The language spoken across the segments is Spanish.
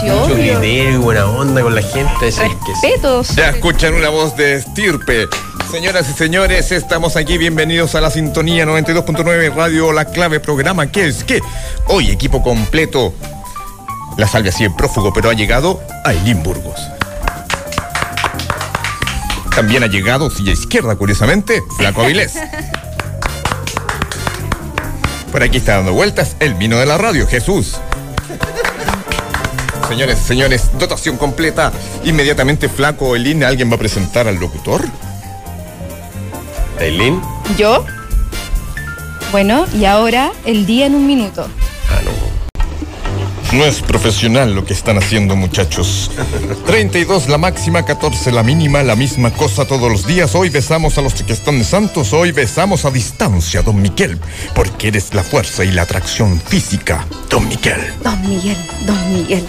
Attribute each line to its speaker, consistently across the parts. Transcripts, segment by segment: Speaker 1: sí,
Speaker 2: Mucho
Speaker 1: obvio.
Speaker 2: criterio y buena onda con la gente. es el que-
Speaker 1: Respetos.
Speaker 3: Ya escuchan una voz de estirpe. Señoras y señores, estamos aquí. Bienvenidos a la sintonía 92.9 Radio La Clave, programa que es que hoy equipo completo. La salve así en prófugo, pero ha llegado Ailín Burgos. También ha llegado, silla izquierda, curiosamente, Flaco Avilés. Por aquí está dando vueltas el vino de la radio, Jesús. Señores, señores, dotación completa. Inmediatamente Flaco Elín, E, ¿alguien va a presentar al locutor?
Speaker 2: Aileen.
Speaker 1: Yo. Bueno, y ahora el día en un minuto.
Speaker 2: Ah, no.
Speaker 3: No es profesional lo que están haciendo, muchachos. 32 la máxima, 14 la mínima, la misma cosa todos los días. Hoy besamos a los que están santos, hoy besamos a distancia, don Miquel, porque eres la fuerza y la atracción física, don Miquel.
Speaker 1: Don Miguel, Don Miguel.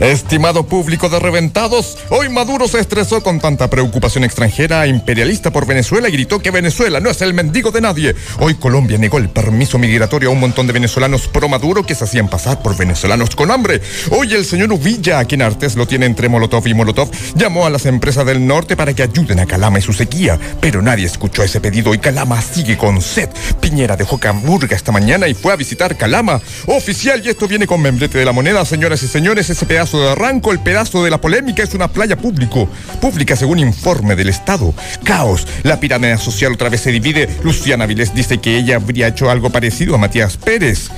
Speaker 3: Estimado público de reventados, hoy Maduro se estresó con tanta preocupación extranjera e imperialista por Venezuela y gritó que Venezuela no es el mendigo de nadie. Hoy Colombia negó el permiso migratorio a un montón de venezolanos pro Maduro que se hacían pasar por venezolanos con hambre. Hoy el señor Uvilla, a quien Artes lo tiene entre Molotov y Molotov, llamó a las empresas del norte para que ayuden a Calama y su sequía, pero nadie escuchó ese pedido y Calama sigue con sed. Piñera dejó Camburga esta mañana y fue a visitar Calama. Oficial, y esto viene con membrete de la moneda, señoras y señores, ese pedazo de arranco, el pedazo de la polémica es una playa público. Pública según informe del Estado. Caos. La pirámide social otra vez se divide. Luciana Vilés dice que ella habría hecho algo parecido a Matías Pérez.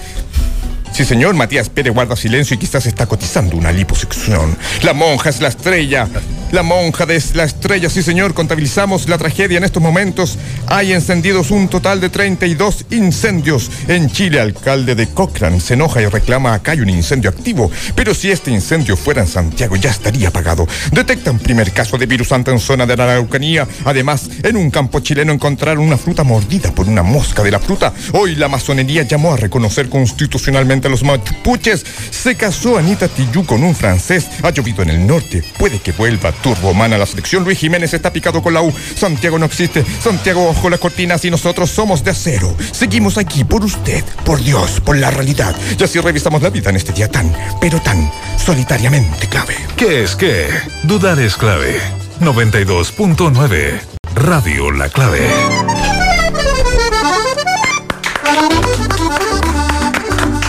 Speaker 3: Sí, señor, Matías Pérez guarda silencio y quizás está cotizando una liposucción. La monja es la estrella. La monja es la estrella, sí, señor. Contabilizamos la tragedia en estos momentos. Hay encendidos un total de 32 incendios. En Chile, alcalde de Cochrane se enoja y reclama acá hay un incendio activo. Pero si este incendio fuera en Santiago, ya estaría apagado. Detectan primer caso de virus anta en zona de la Araucanía. Además, en un campo chileno encontraron una fruta mordida por una mosca de la fruta. Hoy la masonería llamó a reconocer constitucionalmente a los mapuches. Se casó Anita Tillú con un francés. Ha llovido en el norte. Puede que vuelva Turboman a la selección. Luis Jiménez está picado con la U. Santiago no existe. Santiago bajo las cortinas y nosotros somos de acero. Seguimos aquí por usted, por Dios, por la realidad. Y así revisamos la vida en este día tan, pero tan solitariamente clave.
Speaker 4: ¿Qué es qué? Dudar es clave. 92.9 Radio La Clave.
Speaker 3: Con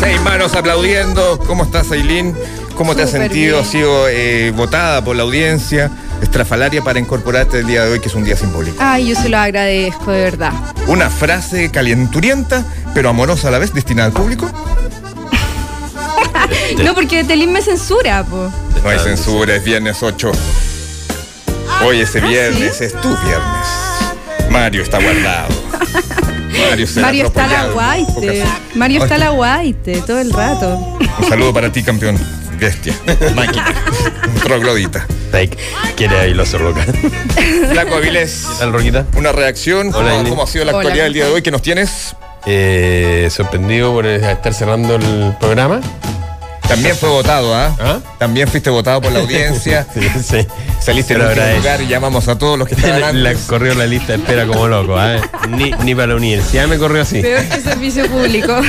Speaker 3: seis manos aplaudiendo. ¿Cómo estás, Ailín? ¿Cómo te has
Speaker 1: Súper
Speaker 3: sentido?
Speaker 1: bien.
Speaker 3: ¿Has sido eh, votada por la audiencia estrafalaria para incorporarte el día de hoy, que es un día simbólico?
Speaker 1: Ay, yo se lo agradezco, de verdad.
Speaker 3: Una frase calenturienta, pero amorosa a la vez, destinada al público.
Speaker 2: Este.
Speaker 1: No, porque Telín me censura, po.
Speaker 3: No hay censura, es viernes 8. Hoy
Speaker 1: Ah,
Speaker 3: ese viernes es tu viernes. Mario está guardado. Mario, será
Speaker 1: Mario está a la
Speaker 3: atropellado en
Speaker 1: guaite.
Speaker 3: pocas-
Speaker 1: Mario está a
Speaker 3: Ay,
Speaker 1: la guaite todo el rato.
Speaker 3: Un saludo para ti, campeón. Bestia. Máquina. Troglodita.
Speaker 2: Like, quiere ahí lo hace Roca.
Speaker 3: Flaco Avilés.
Speaker 2: ¿Tal, Roquita?
Speaker 3: Una reacción,
Speaker 2: Hola,
Speaker 3: ¿cómo,
Speaker 2: Ingrid.
Speaker 3: cómo ha sido la
Speaker 1: Hola,
Speaker 3: actualidad del día de
Speaker 1: Gonzalo.
Speaker 3: hoy que nos tienes?
Speaker 2: Eh, sorprendido por eh, estar cerrando el programa.
Speaker 3: También fue votado, ¿ah?
Speaker 2: ¿Ah?
Speaker 3: También fuiste votado por la audiencia.
Speaker 2: Sí, sí.
Speaker 3: Saliste en
Speaker 2: Pero
Speaker 3: último
Speaker 2: ahora es-
Speaker 3: lugar y llamamos a todos los que estaban
Speaker 2: La, la-
Speaker 3: antes.
Speaker 2: corrió la lista de espera como loco, ¿ah? ni, ni para la universidad me corrió así.
Speaker 1: Peor que servicio público.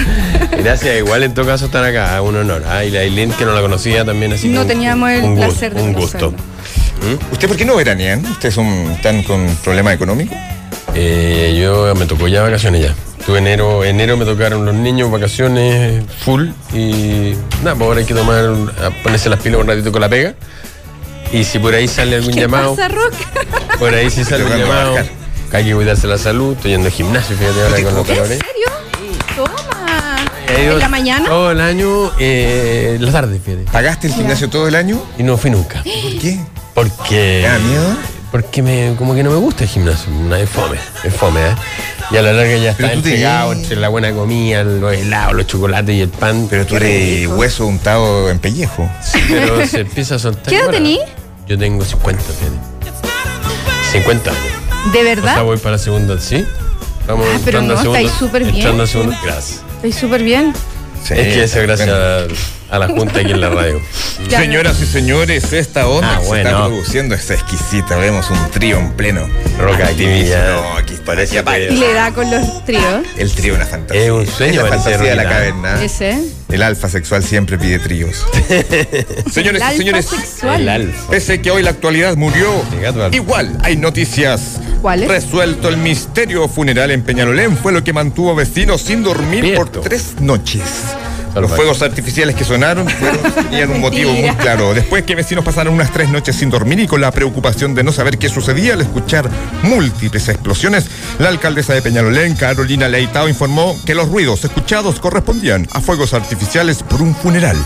Speaker 2: Gracias, igual en todo caso estar acá, ¿ah? un honor. Ah, y la Aileen que no la conocía también así. que
Speaker 1: No
Speaker 2: un-
Speaker 1: teníamos el
Speaker 2: un gusto,
Speaker 1: placer de
Speaker 2: Un
Speaker 1: conocerla.
Speaker 2: gusto.
Speaker 3: ¿Mm? ¿Usted por qué no veranean? ¿Ustedes son, están con problemas económicos?
Speaker 2: Eh, yo me tocó ya vacaciones ya. Tuve enero, enero me tocaron los niños, vacaciones full y nada, pues ahora hay que tomar, un- a ponerse las pilas un ratito con la pega. Y si por ahí sale algún
Speaker 1: ¿Qué
Speaker 2: llamado,
Speaker 1: pasa, Roca?
Speaker 2: por ahí si sale algún
Speaker 3: Tocando
Speaker 2: llamado,
Speaker 3: bajar.
Speaker 2: hay que cuidarse la salud, estoy yendo al gimnasio, fíjate ahora con los
Speaker 1: ¿En
Speaker 2: calores.
Speaker 1: serio? Toma.
Speaker 2: He ido
Speaker 1: ¿En la mañana?
Speaker 2: Todo el año, eh, la tarde, fíjate.
Speaker 3: ¿Pagaste el gimnasio todo el año?
Speaker 2: Y no fui nunca.
Speaker 3: ¿Por qué?
Speaker 2: Porque.
Speaker 3: ¿Te da miedo?
Speaker 2: Porque me, como que no me gusta el gimnasio. No, es fome, es fome, ¿eh? Y a la larga ya
Speaker 3: Pero
Speaker 2: está
Speaker 3: tú te-
Speaker 2: entregado entre la buena comida, los helados, los chocolates y el pan.
Speaker 3: Pero tú eres hueso untado en pellejo.
Speaker 2: Sí, pero se empieza a soltar.
Speaker 1: ¿Qué edad
Speaker 2: Bueno,
Speaker 1: tení?
Speaker 2: Yo tengo 50, fíjate. 50 años.
Speaker 1: ¿De
Speaker 2: O sea,
Speaker 1: verdad?
Speaker 2: voy para segunda, ¿sí? Estamos
Speaker 1: Ah, pero
Speaker 2: entrando a
Speaker 1: no,
Speaker 2: segunda-
Speaker 1: estáis súper bien.
Speaker 2: Entrando a segunda. Gracias.
Speaker 1: Estoy súper bien.
Speaker 3: Sí,
Speaker 2: es que eso
Speaker 3: está
Speaker 2: gracias
Speaker 3: estupendo.
Speaker 2: a, a la Junta aquí en la radio.
Speaker 1: Ya,
Speaker 3: Señoras y señores, esta onda
Speaker 2: Ah,
Speaker 3: que se está
Speaker 2: bueno.
Speaker 3: produciendo es exquisita. Vemos un trío en pleno.
Speaker 2: Roca, aquí ya-
Speaker 3: No, aquí
Speaker 2: parece
Speaker 3: parece
Speaker 2: que-
Speaker 1: Y le da con los tríos.
Speaker 3: El trío es una fantasía.
Speaker 2: Es un sueño,
Speaker 3: Es la
Speaker 2: parece,
Speaker 3: fantasía de la
Speaker 2: Rolina.
Speaker 3: caverna.
Speaker 1: Ese.
Speaker 3: El alfa sexual siempre pide tríos. Señores
Speaker 1: El
Speaker 3: y señores,
Speaker 1: alfa sexual.
Speaker 2: El alfa.
Speaker 3: pese que hoy la actualidad murió,
Speaker 2: El gato alfa.
Speaker 3: igual hay noticias.
Speaker 1: ¿Cuáles?
Speaker 3: Resuelto el misterio funeral en Peñalolén fue lo que mantuvo a vecinos sin dormir
Speaker 2: Cierto.
Speaker 3: por tres noches. Los
Speaker 2: Salvaje.
Speaker 3: fuegos artificiales que sonaron fueron- tenían un motivo muy
Speaker 1: Mentira.
Speaker 3: claro. Después que vecinos pasaron unas tres noches sin dormir y con la preocupación de no saber qué sucedía al escuchar múltiples explosiones, la alcaldesa de Peñalolén, Carolina Leitao, informó que los ruidos escuchados correspondían a fuegos artificiales por un funeral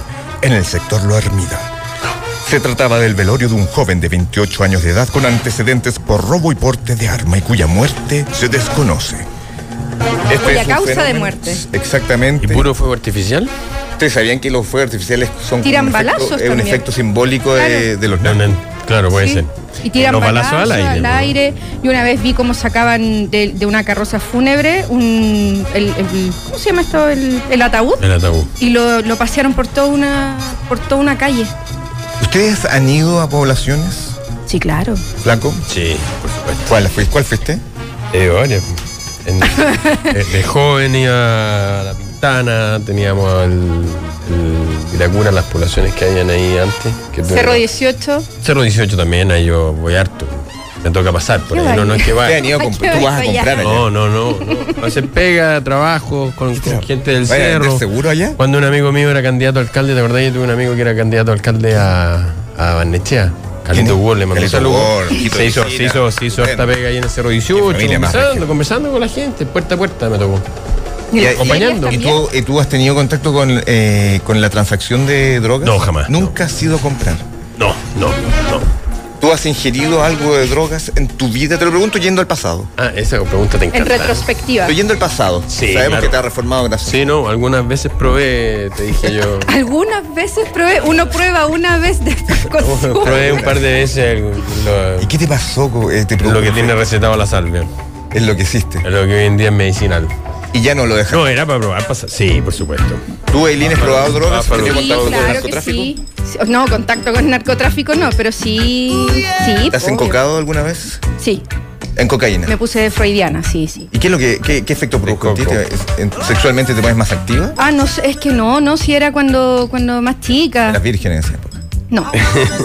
Speaker 3: en el sector Lo Hermida. Se trataba del velorio de un joven de 28 años de edad con antecedentes por robo y porte de arma y cuya muerte se desconoce. Este
Speaker 1: Cuya
Speaker 3: es un
Speaker 1: causa de
Speaker 3: fenómeno-
Speaker 1: muerte.
Speaker 3: Exactamente.
Speaker 2: ¿Y puro fuego artificial?
Speaker 3: ¿Ustedes sabían que los fuegos artificiales son como
Speaker 1: Tiran
Speaker 3: un efecto-
Speaker 1: balazos
Speaker 3: es un
Speaker 1: también.
Speaker 3: efecto simbólico de,
Speaker 1: Claro.
Speaker 3: de los
Speaker 2: No,
Speaker 3: nazis?
Speaker 2: no, claro, puede
Speaker 1: Sí.
Speaker 2: ser.
Speaker 1: Y tiran
Speaker 2: Los
Speaker 1: balazos al aire.
Speaker 2: ¿no?
Speaker 1: Y una vez vi cómo sacaban de, de una carroza fúnebre un. el- el- ¿Cómo se llama esto? El, el ataúd.
Speaker 2: El ataúd.
Speaker 1: Y lo, lo pasearon por toda una por toda una calle.
Speaker 3: ¿Ustedes han ido a poblaciones,
Speaker 1: Sí, claro.
Speaker 3: Flaco?
Speaker 2: Sí, por supuesto.
Speaker 3: ¿Cuál fuiste? ¿Cuál fuiste?
Speaker 2: Eh, vale. En- eh, de joven iba a la Pintana, teníamos el, el Viracura, las poblaciones que habían ahí antes. que tú-
Speaker 1: Cerro 18.
Speaker 2: Cerro 18 también, ahí yo voy harto. Me toca pasar por
Speaker 1: Qué
Speaker 2: ahí. No, no es que
Speaker 3: Ustedes
Speaker 2: vaya.
Speaker 3: han ido a
Speaker 1: Ay,
Speaker 3: comp-
Speaker 1: qué
Speaker 3: Tú vas a
Speaker 1: vergüenza.
Speaker 3: comprar allá.
Speaker 2: No, no, no. no. Hacer pega, trabajo con, con gente del
Speaker 3: ¿Vaya a vender
Speaker 2: cerro.
Speaker 3: seguro allá?
Speaker 2: Cuando un amigo mío era candidato a alcalde, ¿te acordás? Yo tuve un amigo que era candidato a alcalde a, a Barnechea. Carlito
Speaker 3: ¿Quién?
Speaker 2: Ward le mandó
Speaker 3: Carlito
Speaker 2: saludos.
Speaker 3: Ward, hijito
Speaker 2: Se
Speaker 3: de
Speaker 2: hizo,
Speaker 3: Sina.
Speaker 2: se hizo, se hizo harta
Speaker 3: Estupendo.
Speaker 2: pega ahí en el Cerro 18,
Speaker 3: Qué familia más
Speaker 2: conversando,
Speaker 3: regia.
Speaker 2: conversando con la gente, puerta a puerta me tocó.
Speaker 1: Y
Speaker 3: Y-
Speaker 1: las
Speaker 2: acompañando.
Speaker 1: ferias
Speaker 3: ¿Y
Speaker 1: también.
Speaker 3: tú, y tú has tenido contacto con, eh, con la transacción de drogas?
Speaker 2: No, jamás,
Speaker 3: Nunca has ido a comprar.
Speaker 2: No, no, no.
Speaker 3: ¿Tú has ingerido algo de drogas en tu vida? Te lo pregunto yendo al pasado.
Speaker 2: Ah, esa pregunta te
Speaker 1: En
Speaker 2: encanta.
Speaker 1: retrospectiva.
Speaker 3: Pero yendo al pasado.
Speaker 2: Sí,
Speaker 3: Sabemos
Speaker 2: claro.
Speaker 3: que te has reformado gracias.
Speaker 2: Sí, no, algunas veces probé, te dije yo.
Speaker 1: Algunas veces probé, uno prueba una vez después consume.
Speaker 2: probé un par de veces lo,
Speaker 3: ¿Y qué te pasó? co- eh, te
Speaker 2: lo que
Speaker 3: preocupa?
Speaker 2: tiene recetado la salvia.
Speaker 3: Es lo que hiciste.
Speaker 2: Lo que hoy en día es medicinal.
Speaker 3: Y ya no lo dejaste.
Speaker 2: No, era para probar pasar. Sí, por supuesto.
Speaker 3: ¿Tú, Eileen, has probado
Speaker 2: Ah,
Speaker 3: drogas?
Speaker 2: pero-
Speaker 3: ¿Has
Speaker 1: Sí,
Speaker 3: tenido contacto con
Speaker 1: claro que
Speaker 3: narcotráfico?
Speaker 1: sí. Sí, No, contacto con narcotráfico no, pero sí. sí
Speaker 3: ¿Te has
Speaker 1: obvio.
Speaker 3: encocado alguna vez?
Speaker 1: Sí,
Speaker 3: En cocaína.
Speaker 1: me puse freudiana, sí, sí.
Speaker 3: ¿Y qué es lo que qué, qué efecto produjo en ti?
Speaker 2: coco.
Speaker 3: ¿Te- es- en- ¿Sexualmente te pones más activa?
Speaker 1: Ah, no, sé, es que no, no, si era cuando, cuando más
Speaker 3: Eras
Speaker 1: chica.
Speaker 3: virgen en esa época.
Speaker 1: No,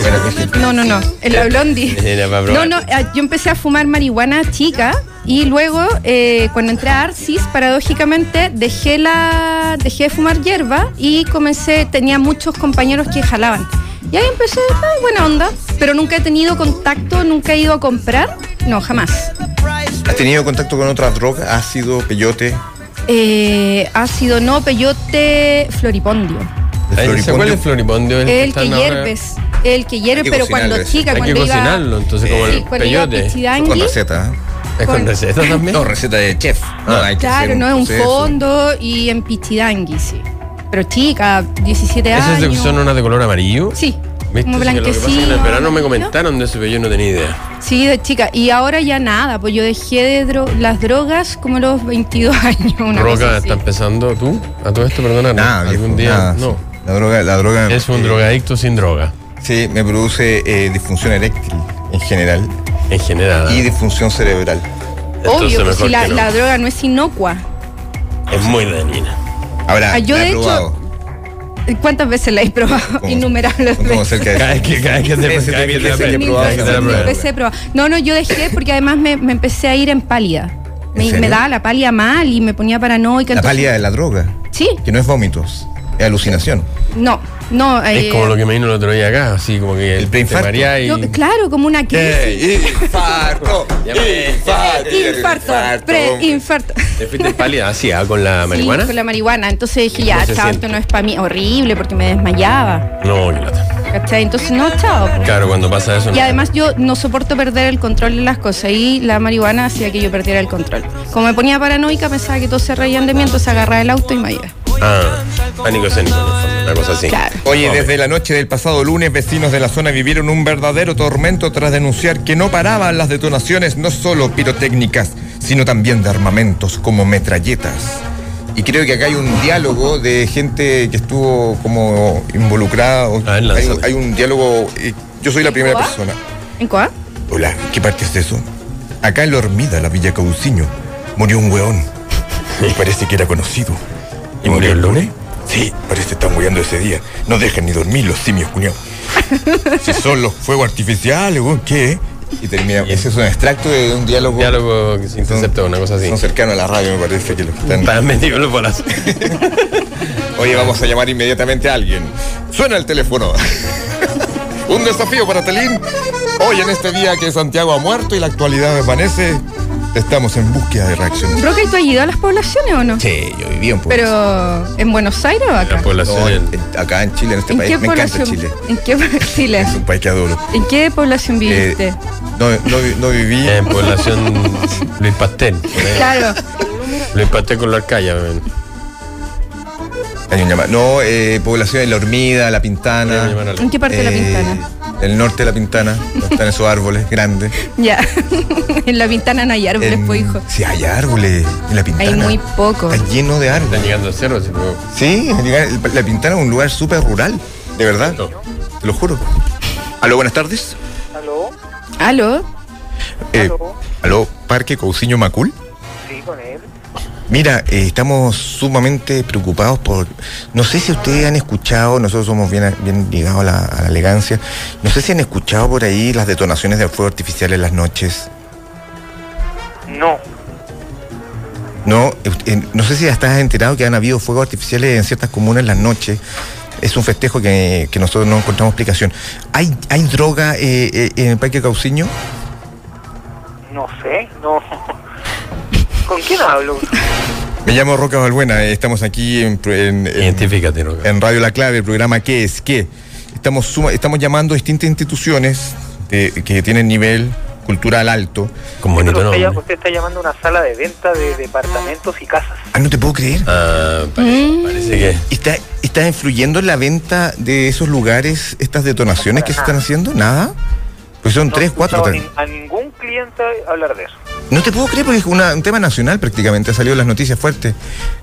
Speaker 3: Eras virgen.
Speaker 1: no, no, no, el la blondie.
Speaker 2: Era para
Speaker 1: No,
Speaker 2: probar.
Speaker 1: no, ah, yo empecé a fumar marihuana chica y luego eh, cuando entré a Arsis, paradójicamente dejé la dejé de fumar hierba y comencé, tenía muchos compañeros que jalaban. Y ahí empecé, ah, buena onda, pero nunca he tenido contacto, nunca he ido a comprar, no, jamás.
Speaker 3: ¿Has tenido contacto con otras drogas? ¿Ácido, peyote?
Speaker 1: Eh, ácido no, peyote, floripondio.
Speaker 3: de
Speaker 2: Ay, ¿Se acuerdan del floripondio? El,
Speaker 1: El que
Speaker 2: están ahora-
Speaker 1: hierbes, el que hierve,
Speaker 3: que
Speaker 1: pero
Speaker 3: cocinarlo
Speaker 1: cuando
Speaker 3: eso.
Speaker 1: chica,
Speaker 2: Hay que
Speaker 1: cuando iba...
Speaker 2: cocinarlo, entonces, como
Speaker 1: sí,
Speaker 2: el
Speaker 1: cuando iba a
Speaker 2: peyote.
Speaker 1: Pichidangui,
Speaker 3: Con receta. ¿eh?
Speaker 2: ¿Es con
Speaker 1: con-
Speaker 2: receta también? Ah.
Speaker 3: No, receta de chef. No, hay que hacer
Speaker 1: Claro, no es un
Speaker 3: proceso.
Speaker 1: fondo y en Pichidangui, sí. Pero chica, 17
Speaker 2: ¿Esas de-
Speaker 1: años.
Speaker 2: son unas de color amarillo?
Speaker 1: Sí,
Speaker 2: ¿Viste?
Speaker 1: como
Speaker 2: Sí, que lo que pasa es que en el
Speaker 1: blanquecino,
Speaker 2: verano me
Speaker 1: ¿no?
Speaker 2: comentaron de eso, pero yo no tenía idea.
Speaker 1: Sí, de chica. Y ahora ya nada, pues yo dejé de dro- las drogas como a los 22 años. Una cosa
Speaker 2: Roca,
Speaker 1: así.
Speaker 2: ¿está empezando tú? A todo esto, perdona. ¿no?
Speaker 3: Nada,
Speaker 2: Algún
Speaker 3: viejo,
Speaker 2: día.
Speaker 3: nada.
Speaker 2: no.
Speaker 3: La droga, la droga.
Speaker 2: Es un
Speaker 3: eh,
Speaker 2: drogadicto sin droga,
Speaker 3: Sí, me produce eh, disfunción eréctil en general
Speaker 2: en general.
Speaker 3: y disfunción cerebral.
Speaker 2: Entonces,
Speaker 1: Obvio, pues,
Speaker 2: mejor
Speaker 1: si la,
Speaker 2: que no.
Speaker 1: la droga no es inocua.
Speaker 2: Es muy dañina.
Speaker 3: Ahora,
Speaker 1: Ah, yo
Speaker 3: la he
Speaker 1: de hecho-
Speaker 3: probado.
Speaker 1: ¿Cuántas veces la he probado?
Speaker 3: Como-
Speaker 1: Innumerables
Speaker 3: son como
Speaker 1: veces.
Speaker 3: cerca de
Speaker 2: Cada vez que, cada vez que
Speaker 3: Ese
Speaker 2: te, cada vez que te la
Speaker 3: también
Speaker 2: prueben,
Speaker 3: que he probado,
Speaker 2: cada vez que te la
Speaker 3: ese
Speaker 2: prueben.
Speaker 1: Empecé a probar. No, no, yo dejé porque además me, me empecé a ir en pálida. Me,
Speaker 3: serio?
Speaker 1: me daba la pálida mal y me ponía paranoica.
Speaker 3: la
Speaker 1: entonces-
Speaker 3: pálida de la droga,
Speaker 1: Sí,
Speaker 3: que no es vómitos, es alucinación.
Speaker 1: no, no. eh,
Speaker 2: Es como lo que me vino el otro día acá, así como que
Speaker 3: El
Speaker 2: te
Speaker 3: preinfarto.
Speaker 2: mareás y-
Speaker 1: yo- claro, como una crisis. Eh,
Speaker 3: Infarto, infarto,
Speaker 1: Infarto, preinfarto.
Speaker 2: Ah, ¿Te fuiste pálida así, ah, con la marihuana?
Speaker 1: Sí, con la marihuana. Entonces dije,
Speaker 2: ¿Y
Speaker 1: ya,
Speaker 2: cómo se
Speaker 1: chao,
Speaker 2: siente?
Speaker 1: esto no es para mí. Horrible, porque me desmayaba.
Speaker 2: No, qué lata.
Speaker 1: ¿Cachai? Entonces, no, chao. po.
Speaker 2: Claro, cuando pasa eso.
Speaker 1: Y
Speaker 2: no.
Speaker 1: además yo no soporto perder el control de las cosas y la marihuana hacía que yo perdiera el control. Como me ponía paranoica, pensaba que todos se reían de mí, entonces agarraba el auto y me iba.
Speaker 2: Ah, pánico escénico, en el fondo, una cosa así.
Speaker 1: Claro.
Speaker 3: Oye, desde la noche del pasado lunes, vecinos de la zona vivieron un verdadero tormento tras denunciar que no paraban las detonaciones no solo pirotécnicas, sino también de armamentos como metralletas. Y creo que acá hay un diálogo de gente que estuvo como involucrada. o-
Speaker 2: A ver,
Speaker 3: hay,
Speaker 2: lánzame.
Speaker 3: hay un diálogo. eh, Yo soy la primera
Speaker 1: ¿Cuá?
Speaker 3: persona.
Speaker 1: ¿En cuál?
Speaker 3: Hola, ¿qué parte es eso? Acá en la hormida, la Villa Cauciño, murió un weón. Y parece que era conocido.
Speaker 2: ¿Y murió el lunes?
Speaker 3: Sí, parece que están huyendo ese día. No dejan ni dormir los simios, cuñado. si son los fuegos artificiales, weón, ¿qué? Y termina. Ese es un extracto de un diálogo.
Speaker 2: Diálogo sin concepto, una cosa así.
Speaker 3: Son cercanos a la radio, me parece que los que están.
Speaker 2: Están metidos en los balazos.
Speaker 3: Oye, vamos a llamar inmediatamente a alguien. Suena el teléfono. Un desafío para Telín. Hoy en este día que Santiago ha muerto y la actualidad desvanece, estamos en búsqueda de reacciones.
Speaker 1: Roca, ¿y tú has ido a las poblaciones o no?
Speaker 3: Sí, yo vivía un poco.
Speaker 1: Pero, ¿en Buenos Aires o acá?
Speaker 2: La población.
Speaker 3: acá en Chile, en este
Speaker 1: ¿En
Speaker 3: país,
Speaker 1: qué
Speaker 3: me encanta
Speaker 1: población?
Speaker 3: Chile.
Speaker 1: ¿En qué, Chile.
Speaker 3: Es un país que adoro.
Speaker 1: ¿En qué población
Speaker 3: Eh,
Speaker 1: viviste?
Speaker 3: no, no, vi- no viví.
Speaker 2: En población Luis Pastel. por ahí.
Speaker 1: claro.
Speaker 2: Luis Pastel con la arcaya. weón.
Speaker 3: Hay un llamado. No, eh, población de La Hormida, La
Speaker 2: Voy a llamar
Speaker 3: Pintana.
Speaker 2: a la-
Speaker 1: ¿En qué parte de la
Speaker 3: eh,
Speaker 1: Pintana?
Speaker 3: El norte de La Pintana, donde están esos árboles grandes.
Speaker 1: Ya. en la Pintana no hay árboles,
Speaker 3: En-
Speaker 1: pues, hijo.
Speaker 3: Sí, hay árboles en La Pintana.
Speaker 1: Hay muy poco.
Speaker 3: Está lleno de árboles.
Speaker 2: Están llegando al cerro, sí, pero-
Speaker 3: Sí, el- la Pintana es un lugar súper rural, de verdad.
Speaker 2: No.
Speaker 3: Te lo juro. Aló, buenas tardes.
Speaker 5: ¿Aló?
Speaker 1: ¿Aló?
Speaker 3: Eh,
Speaker 5: Aló.
Speaker 3: aló, Parque Cousiño Macul.
Speaker 5: Sí, con él.
Speaker 3: Mira, eh, estamos sumamente preocupados por. No sé si ustedes han escuchado, nosotros somos bien, bien ligados a la, a la elegancia. No sé si han escuchado por ahí las detonaciones de fuego artificial en las noches.
Speaker 5: No.
Speaker 3: No, Eh, eh, no sé si ya estás enterado que han habido fuegos artificiales en ciertas comunas en las noches. Es un festejo que, que nosotros no encontramos explicación. ¿Hay, hay droga eh, eh, en el Parque Cauciño?
Speaker 5: No sé, no. ¿Con quién hablo?
Speaker 3: Me llamo Roca Valbuena, eh, estamos aquí en, pro- en- en-
Speaker 2: Identifícate, ¿no?
Speaker 3: en Radio La Clave, el programa ¿Qué es qué? Estamos, suma- estamos llamando a distintas instituciones de- que tienen nivel cultural alto.
Speaker 2: Con
Speaker 5: Pero
Speaker 2: bonito
Speaker 5: usted, ya-
Speaker 2: nombre.
Speaker 5: usted está llamando a una sala de venta de departamentos y casas.
Speaker 3: Ah, no te puedo creer.
Speaker 2: Ah, parece, parece que.
Speaker 3: ¿Está, ¿Está influyendo en la venta de esos lugares estas detonaciones que se están haciendo? ¿Nada? Pues son
Speaker 5: No he
Speaker 3: tres, cuatro.
Speaker 5: escuchado a
Speaker 3: tres.
Speaker 5: nin- A ningún cliente hablar de eso.
Speaker 3: No te puedo creer porque es una- un tema nacional prácticamente. Ha salido en las noticias fuertes.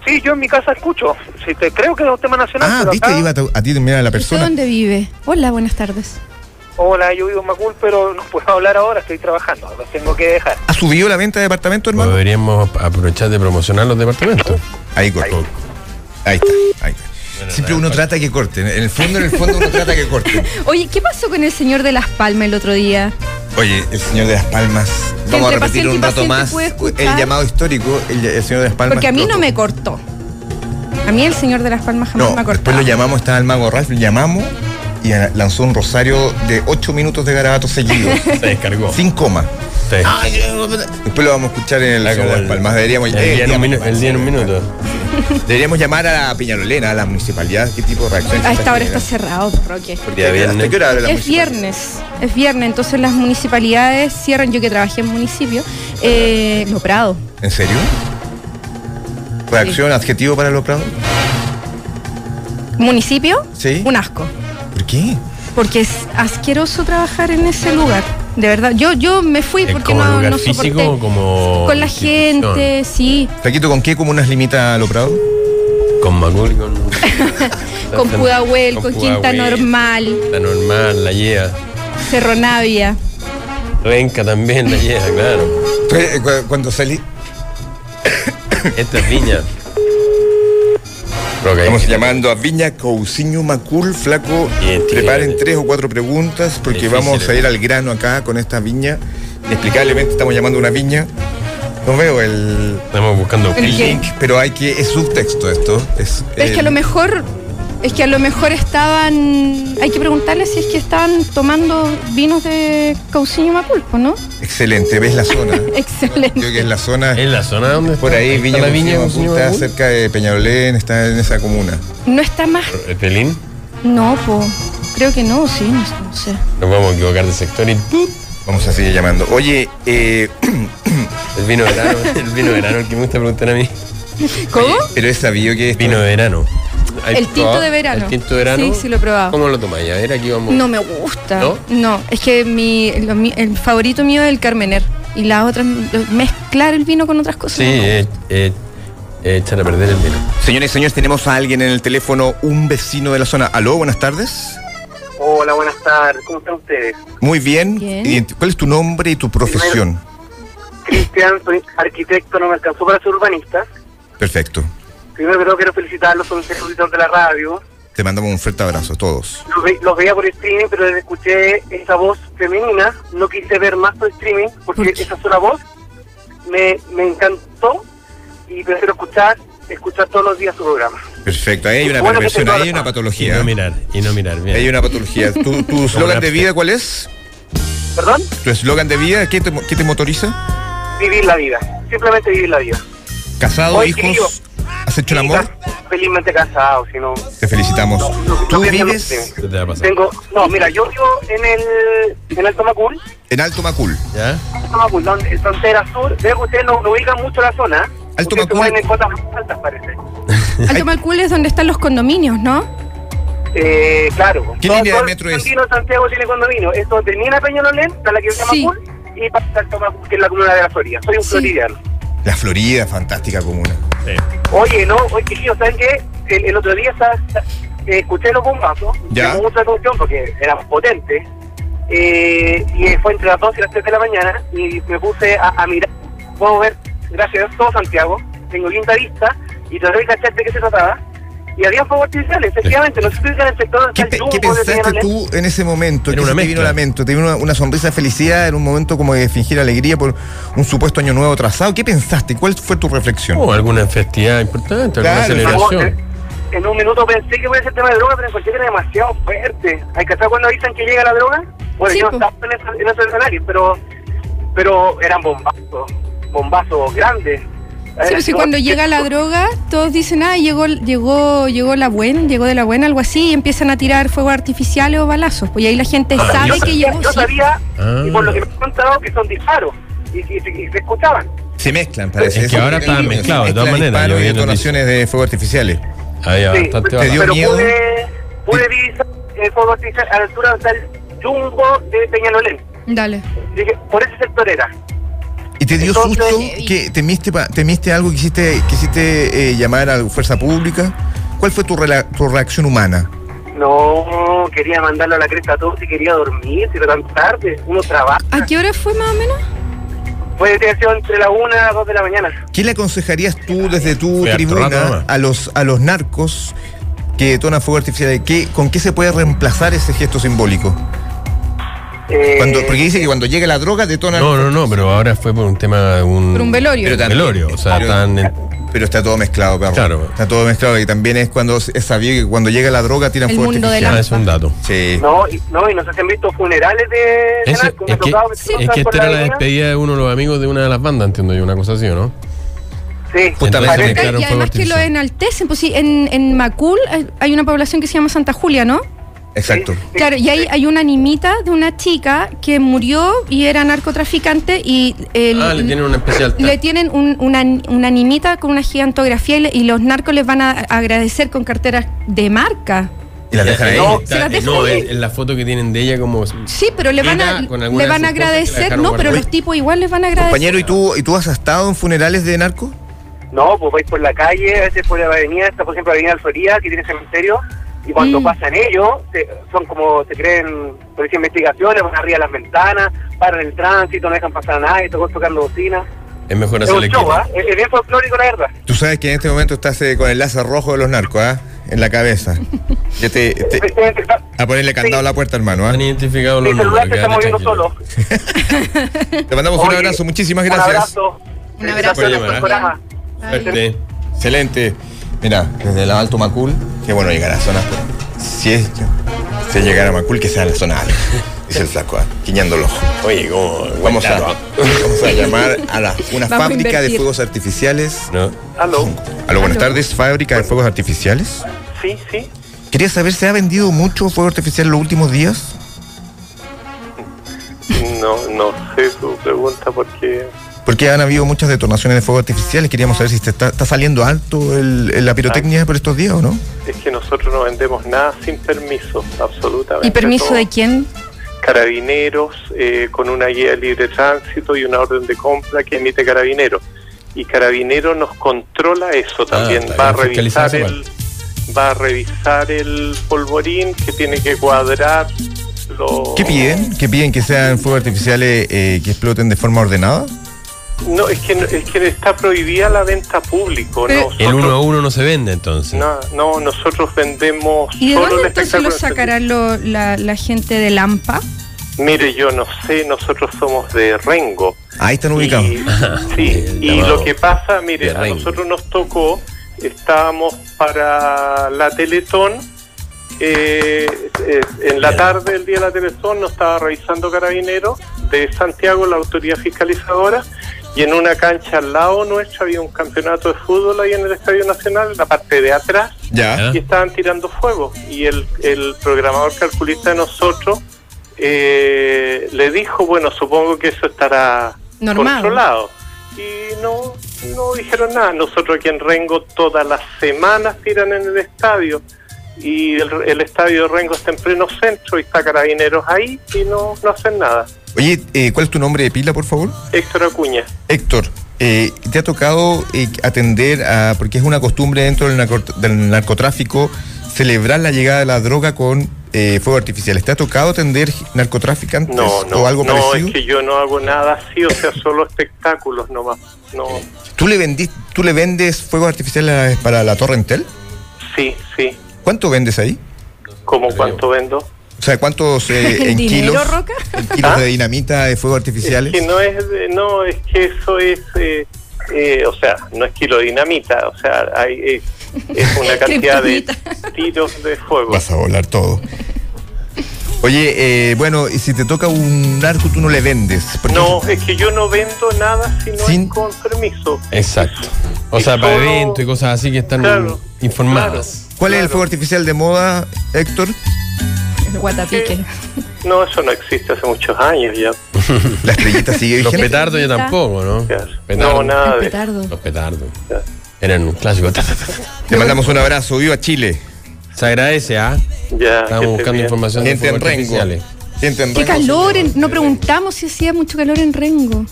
Speaker 5: Sí, yo en mi casa escucho. Sí, te, creo que es un tema nacional.
Speaker 3: Ah,
Speaker 5: pero
Speaker 3: viste,
Speaker 5: acá-
Speaker 3: iba a, tu- a ti mira la
Speaker 1: ¿Y tú
Speaker 3: persona.
Speaker 1: dónde vive? Hola, buenas tardes.
Speaker 5: Hola, yo vivo en Macul, pero no puedo hablar ahora, estoy trabajando. Lo tengo que dejar.
Speaker 3: ¿Ha subido la venta de departamento, hermano?
Speaker 2: Pues Deberíamos ap- aprovechar de promocionar los departamentos.
Speaker 3: Ahí cortó. Ahí está, ahí está. Siempre uno trata que corten. En el fondo, en el fondo uno trata que corten.
Speaker 1: Oye, ¿qué pasó con el señor de Las Palmas el otro día?
Speaker 3: Oye, el señor de las Palmas. Vamos a
Speaker 1: Entre
Speaker 3: repetir
Speaker 1: paciente y
Speaker 3: un rato
Speaker 1: paciente
Speaker 3: más
Speaker 1: puede escuchar.
Speaker 3: el llamado histórico, el, el señor de las Palmas.
Speaker 1: Porque a mí
Speaker 3: Croco.
Speaker 1: no me cortó. A mí el señor de Las Palmas jamás
Speaker 3: No,
Speaker 1: me cortó.
Speaker 3: después lo llamamos, estaba el mago Ralph, lo llamamos y a- lanzó un rosario de 8 minutos de garabato seguido,
Speaker 2: Se descargó.
Speaker 3: sin coma.
Speaker 2: Se descargó.
Speaker 3: Después lo vamos a escuchar en el
Speaker 2: Ah,
Speaker 3: señor de
Speaker 2: como
Speaker 3: las Palmas. Deberíamos, eh,
Speaker 2: el día en un
Speaker 3: deberíamos-
Speaker 2: minu- el día en un minuto.
Speaker 3: deberíamos llamar a la Peñalolena, a la municipalidad, qué tipo de reacción.
Speaker 1: A esta hora está cerrado, Roque.
Speaker 2: Día viernes.
Speaker 3: ¿Hasta qué hora abre la
Speaker 1: Es
Speaker 3: municipalidad?
Speaker 1: viernes, es viernes, entonces las municipalidades cierran, yo que trabajé en municipio, eh, Lo Prado.
Speaker 3: ¿En serio? ¿Reacción, adjetivo para los prados?
Speaker 1: ¿Municipio?
Speaker 3: Sí.
Speaker 1: Un asco.
Speaker 3: ¿Por qué?
Speaker 1: Porque es asqueroso trabajar en ese lugar. De verdad, yo, yo me fui
Speaker 2: ¿Es
Speaker 1: porque
Speaker 2: como
Speaker 1: no,
Speaker 2: lugar
Speaker 1: no soporté.
Speaker 2: físico o como
Speaker 1: Con la
Speaker 2: institución?
Speaker 1: gente, sí.
Speaker 3: Taquito, ¿con qué comunas limita los prados?
Speaker 2: Con Macul y con.
Speaker 1: Con Pudahuel, con Quinta
Speaker 2: Pudahuel,
Speaker 1: Normal,
Speaker 2: Quinta Normal, la lleva.
Speaker 1: Cerro Navia.
Speaker 2: Renca también la lleva, claro.
Speaker 3: Tú, eh, cu- Cuando salí.
Speaker 2: Esta es Viña. Roca,
Speaker 3: Estamos
Speaker 2: ahí-
Speaker 3: llamando a Viña Cousiño Macul, flaco.
Speaker 2: Bien,
Speaker 3: Preparen
Speaker 2: bien.
Speaker 3: tres o cuatro preguntas porque
Speaker 2: Difícil, ¿eh?
Speaker 3: vamos a ir
Speaker 2: ¿no?
Speaker 3: al grano acá con esta viña. Inexplicablemente estamos llamando a una viña. No veo el,
Speaker 2: Estamos buscando
Speaker 1: El
Speaker 3: el
Speaker 1: que-
Speaker 3: link, pero hay que. Es subtexto esto. Es,
Speaker 1: Es que a
Speaker 3: eh,
Speaker 1: lo mejor, es que a lo mejor estaban, hay que preguntarle si es que estaban tomando vinos de Cauciño Mapulpo, ¿no?
Speaker 3: Excelente, ves la zona. Yo
Speaker 1: Excelente.
Speaker 3: creo que es la zona.
Speaker 2: ¿En la zona donde está?
Speaker 3: Por ahí,
Speaker 2: está
Speaker 3: Viña
Speaker 2: la
Speaker 3: Cousiño
Speaker 2: Viña
Speaker 3: Macul
Speaker 2: Cousiño
Speaker 3: está
Speaker 2: Macul?
Speaker 3: cerca de Peñalolén, está en esa comuna.
Speaker 1: No está más,
Speaker 2: ¿El pelín?
Speaker 1: no, po. Creo que no, sí, no, no sé.
Speaker 2: Nos vamos a equivocar de sector y ¡pum!
Speaker 3: Vamos a seguir llamando. Oye, eh,
Speaker 2: el vino de verano, el vino de verano, el que me gusta preguntar a mí.
Speaker 1: ¿Cómo?
Speaker 3: pero es sabido que esto-
Speaker 2: Vino de verano. ¿Hay
Speaker 1: El tinto
Speaker 2: probado?
Speaker 1: de verano.
Speaker 2: El tinto de verano.
Speaker 1: Sí, sí lo he probado.
Speaker 2: ¿Cómo lo tomáis? A ver, aquí vamos.
Speaker 1: No me gusta.
Speaker 2: ¿No?
Speaker 1: es que mi, lo mi- el favorito mío es el Carmener. Y las otras, lo- mezclar el vino con otras cosas.
Speaker 2: Sí,
Speaker 1: no.
Speaker 2: eh, eh, eh, echar a perder el vino.
Speaker 3: Señores y señores, tenemos a alguien en el teléfono, un vecino de la zona. Aló, buenas tardes.
Speaker 5: Hola, buenas tardes. ¿Cómo están ustedes?
Speaker 3: Muy bien.
Speaker 1: Bien.
Speaker 3: Ident- ¿Cuál es tu nombre y tu profesión?
Speaker 5: Cristian, soy arquitecto, no me alcanzó para ser urbanista.
Speaker 3: Perfecto.
Speaker 5: Primero que todo quiero felicitarlos por ser auditor de la radio.
Speaker 3: Te mandamos un fuerte abrazo a todos.
Speaker 5: Los, ve- los veía por streaming, pero les escuché esa voz femenina. No quise ver más por streaming porque
Speaker 1: ¿Por qué?
Speaker 5: esa sola voz me, me encantó y prefiero escuchar escuchar todos los días su programa.
Speaker 3: Perfecto, ahí hay una
Speaker 5: Bueno, que
Speaker 3: perversión,
Speaker 5: te
Speaker 3: ahí
Speaker 5: toca.
Speaker 3: hay una
Speaker 2: Y
Speaker 3: patología.
Speaker 2: no mirar, y no mirar. mira.
Speaker 3: Hay una patología. ¿Tu, tu eslogan de vida cuál es?
Speaker 5: ¿Perdón?
Speaker 3: ¿Tu eslogan de vida qué te, mo- qué te motoriza?
Speaker 5: Vivir la vida. Simplemente vivir la vida.
Speaker 3: ¿Casado,
Speaker 5: Oye, querido.
Speaker 3: hijos? ¿Has hecho el amor?
Speaker 5: Estás Felizmente casado, si no...
Speaker 3: Te felicitamos.
Speaker 5: no- no-
Speaker 3: ¿Tú
Speaker 5: no pienso en los
Speaker 3: vives
Speaker 5: streaming.
Speaker 2: ¿Qué te va a pasar?
Speaker 5: Tengo... No, mira, yo vivo en el... En Alto Macul.
Speaker 3: en Alto Macul?
Speaker 2: ¿Ya?
Speaker 5: Alto Macul, donde- frontera sur. Veo que ustedes no, no ubican mucho la zona. Ustedes se
Speaker 3: Macul.
Speaker 5: mueven en cuotas más altas, parece.
Speaker 1: Alto Malcul es donde están los condominios, ¿no?
Speaker 5: Eh, claro.
Speaker 3: ¿Qué
Speaker 5: Todo-
Speaker 3: línea de
Speaker 5: todo
Speaker 3: metro
Speaker 5: el
Speaker 3: es?
Speaker 5: Condomino Santiago tiene condominio. Esto termina Peñalolén, está la que se llama
Speaker 1: Sí.
Speaker 5: Macul, y pasa Alto Macul, que es la comuna de la Florida. Soy un
Speaker 1: Sí.
Speaker 5: floridiano.
Speaker 3: La Florida, fantástica comuna.
Speaker 2: Sí.
Speaker 5: Oye, no, oye, querido, ¿saben qué? El, el otro día sa- sa- eh, escuché los bombazos,
Speaker 3: Ya.
Speaker 5: llamó mucho la atención porque eran potentes, eh, y eh, fue entre las 2 y las 3 de la mañana, y me puse a, a mirar, puedo ver, gracias a Dios, todo Santiago, tengo linda vista, y traté de cachar de qué se trataba, y había fuegos artificiales, efectivamente, nos explican el sector
Speaker 3: ¿Qué,
Speaker 5: del
Speaker 3: pe- qué pensaste tú en ese momento?
Speaker 2: Era
Speaker 3: ¿Qué
Speaker 2: una
Speaker 3: se te vino
Speaker 2: mezcla.
Speaker 3: a la mente? ¿Te vino una, una sonrisa de felicidad en un momento como de fingir alegría por un supuesto año nuevo trazado? ¿Qué pensaste? ¿Cuál fue tu reflexión?
Speaker 2: O Oh, alguna festividad importante, alguna
Speaker 3: Claro,
Speaker 2: celebración.
Speaker 5: eh, En un minuto pensé que voy a ser tema de droga, pero encontré que era demasiado fuerte. Hay que saber cuando dicen que llega la droga.
Speaker 1: Sí,
Speaker 5: Bueno,
Speaker 1: pues.
Speaker 5: yo
Speaker 1: po.
Speaker 5: no estaba en, ese- en esos escenarios, pero, pero eran bombazos, bombazos grandes. Eh,
Speaker 1: Sí, pues, sí, cuando llega la droga, todos dicen, ah, llegó, llegó, llegó la buena, llegó de la buena, algo así, y empiezan a tirar fuegos artificiales o balazos. Pues y ahí la gente
Speaker 2: Ah,
Speaker 1: sabe
Speaker 2: yo
Speaker 1: que
Speaker 5: Yo,
Speaker 1: llegó. sí.
Speaker 5: sabía, y por
Speaker 2: Ah.
Speaker 5: lo que me han contado, que son disparos y, y- y se escuchaban.
Speaker 3: Se mezclan, parece.
Speaker 2: Es que
Speaker 3: Eso
Speaker 2: ahora
Speaker 3: tiene-
Speaker 2: está
Speaker 3: se
Speaker 2: mezclado, de todas
Speaker 3: mezclan
Speaker 2: maneras,
Speaker 3: disparos
Speaker 2: yo
Speaker 3: y
Speaker 2: vi en
Speaker 3: detonaciones de fuego artificiales.
Speaker 2: Había
Speaker 5: Sí,
Speaker 2: bastante
Speaker 3: Te dio
Speaker 5: pero
Speaker 3: miedo.
Speaker 5: pude, pude divisar el fuego artificial a la altura del jumbo de Peñalolén.
Speaker 1: Dale.
Speaker 5: Dije, por ese sector era.
Speaker 3: ¿Y te dio
Speaker 5: Entonces,
Speaker 3: susto?
Speaker 1: y-
Speaker 3: que temiste, pa- ¿Temiste algo? ¿Quisiste, quisiste eh, llamar a la fuerza pública? ¿Cuál fue tu, rela- tu reacción humana?
Speaker 5: No, quería mandarlo a la cresta a todos y quería dormir, si era tan tarde, uno trabaja.
Speaker 1: ¿A qué hora fue más o menos?
Speaker 5: Puede haber sido entre la una a las dos de la mañana.
Speaker 3: ¿Qué le aconsejarías tú desde tu
Speaker 2: Fue harto rato
Speaker 3: tribuna
Speaker 2: nomás.
Speaker 3: a los, a los narcos que detonan fuego artificial? ¿Qué, ¿Con qué se puede reemplazar ese gesto simbólico?
Speaker 5: Eh,
Speaker 3: Cuando, porque dice que cuando llega la droga detonan.
Speaker 2: No, no, no, pero ahora fue por un tema de un.
Speaker 1: Por un velorio.
Speaker 3: Pero también-
Speaker 2: velorio, o sea,
Speaker 3: pero-
Speaker 2: tan en-
Speaker 3: Pero está todo mezclado, perro.
Speaker 2: Claro.
Speaker 3: Está todo mezclado. Y también es cuando se- es sabido que cuando llega la droga tiran
Speaker 1: El
Speaker 3: fuego
Speaker 1: mundo de
Speaker 3: artificial.
Speaker 2: Ah, es un dato.
Speaker 3: Sí.
Speaker 5: No, y, no, y no sé si han visto funerales de, de
Speaker 2: Ese-
Speaker 5: narcos, me
Speaker 2: es
Speaker 5: ha
Speaker 2: que,
Speaker 5: tocado ver
Speaker 2: es
Speaker 5: cosas
Speaker 2: que
Speaker 5: por
Speaker 2: esta era la
Speaker 5: avenida.
Speaker 2: despedida de uno de los amigos de una de las bandas, entiendo yo, una cosa así, ¿o no?
Speaker 5: Sí,
Speaker 3: Justamente
Speaker 2: Entonces,
Speaker 3: me
Speaker 2: claro,
Speaker 1: y
Speaker 2: fue
Speaker 1: además que lo
Speaker 2: bautizado.
Speaker 1: enaltecen, pues sí, en, en Macul hay- hay una población que se llama Santa Julia, ¿no?
Speaker 3: Exacto.
Speaker 1: Claro, y ahí hay una nimita de una chica que murió y era narcotraficante y el-
Speaker 2: Ah, le tienen una especial.
Speaker 1: le tienen un- una, una nimita con una gigantografía y, le- y los narcos les van a agradecer con carteras de marca.
Speaker 3: Y las dejan ahí.
Speaker 2: Eh, No,
Speaker 1: se las dejan
Speaker 2: no, eh,
Speaker 1: ahí.
Speaker 2: en, en la foto que tienen de ella como...
Speaker 1: Sí, pero le van a,
Speaker 2: Era con alguna
Speaker 1: le van a
Speaker 2: de sus cosas que la
Speaker 1: agradecer,
Speaker 2: dejaron
Speaker 1: no, pero
Speaker 2: guardada.
Speaker 1: los tipos igual les van a agradecer.
Speaker 3: Compañero, ¿y tú, ¿y tú has estado en funerales de narco?
Speaker 5: no, pues vais por la calle, a veces por la avenida, está por ejemplo la avenida Alfería, que tiene cementerio, y cuando
Speaker 1: Mm.
Speaker 5: pasan ellos, se- son como, se creen, policía de investigaciones, van arriba de las ventanas, paran el tránsito, no dejan pasar a nadie, todos tocando bocina.
Speaker 2: Es mejor
Speaker 5: Es
Speaker 2: hacer
Speaker 5: un
Speaker 2: el
Speaker 5: show,
Speaker 2: equipo.
Speaker 5: ¿ah? Es es bien folclórico, la verdad.
Speaker 3: Tú sabes que en este momento estás eh, con el lazo rojo de los narcos, ¿ah? En la cabeza. Ya te, te-
Speaker 5: Efectivamente, está-
Speaker 3: a ponerle candado a la puerta, hermano, ¿ah?
Speaker 2: Han identificado
Speaker 5: Mi
Speaker 2: los números.
Speaker 5: celular se está
Speaker 2: quédate
Speaker 5: moviendo
Speaker 2: tranquilo.
Speaker 5: solo.
Speaker 3: Te mandamos un
Speaker 5: Oye,
Speaker 3: abrazo, muchísimas
Speaker 5: Un
Speaker 3: gracias. ¿eh?
Speaker 5: abrazo.
Speaker 1: Un abrazo.
Speaker 5: Felicitaciones por el programa.
Speaker 2: Suerte.
Speaker 3: Excelente. Mira, desde la Alto Macul, qué bueno llegar a la zona. Si es si llegar a Macul, que sea en la zona alta. Dice el flaco, ¿ah? guiñando el ojo.
Speaker 2: Oye, ¿cómo? ah.
Speaker 3: Vamos a, vamos a llamar a la- una
Speaker 1: Vamos a
Speaker 3: fábrica de
Speaker 1: invertir.
Speaker 3: fuegos artificiales.
Speaker 2: No.
Speaker 5: Aló.
Speaker 3: Aló, buenas
Speaker 1: Aló.
Speaker 3: tardes, fábrica de fuegos artificiales.
Speaker 5: Sí, sí.
Speaker 3: Quería saber, ¿se ha vendido mucho fuego artificial en los últimos días?
Speaker 6: No, no sé tu pregunta porque
Speaker 3: Porque han habido muchas detonaciones de fuegos artificiales. Queríamos saber si te está, está saliendo alto el- el- la pirotecnia por estos días o no.
Speaker 6: es que nosotros no vendemos nada sin permiso, absolutamente.
Speaker 1: ¿Y permiso
Speaker 6: todo.
Speaker 1: de quién?
Speaker 6: Carabineros eh, con una guía de libre tránsito y una orden de compra que emite Carabineros. Y Carabineros nos controla eso también.
Speaker 2: Ah, está
Speaker 6: va a
Speaker 2: bien, fiscalizar
Speaker 6: revisar el va a revisar el polvorín que tiene que cuadrar lo
Speaker 3: ¿Qué piden? ¿Qué piden que sean fuegos artificiales eh, que exploten de forma ordenada?
Speaker 6: No, es que, no- es que está prohibida la venta a público.
Speaker 1: Pero-
Speaker 6: nosotros-
Speaker 2: El uno a uno no se vende entonces.
Speaker 6: No, no, nosotros vendemos
Speaker 1: ¿Y de
Speaker 6: solo el
Speaker 1: dónde entonces
Speaker 6: espectáculo.
Speaker 1: lo sacará lo- la, la gente de Lampa?
Speaker 6: Mire, yo no sé, nosotros somos de Rengo.
Speaker 3: Ahí están
Speaker 6: Y-
Speaker 3: ubicados.
Speaker 6: sí,
Speaker 2: El
Speaker 6: y
Speaker 2: llamado
Speaker 6: lo que pasa, mire,
Speaker 2: de
Speaker 6: a
Speaker 2: Rengo.
Speaker 6: nosotros nos tocó, estábamos para la Teletón, eh, eh, en la
Speaker 2: Ya.
Speaker 6: tarde del día de la Teletón nos estaba revisando Carabineros de Santiago, la autoridad fiscalizadora, y en una cancha al lado nuestra había un campeonato de fútbol ahí en el Estadio Nacional, en la parte de atrás,
Speaker 3: Ya.
Speaker 2: ¿Ah?
Speaker 6: y estaban tirando fuego. Y el, el programador calculista de nosotros eh, le dijo, bueno, supongo que eso estará
Speaker 1: Normal.
Speaker 6: controlado. Y no, no dijeron nada. Nosotros aquí en Rengo todas las semanas tiran en el estadio. Y el, el estadio de Rengo está en pleno centro y está carabineros ahí y no, no hacen nada.
Speaker 3: Oye, eh, ¿cuál es tu nombre de pila, por favor?
Speaker 6: Héctor Acuña.
Speaker 3: Héctor, eh, ¿te ha tocado eh, atender a, porque es una costumbre dentro del, narco- del narcotráfico, celebrar la llegada de la droga con eh, fuego artificial? ¿Te ha tocado atender narcotraficantes
Speaker 6: No, no.
Speaker 3: o algo
Speaker 6: no,
Speaker 3: parecido?
Speaker 6: es que yo no hago nada así, o sea, solo espectáculos nomás. No,
Speaker 3: ¿Tú, le vendís, ¿Tú le vendes fuegos artificiales para la Torre Entel?
Speaker 6: sí, sí.
Speaker 3: ¿Cuánto vendes ahí?
Speaker 6: ¿Cómo cuánto vendo?
Speaker 3: O sea, ¿cuántos eh, en
Speaker 1: ¿Dinero,
Speaker 3: kilos,
Speaker 1: Roca?
Speaker 3: en kilos
Speaker 6: ¿Ah?
Speaker 3: de dinamita, de fuegos artificiales?
Speaker 6: Es que no es, de- no, es que eso es, eh, eh, o sea, no es kilodinamita, o sea, hay, es, es una cantidad de
Speaker 1: Kriptonita.
Speaker 6: tiros de fuego.
Speaker 3: Vas a volar todo. Oye, eh, bueno, y si te toca un narco, tú no le vendes. porque-
Speaker 6: No, es que yo no vendo nada si no
Speaker 3: Sin-
Speaker 6: es con permiso.
Speaker 2: Exacto. O sea, para
Speaker 6: Solo-
Speaker 2: eventos y cosas así que están
Speaker 6: Claro,
Speaker 2: informadas.
Speaker 3: ¿Cuál es el
Speaker 6: Claro.
Speaker 3: fuego artificial de moda, Héctor?
Speaker 1: El guatapique.
Speaker 6: No, eso no existe hace muchos años ya.
Speaker 3: La estrellita sigue
Speaker 2: Los
Speaker 3: vigente.
Speaker 2: petardos ya tampoco, ¿no?
Speaker 6: claro.
Speaker 2: Petardo.
Speaker 6: No, nada
Speaker 1: El
Speaker 6: de eso.
Speaker 1: petardo.
Speaker 2: Los petardos.
Speaker 6: Claro.
Speaker 2: Eran un clásico. Ta, ta, ta, ta.
Speaker 3: Te mandamos un abrazo, viva Chile.
Speaker 2: Se agradece, ¿ah?
Speaker 6: Ya, que
Speaker 2: Estábamos
Speaker 6: esté
Speaker 2: buscando
Speaker 6: bien.
Speaker 2: información de
Speaker 3: Gente en
Speaker 2: fuegos
Speaker 3: Rengo.
Speaker 2: artificiales.
Speaker 3: Gente en
Speaker 1: Qué
Speaker 3: Rengo,
Speaker 1: calor,
Speaker 3: señor.
Speaker 1: en- no preguntamos si hacía mucho calor en Rengo.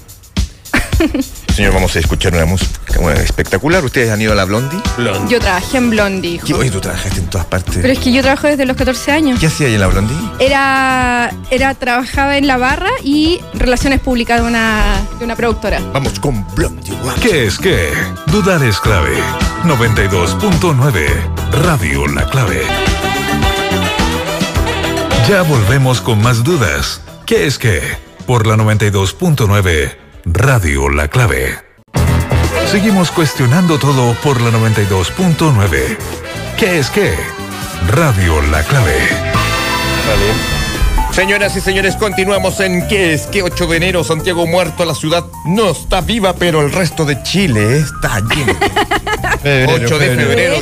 Speaker 3: Señor, vamos a escuchar una música bueno, espectacular. Ustedes han ido a la Blondie.
Speaker 2: Blond.
Speaker 1: Yo trabajé en Blondie, hijo.
Speaker 3: Oye, tú trabajaste en todas partes.
Speaker 1: Pero es que yo trabajo desde los 14 años.
Speaker 3: ¿Qué hacía ahí en la Blondie?
Speaker 1: Era, era trabajaba en la barra y relaciones públicas de una, de una productora.
Speaker 3: Vamos con Blondie. guau.
Speaker 4: ¿Qué es qué? Dudar es clave. 92.9 Radio La Clave. Ya volvemos con más dudas. ¿Qué es qué? Por la 92.9 Radio La Clave. Seguimos cuestionando todo por la 92.9. ¿Qué es qué? Radio La Clave.
Speaker 3: Señoras y señores, continuamos en ¿Qué es? que 8 de enero? Santiago muerto, la ciudad no está viva, pero el resto de Chile está lleno. 8 de febrero,
Speaker 1: febrero.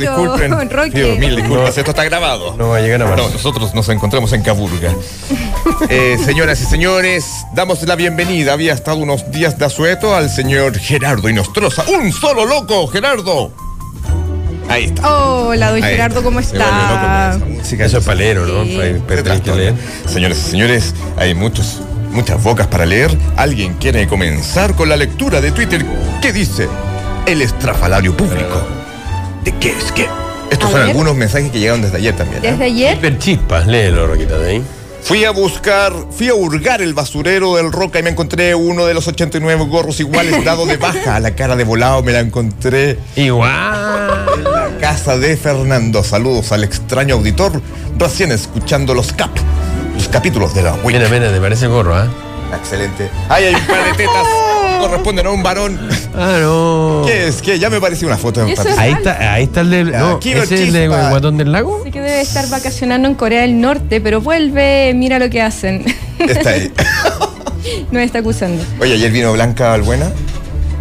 Speaker 3: disculpen.
Speaker 1: Roque.
Speaker 3: Dios, mil disculpas, esto está grabado.
Speaker 2: No va a llegar a
Speaker 3: No,
Speaker 2: marzo.
Speaker 3: nosotros nos encontramos en Caburga. Eh, señoras y señores, damos la bienvenida. Había estado unos días de asueto al señor Gerardo Inostroza. ¡Un solo loco, Gerardo! Ahí está.
Speaker 1: Hola, don
Speaker 3: Ahí
Speaker 1: Gerardo, ¿cómo
Speaker 3: Se vuelve loco con
Speaker 1: está?
Speaker 3: esa música.
Speaker 2: Eso es palero, ¿no?
Speaker 1: Sí.
Speaker 2: Para- para tener que leer.
Speaker 3: Señores y señores, hay muchos, muchas bocas para leer. ¿Alguien quiere comenzar con la lectura de Twitter? ¿Qué dice? El estrafalario público. ¿De qué es que? Estos
Speaker 1: A
Speaker 3: son
Speaker 1: ver.
Speaker 3: algunos mensajes que llegaron desde ayer también. ¿eh?
Speaker 1: Desde ayer,
Speaker 2: Del chispas, léelo, Roquita, de ahí.
Speaker 3: Fui a buscar, fui a hurgar el basurero del Roca y me encontré uno de los 89 gorros iguales dado de baja a la cara de volado. Me la encontré
Speaker 2: Igual.
Speaker 3: en la casa de Fernando. Saludos al extraño auditor, recién escuchando los cap, los capítulos de la Wicca.
Speaker 2: Mira, mira, te parece gorro, ¿ah?
Speaker 3: Excelente. Ahí hay un par de tetas. corresponden a un varón.
Speaker 2: Ah, no.
Speaker 3: ¿Qué es? ¿Qué? Ya me pareció una foto de
Speaker 1: Eso
Speaker 3: Patricio.
Speaker 2: Ahí está, ahí está el del. No,
Speaker 3: Aquí los
Speaker 2: ¿Ese es el de
Speaker 3: chispas.
Speaker 2: Guatón del Lago?
Speaker 1: sé que debe estar vacacionando en Corea del Norte, pero vuelve, mira lo que hacen.
Speaker 3: Está ahí.
Speaker 1: No está acusando.
Speaker 3: Oye, ayer vino Blanca Balbuena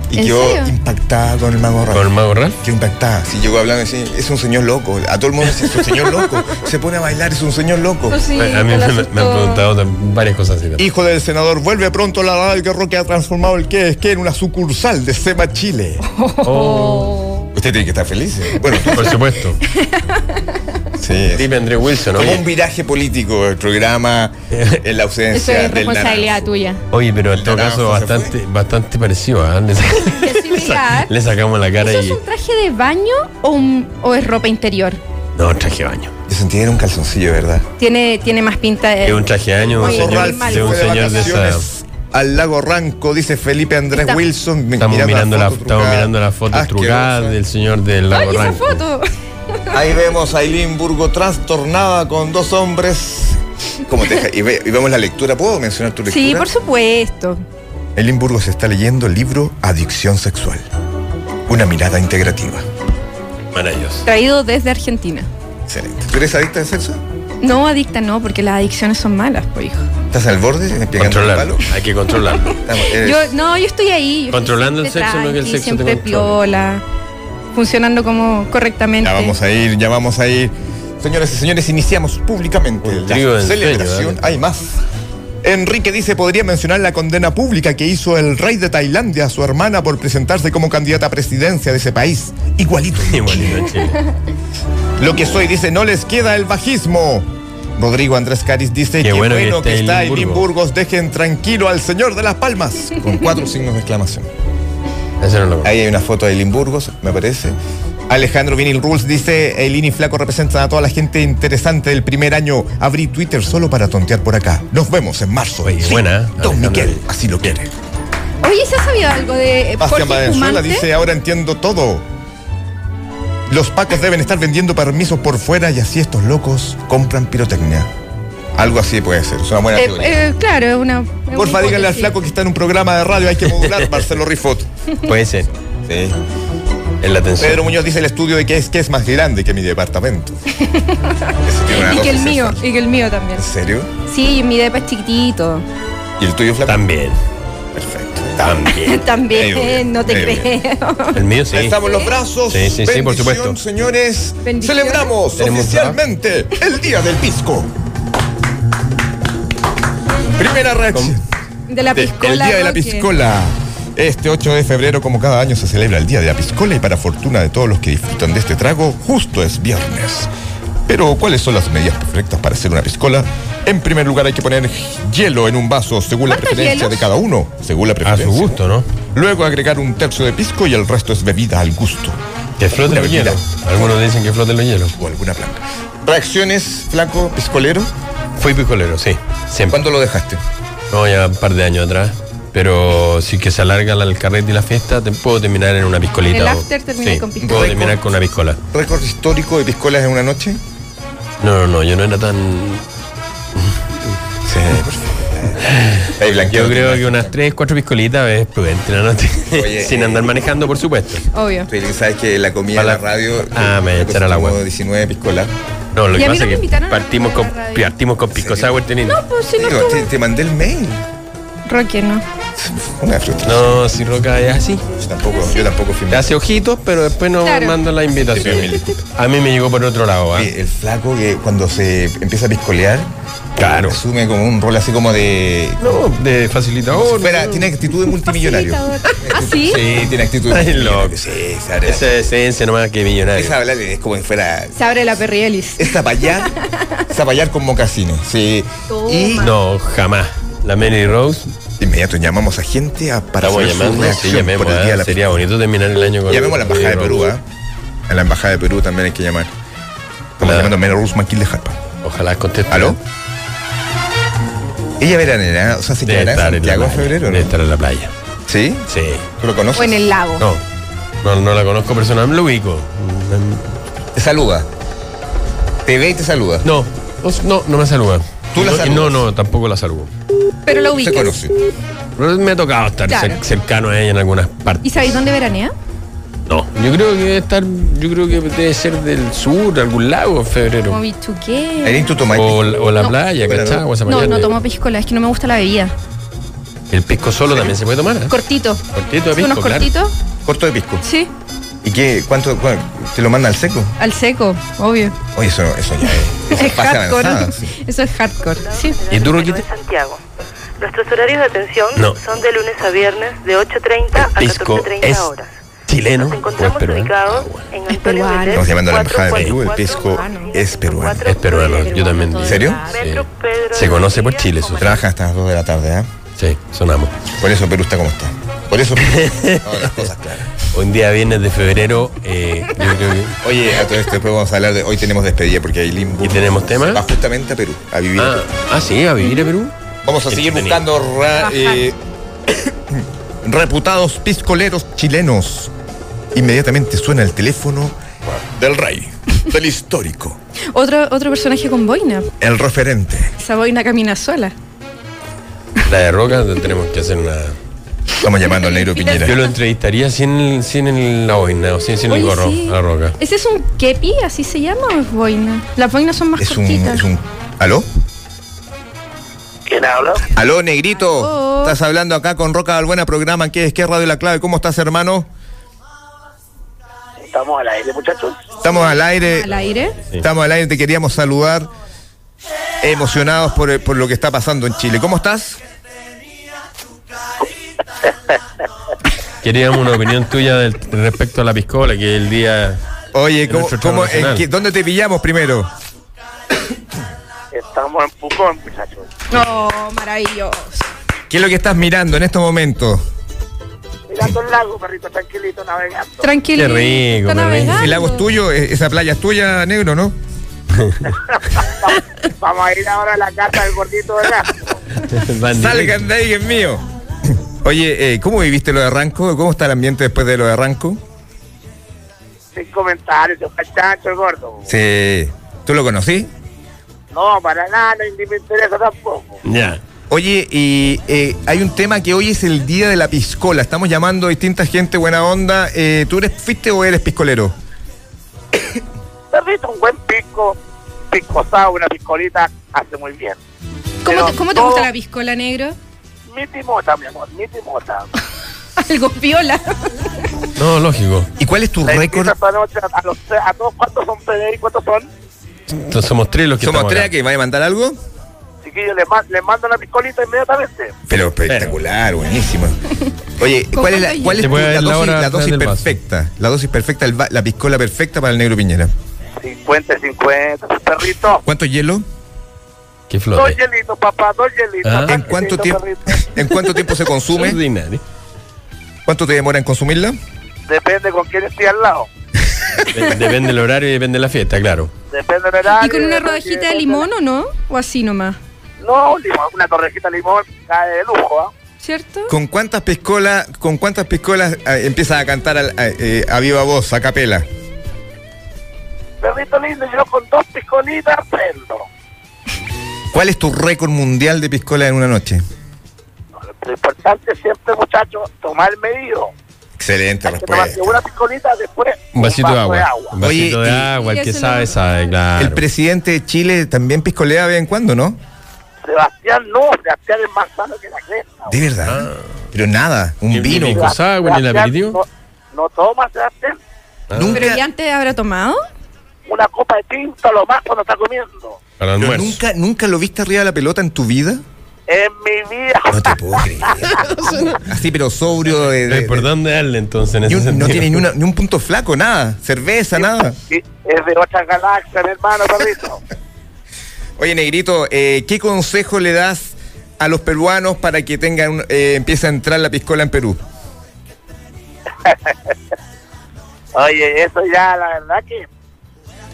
Speaker 3: y
Speaker 1: ¿En
Speaker 3: quedó
Speaker 1: serio?
Speaker 3: impactada con el mago
Speaker 2: ¿Con el
Speaker 3: Rayo.
Speaker 2: mago Real?
Speaker 3: Quedó impactada. Si llegó hablando así, es un señor loco. A todo el mundo dice, es un señor loco. Se pone a bailar, es un señor loco.
Speaker 1: Eso sí,
Speaker 2: a
Speaker 1: me
Speaker 2: mí me, me han
Speaker 1: asustó.
Speaker 2: preguntado tam- varias cosas así. también.
Speaker 3: Hijo del senador, vuelve pronto la radio que Roque ha transformado el que es que en una sucursal de Sema Chile.
Speaker 1: Oh.
Speaker 3: Usted tiene que estar feliz. ¿eh? Bueno,
Speaker 2: Por supuesto.
Speaker 3: sí.
Speaker 2: Dime, André Wilson,
Speaker 3: Como un
Speaker 2: oye.
Speaker 3: viraje político el programa, en
Speaker 1: Eso
Speaker 3: la ausencia
Speaker 1: es
Speaker 3: del
Speaker 1: responsabilidad
Speaker 3: naranjo.
Speaker 1: tuya.
Speaker 2: Oye, pero en todo
Speaker 3: naranjo
Speaker 2: caso,
Speaker 3: se fue.
Speaker 2: bastante, bastante parecido, ¿ah? Le, sac-
Speaker 1: Es similar.
Speaker 2: le sacamos la cara
Speaker 1: ¿Eso es
Speaker 2: y.
Speaker 1: un traje de baño o, un- o es ropa interior?
Speaker 2: No, traje de baño.
Speaker 3: Yo sentí que era un calzoncillo, ¿verdad?
Speaker 1: Tiene, tiene más pinta de.
Speaker 2: Es un traje de baño de un
Speaker 1: Oye,
Speaker 2: señor
Speaker 1: Ralph
Speaker 2: de, un
Speaker 1: fue de
Speaker 2: señor de esa.
Speaker 3: vacaciones al lago Ranco, dice Felipe Andrés
Speaker 1: Está-
Speaker 3: Wilson. mi-
Speaker 2: Estamos mirando, la,
Speaker 3: foto
Speaker 2: estamos
Speaker 3: trucada,
Speaker 2: mirando la foto
Speaker 3: asquerosa.
Speaker 2: trucada del señor del
Speaker 1: ¡Ay,
Speaker 2: lago
Speaker 1: esa
Speaker 2: Ranco.
Speaker 1: foto!
Speaker 3: Ahí vemos a Aileen Burgo trastornada con dos hombres. ¿Cómo te deja? Y, ve- y vemos la lectura. ¿Puedo mencionar tu lectura?
Speaker 1: Sí, por supuesto.
Speaker 3: El Limburgo se está leyendo el libro Adicción Sexual. Una mirada integrativa.
Speaker 2: Maravilloso.
Speaker 1: Traído desde Argentina.
Speaker 3: Excelente. ¿Tú eres adicta al sexo?
Speaker 1: No adicta, no, porque las adicciones son malas, pues hijo.
Speaker 3: ¿Estás al borde? ¿Pegando el
Speaker 2: Controlarlo.
Speaker 3: palo?
Speaker 2: Hay que controlarlo.
Speaker 3: Estamos- eh, eres-
Speaker 1: Yo, no, yo estoy ahí. yo
Speaker 2: Controlando el
Speaker 1: siempre
Speaker 2: sexo, no que el
Speaker 1: tranqui,
Speaker 2: sexo te
Speaker 1: Siempre
Speaker 2: controle.
Speaker 1: piola, funcionando como correctamente.
Speaker 3: Ya vamos a ir, ya vamos a ir. Señoras y señores, iniciamos públicamente
Speaker 2: Un
Speaker 3: la
Speaker 2: trío ¿eh? de
Speaker 3: celebración.
Speaker 2: ensueño, ¿vale?
Speaker 3: Hay más. Enrique dice, podría mencionar la condena pública que hizo el rey de Tailandia a su hermana por presentarse como candidata a presidencia de ese país. Igualito.
Speaker 2: Igualito en Chile.
Speaker 3: Lo que soy, dice, no les queda el bajismo. Rodrigo Andrés Caris dice,
Speaker 2: Qué
Speaker 3: qué
Speaker 2: bueno
Speaker 3: bueno,
Speaker 2: que esté
Speaker 3: que está
Speaker 2: en
Speaker 3: en
Speaker 2: Limburgo.
Speaker 3: Limburgos, dejen tranquilo al señor de las palmas. Con cuatro signos de exclamación.
Speaker 2: Ese no lo conozco.
Speaker 3: Ahí hay una foto de Limburgos, me parece. Alejandro Vinil Rules dice, Eileen y Flaco representan a toda la gente interesante del primer año. Abrí Twitter solo para tontear por acá. Nos vemos en marzo.
Speaker 2: Oye, buena, ¿eh?
Speaker 3: Don
Speaker 2: Alejandro.
Speaker 3: Miguel, así lo quiere.
Speaker 1: Oye, ¿se ha sabido algo de eh,
Speaker 3: Bastián
Speaker 1: Jorge Eh,
Speaker 3: Valenzuela
Speaker 1: Fumante?
Speaker 3: dice, ahora entiendo todo. Los pacos deben estar vendiendo permisos por fuera y así estos locos compran pirotecnia. Algo así puede ser, es una buena
Speaker 1: Eh,
Speaker 3: teoría.
Speaker 1: eh, claro, es una. es una
Speaker 3: Porfa, díganle al
Speaker 1: hipótesis.
Speaker 3: flaco que está en un programa de radio, hay que modular, Marcelo Rifot.
Speaker 2: Puede ser.
Speaker 3: Sí.
Speaker 2: En la tensión.
Speaker 3: Pedro Muñoz dice el estudio de que es que es más grande que mi departamento. Eso tiene una
Speaker 1: Y que el
Speaker 3: cosa
Speaker 1: mío,
Speaker 3: sensual.
Speaker 1: y que el mío también.
Speaker 3: ¿En serio?
Speaker 1: Sí, mi depa es chiquitito.
Speaker 3: ¿Y el tuyo, Flaco?
Speaker 2: También.
Speaker 3: Perfecto.
Speaker 2: También.
Speaker 1: También,
Speaker 3: Medio bien,
Speaker 1: no te
Speaker 3: medio bien.
Speaker 1: creo.
Speaker 2: El mío sí.
Speaker 3: Estamos los brazos.
Speaker 2: Sí, sí, sí, por
Speaker 3: Bendición,
Speaker 2: supuesto.
Speaker 3: señores.
Speaker 1: Bendición.
Speaker 3: Celebramos
Speaker 2: Tenemos
Speaker 3: oficialmente el Día del Pisco. Primera reacción.
Speaker 1: De la
Speaker 3: De-
Speaker 1: piscola.
Speaker 3: Este, el Día de la
Speaker 1: ¿no? que-
Speaker 3: Piscola. Este 8 de febrero, como cada año, se celebra el Día de la Piscola y para fortuna de todos los que disfrutan de este trago, justo es viernes. Pero, ¿cuáles son las medidas perfectas para hacer una piscola? En primer lugar, hay que poner hielo en un vaso según la
Speaker 1: ¿Cuántos
Speaker 3: preferencia
Speaker 1: hielos?
Speaker 3: de cada uno. Según la
Speaker 2: A
Speaker 3: preferencia.
Speaker 2: su gusto, ¿no?
Speaker 3: Luego agregar un tercio de pisco y el resto es bebida al gusto.
Speaker 2: Que flote
Speaker 3: Una
Speaker 2: los
Speaker 3: bebida.
Speaker 2: hielos. Algunos dicen que floten los hielos.
Speaker 3: O alguna planta. Reacciones, flaco, piscolero.
Speaker 2: Fui picolero, sí. Siempre.
Speaker 3: ¿Cuándo lo dejaste?
Speaker 2: No, ya un par de años atrás. Pero si que se alarga la- el carrete y la fiesta, te puedo terminar en una piscolita.
Speaker 1: El
Speaker 2: o-
Speaker 1: after termina
Speaker 2: sí,
Speaker 1: con piscola.
Speaker 2: Puedo terminar con una piscola.
Speaker 3: ¿Récord histórico de piscolas en una noche?
Speaker 2: No, no, no, yo no era tan.
Speaker 3: Sí, perfecto. Ahí blanqueo
Speaker 2: Yo
Speaker 3: tu
Speaker 2: creo
Speaker 3: imagen.
Speaker 2: que unas 3, 4 piscolitas es prudente la noche.
Speaker 3: Oye,
Speaker 2: Sin
Speaker 3: eh,
Speaker 2: andar manejando, por supuesto.
Speaker 1: Obvio.
Speaker 3: Pero sabes que la comida de
Speaker 2: Para
Speaker 3: la
Speaker 2: la-
Speaker 3: radio.
Speaker 2: Ah, me
Speaker 3: una cosa
Speaker 2: echaron al
Speaker 3: como
Speaker 2: agua.
Speaker 3: 19 piscolas.
Speaker 2: No, lo
Speaker 1: Y
Speaker 2: que
Speaker 1: a mí
Speaker 2: pasa
Speaker 1: no me
Speaker 2: es que
Speaker 1: invitaron a la
Speaker 2: partimos con,
Speaker 1: radio.
Speaker 2: partimos con Pisco
Speaker 3: Sí.
Speaker 2: Sour teniendo.
Speaker 1: No, pues si no
Speaker 3: Digo, te,
Speaker 1: estuvo.
Speaker 3: te mandé el mail.
Speaker 1: Roque, no.
Speaker 3: Una frustración.
Speaker 2: No, si Roca es así.
Speaker 3: Yo tampoco, yo tampoco fui
Speaker 2: Te hace ojitos, pero después no
Speaker 1: Claro.
Speaker 2: manda la invitación.
Speaker 3: Sí, mil disculpas.
Speaker 2: A mí me llegó por otro lado, ¿ah?
Speaker 3: Oye, El flaco que cuando se empieza a piscolear.
Speaker 2: Claro.
Speaker 3: Asume como un rol así como de.
Speaker 2: No, de facilitador.
Speaker 3: Espera, tiene actitud de multimillonario.
Speaker 1: Facilitador. ¿Ah, sí?
Speaker 3: Sí, tiene actitud de
Speaker 2: Ay,
Speaker 3: multimillonario.
Speaker 2: loco.
Speaker 3: Sí, se abre-
Speaker 2: Esa esencia nomás que millonario.
Speaker 3: empieza a hablar es como si fuera.
Speaker 1: Se abre la perrielis.
Speaker 3: Es zapallar, zapallar con mocasines. Sí. Y
Speaker 2: No, jamás. La Mary Rose,
Speaker 3: de inmediato llamamos a gente a, para
Speaker 2: la voy a
Speaker 3: saber su
Speaker 2: llamar, ¿no? Sí,
Speaker 3: reacción
Speaker 2: llamemos,
Speaker 3: por el
Speaker 2: ¿ah?
Speaker 3: día de la
Speaker 2: Sería bonito terminar el año con.
Speaker 3: Llamemos a la Embajada de
Speaker 2: Mary
Speaker 3: Perú,
Speaker 2: Rose.
Speaker 3: ¿ah? A la Embajada de Perú también hay que llamar. Estamos
Speaker 2: Claro.
Speaker 3: llamando a Mena Rus Maquil de Jarpa.
Speaker 2: Ojalá conteste.
Speaker 3: ¿Aló? Ella veranera, ¿ah? o sea, se
Speaker 2: Debe
Speaker 3: quedará
Speaker 2: estar en
Speaker 3: en
Speaker 2: la
Speaker 3: Santiago en
Speaker 2: playa.
Speaker 3: febrero, ¿no?
Speaker 2: Debe estar en la playa.
Speaker 3: ¿Sí?
Speaker 2: Sí.
Speaker 3: ¿Tú lo conoces?
Speaker 1: O en el lago.
Speaker 2: No, no, no la conozco personalmente, lo ubico.
Speaker 3: Te saluda. Te ve y te saluda.
Speaker 2: No, no, no, no me saluda.
Speaker 3: ¿Tú la
Speaker 2: No,
Speaker 3: saludas?
Speaker 2: No, no, tampoco la saludo.
Speaker 1: Pero lo
Speaker 3: se
Speaker 1: ubicas.
Speaker 3: conoce.
Speaker 2: Pero me ha tocado estar
Speaker 1: Claro.
Speaker 2: cer- cercano a ella en algunas
Speaker 1: ¿Y
Speaker 2: partes.
Speaker 1: sabéis dónde veranea?
Speaker 2: No. Yo creo que debe estar, yo creo que debe ser del sur, algún lago en
Speaker 1: Como
Speaker 2: febrero.
Speaker 3: Erin,
Speaker 1: bichuqué.
Speaker 3: tú
Speaker 2: O,
Speaker 3: tomas.
Speaker 2: la- o la
Speaker 1: No.
Speaker 2: playa,
Speaker 3: Bueno,
Speaker 2: ¿cachai?
Speaker 3: no.
Speaker 2: O esa
Speaker 1: No,
Speaker 2: mañana.
Speaker 1: no tomo piscola, es que no me gusta la bebida.
Speaker 2: El pisco solo también se puede tomar. ¿eh?
Speaker 1: Cortito.
Speaker 2: Cortito de
Speaker 1: Sí, ¿Unos
Speaker 2: pisco, claro.
Speaker 1: cortitos?
Speaker 3: Corto de pisco.
Speaker 1: Sí,
Speaker 3: ¿Y qué? ¿Cuánto? cua- ¿Te lo manda al seco?
Speaker 1: al seco, obvio.
Speaker 3: Oye, eso, eso ya es. eso
Speaker 1: Es
Speaker 3: pase
Speaker 1: hardcore.
Speaker 3: avanzada, sí.
Speaker 1: Eso es hardcore. Sí.
Speaker 2: ¿Y
Speaker 7: Pero
Speaker 2: tú, Roquita?
Speaker 7: en Santiago. Nuestros horarios de atención
Speaker 2: No.
Speaker 7: son de lunes a viernes de 8.30 a
Speaker 2: Pisco es
Speaker 7: 14.30 horas.
Speaker 2: chileno. pues,
Speaker 7: Nos
Speaker 2: o es
Speaker 7: encontramos
Speaker 2: peruano.
Speaker 7: ubicados
Speaker 2: Ah, bueno.
Speaker 7: en
Speaker 1: Es
Speaker 7: Antonio
Speaker 1: peruano.
Speaker 7: Valdés,
Speaker 3: Estamos llamando a la embajada de
Speaker 7: 444,
Speaker 3: Perú, el pisco es peruano.
Speaker 2: Es peruano, yo también.
Speaker 3: ¿En serio?
Speaker 7: Metro Pedro
Speaker 2: Se
Speaker 7: de
Speaker 2: conoce por
Speaker 7: Bolivia
Speaker 2: Chile,
Speaker 7: o
Speaker 2: su
Speaker 3: Trabaja hasta las 2 de la tarde, ¿ah?
Speaker 2: Sí, sonamos.
Speaker 3: Por eso Perú está como está. Por eso Perú. No, las cosas claras.
Speaker 2: Un día viernes de febrero, eh, yo creo que.
Speaker 3: Oye, a todo esto después vamos a hablar de. Hoy tenemos despedida porque hay limbo.
Speaker 2: ¿Y tenemos tema?
Speaker 3: Va justamente a Perú, a vivir.
Speaker 2: Ah, ah, sí, a vivir a Perú.
Speaker 3: Vamos a seguir
Speaker 2: Entretenido.
Speaker 3: buscando ra- eh, reputados piscoleros chilenos. Inmediatamente suena el teléfono del rey, del histórico,
Speaker 1: Otro, otro personaje con boina.
Speaker 3: el referente.
Speaker 1: Esa boina camina sola.
Speaker 2: La de Roca tenemos que hacer una.
Speaker 3: Estamos llamando al negro Piñera.
Speaker 2: Yo lo entrevistaría sin, el- sin el- la boina o sin, sin el
Speaker 1: Oye,
Speaker 2: gorro,
Speaker 1: sí.
Speaker 2: a la Roca.
Speaker 1: ¿Ese es un kepi? ¿Así se llama o es boina? Las boinas son más
Speaker 3: Es un,
Speaker 1: cortitas.
Speaker 3: es un- ¿Aló?
Speaker 5: ¿Quién habla?
Speaker 3: Aló, negrito.
Speaker 1: Aló.
Speaker 3: Estás hablando acá con Roca Balbuena, programa que es que Radio La Clave. ¿Cómo estás, hermano?
Speaker 5: Estamos al aire, muchachos.
Speaker 3: Estamos al aire.
Speaker 1: Al aire.
Speaker 3: Estamos al aire, te queríamos saludar. Emocionados por, por lo que está pasando en Chile. ¿Cómo estás?
Speaker 2: Queríamos una opinión tuya del- respecto a la piscola, que el día.
Speaker 3: Oye,
Speaker 2: En
Speaker 3: ¿cómo,
Speaker 2: nuestro
Speaker 3: cómo-
Speaker 2: Teatro Nacional.
Speaker 3: en qué- ¿dónde te pillamos primero?
Speaker 5: Estamos en Pucón, muchachos.
Speaker 1: No, Oh, maravilloso.
Speaker 3: ¿Qué es lo que estás mirando en este estos momentos?
Speaker 5: Mirando el lago, perrito, tranquilito, navegando.
Speaker 1: Tranquilo.
Speaker 2: Qué rico,
Speaker 1: está
Speaker 2: qué rico.
Speaker 1: navegando.
Speaker 3: ¿El lago es tuyo? ¿E- ¿Esa playa es tuya, negro, no?
Speaker 5: Vamos a ir ahora a la casa del gordito de acá.
Speaker 2: Van
Speaker 3: Salgan de ahí, que es mío. Oye, eh, ¿cómo viviste lo de Arranco? ¿Cómo está el ambiente después de lo de Arranco?
Speaker 5: Sin comentarios, se fue al chancho el gordo.
Speaker 3: Sí. ¿Tú lo conocí?
Speaker 5: No, para nada, no ni me interesa tampoco.
Speaker 2: directo. Ya.
Speaker 3: Oye, y eh, hay un tema que hoy es el día de la piscola. Estamos llamando a distinta gente, buena onda. Eh, ¿Tú eres, fuiste o eres piscolero?
Speaker 5: Perrito, un buen pico, pisco sour, una piscolita, hace muy bien.
Speaker 1: ¿Cómo te,
Speaker 5: Pero
Speaker 1: cómo te
Speaker 5: no,
Speaker 1: gusta la piscola, negro?
Speaker 5: Mi timota, mi amor, mi timota.
Speaker 1: Algo viola.
Speaker 2: No, lógico.
Speaker 3: ¿Y cuál es tu
Speaker 5: La
Speaker 3: récord?
Speaker 5: invito esta noche a los tres, a todos, ¿cuántos son PDI? ¿Cuántos son?
Speaker 2: Entonces somos tres los que
Speaker 3: ¿Somos
Speaker 2: estamos
Speaker 3: tres
Speaker 2: acá.
Speaker 3: que va a mandar algo?
Speaker 5: Chiquillos, les, ma- les mando la piscolita inmediatamente.
Speaker 3: Pero espectacular, buenísimo. Oye,
Speaker 1: ¿Con
Speaker 3: ¿cuál es la,
Speaker 1: cuánto
Speaker 3: cuál es
Speaker 2: Te
Speaker 3: tu-
Speaker 2: voy a
Speaker 3: la
Speaker 2: dar la
Speaker 3: dosis,
Speaker 2: hora
Speaker 3: la
Speaker 2: atrás
Speaker 3: dosis
Speaker 2: del vaso.
Speaker 3: perfecta? La dosis perfecta, el va- la piscola perfecta para el negro Piñera.
Speaker 5: 50, 50, perrito.
Speaker 3: ¿Cuánto hielo?
Speaker 2: Que
Speaker 5: Dos
Speaker 2: flote.
Speaker 5: hielitos, papá, dos hielitos.
Speaker 2: Ah.
Speaker 3: ¿En
Speaker 5: Tranquilito,
Speaker 3: cuánto, tiempo,
Speaker 5: perrito.
Speaker 3: ¿En cuánto tiempo se consume?
Speaker 2: Ordinario.
Speaker 3: ¿Cuánto te demora en consumirla?
Speaker 5: Depende con quién esté al lado.
Speaker 2: Dep- Depende del horario y depende de la fiesta, claro.
Speaker 5: Depende del horario.
Speaker 1: ¿Y con una
Speaker 5: depende-
Speaker 1: rodajita de limón o no? ¿O así nomás?
Speaker 5: No, un limón, una torrejita de limón cae de lujo, ¿ah?
Speaker 1: ¿Cierto?
Speaker 3: ¿Con cuántas piscolas, con cuántas piscolas eh, empiezas a cantar al- a, eh, a viva voz, a capela?
Speaker 5: Perrito lindo, yo con dos piscolitas prendo.
Speaker 3: ¿Cuál es tu récord mundial de piscola en una noche?
Speaker 5: Lo importante siempre, muchachos, tomar medido.
Speaker 3: Excelente
Speaker 5: Hay que tomarse
Speaker 3: respuesta.
Speaker 5: una piscolita después.
Speaker 2: Eh. Un vasito de
Speaker 5: vaso
Speaker 2: agua. Un vasito
Speaker 3: Oye,
Speaker 2: de
Speaker 3: y-
Speaker 2: agua, el que
Speaker 1: Eso no-
Speaker 2: sabe, sabe, claro.
Speaker 3: El presidente de Chile también piscolea de vez en cuando, ¿no?
Speaker 5: Sebastián no, Sebastián es más sano que la cresta.
Speaker 3: De verdad.
Speaker 2: Ah.
Speaker 3: Pero nada, un
Speaker 2: Y- y
Speaker 3: vino.
Speaker 2: pisco sour, ni el
Speaker 5: Sebastián
Speaker 2: aperitivo. Ah.
Speaker 5: No, no toma, Sebastián.
Speaker 3: Ah.
Speaker 1: ¿Pero ya
Speaker 3: Nunca,
Speaker 1: antes habrá tomado?
Speaker 5: Una copa de tinto, lo más cuando está comiendo.
Speaker 2: Para el
Speaker 3: pero
Speaker 2: almuerzo.
Speaker 3: nunca, nunca lo viste arriba de la pelota en tu vida.
Speaker 5: En mi vida.
Speaker 3: No te puedo creer. Así, pero sobrio. de- de-
Speaker 2: Eh, ¿Por dónde darle entonces en
Speaker 3: ni
Speaker 2: ese
Speaker 3: un- no
Speaker 2: sentido?
Speaker 3: tiene ni, una- ni un punto flaco, nada. Cerveza, nada.
Speaker 5: Sí, Es de otra galaxia, mi hermano, perrito.
Speaker 3: Oye, Negrito, eh, ¿qué consejo le das a los peruanos para que tengan un- eh, empiece a entrar la piscola en Perú?
Speaker 5: Oye, eso ya, la verdad que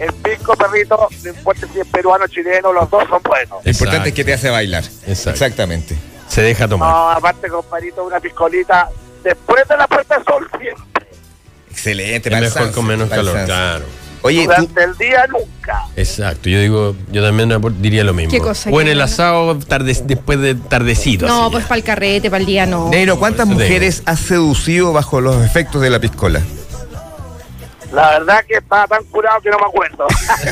Speaker 5: el pico perrito, no importa si es peruano o chileno, los dos son buenos.
Speaker 3: Lo importante es que te hace bailar.
Speaker 2: Exacto.
Speaker 3: Exactamente.
Speaker 2: Se deja tomar.
Speaker 5: No, aparte, compadrito, una piscolita después de la puerta del sol siempre.
Speaker 3: Excelente,
Speaker 2: es
Speaker 3: para el
Speaker 2: mejor
Speaker 3: sunset,
Speaker 2: con menos
Speaker 3: para el
Speaker 2: calor,
Speaker 3: sunset.
Speaker 2: claro.
Speaker 3: Oye, tú,
Speaker 5: Durante el día nunca.
Speaker 2: Exacto, yo digo, yo también apor- diría lo mismo.
Speaker 1: ¿Qué cosa?
Speaker 2: O en
Speaker 1: ¿Qué
Speaker 2: el
Speaker 1: cosa?
Speaker 2: asado tarde, después de tardecito.
Speaker 1: No,
Speaker 2: así
Speaker 1: pues
Speaker 2: ya.
Speaker 1: para el carrete, para el día no.
Speaker 3: Negro, ¿cuántas
Speaker 2: Por eso te
Speaker 3: mujeres has seducido bajo los efectos de la piscola?
Speaker 5: La verdad que estaba tan curado que no me acuerdo.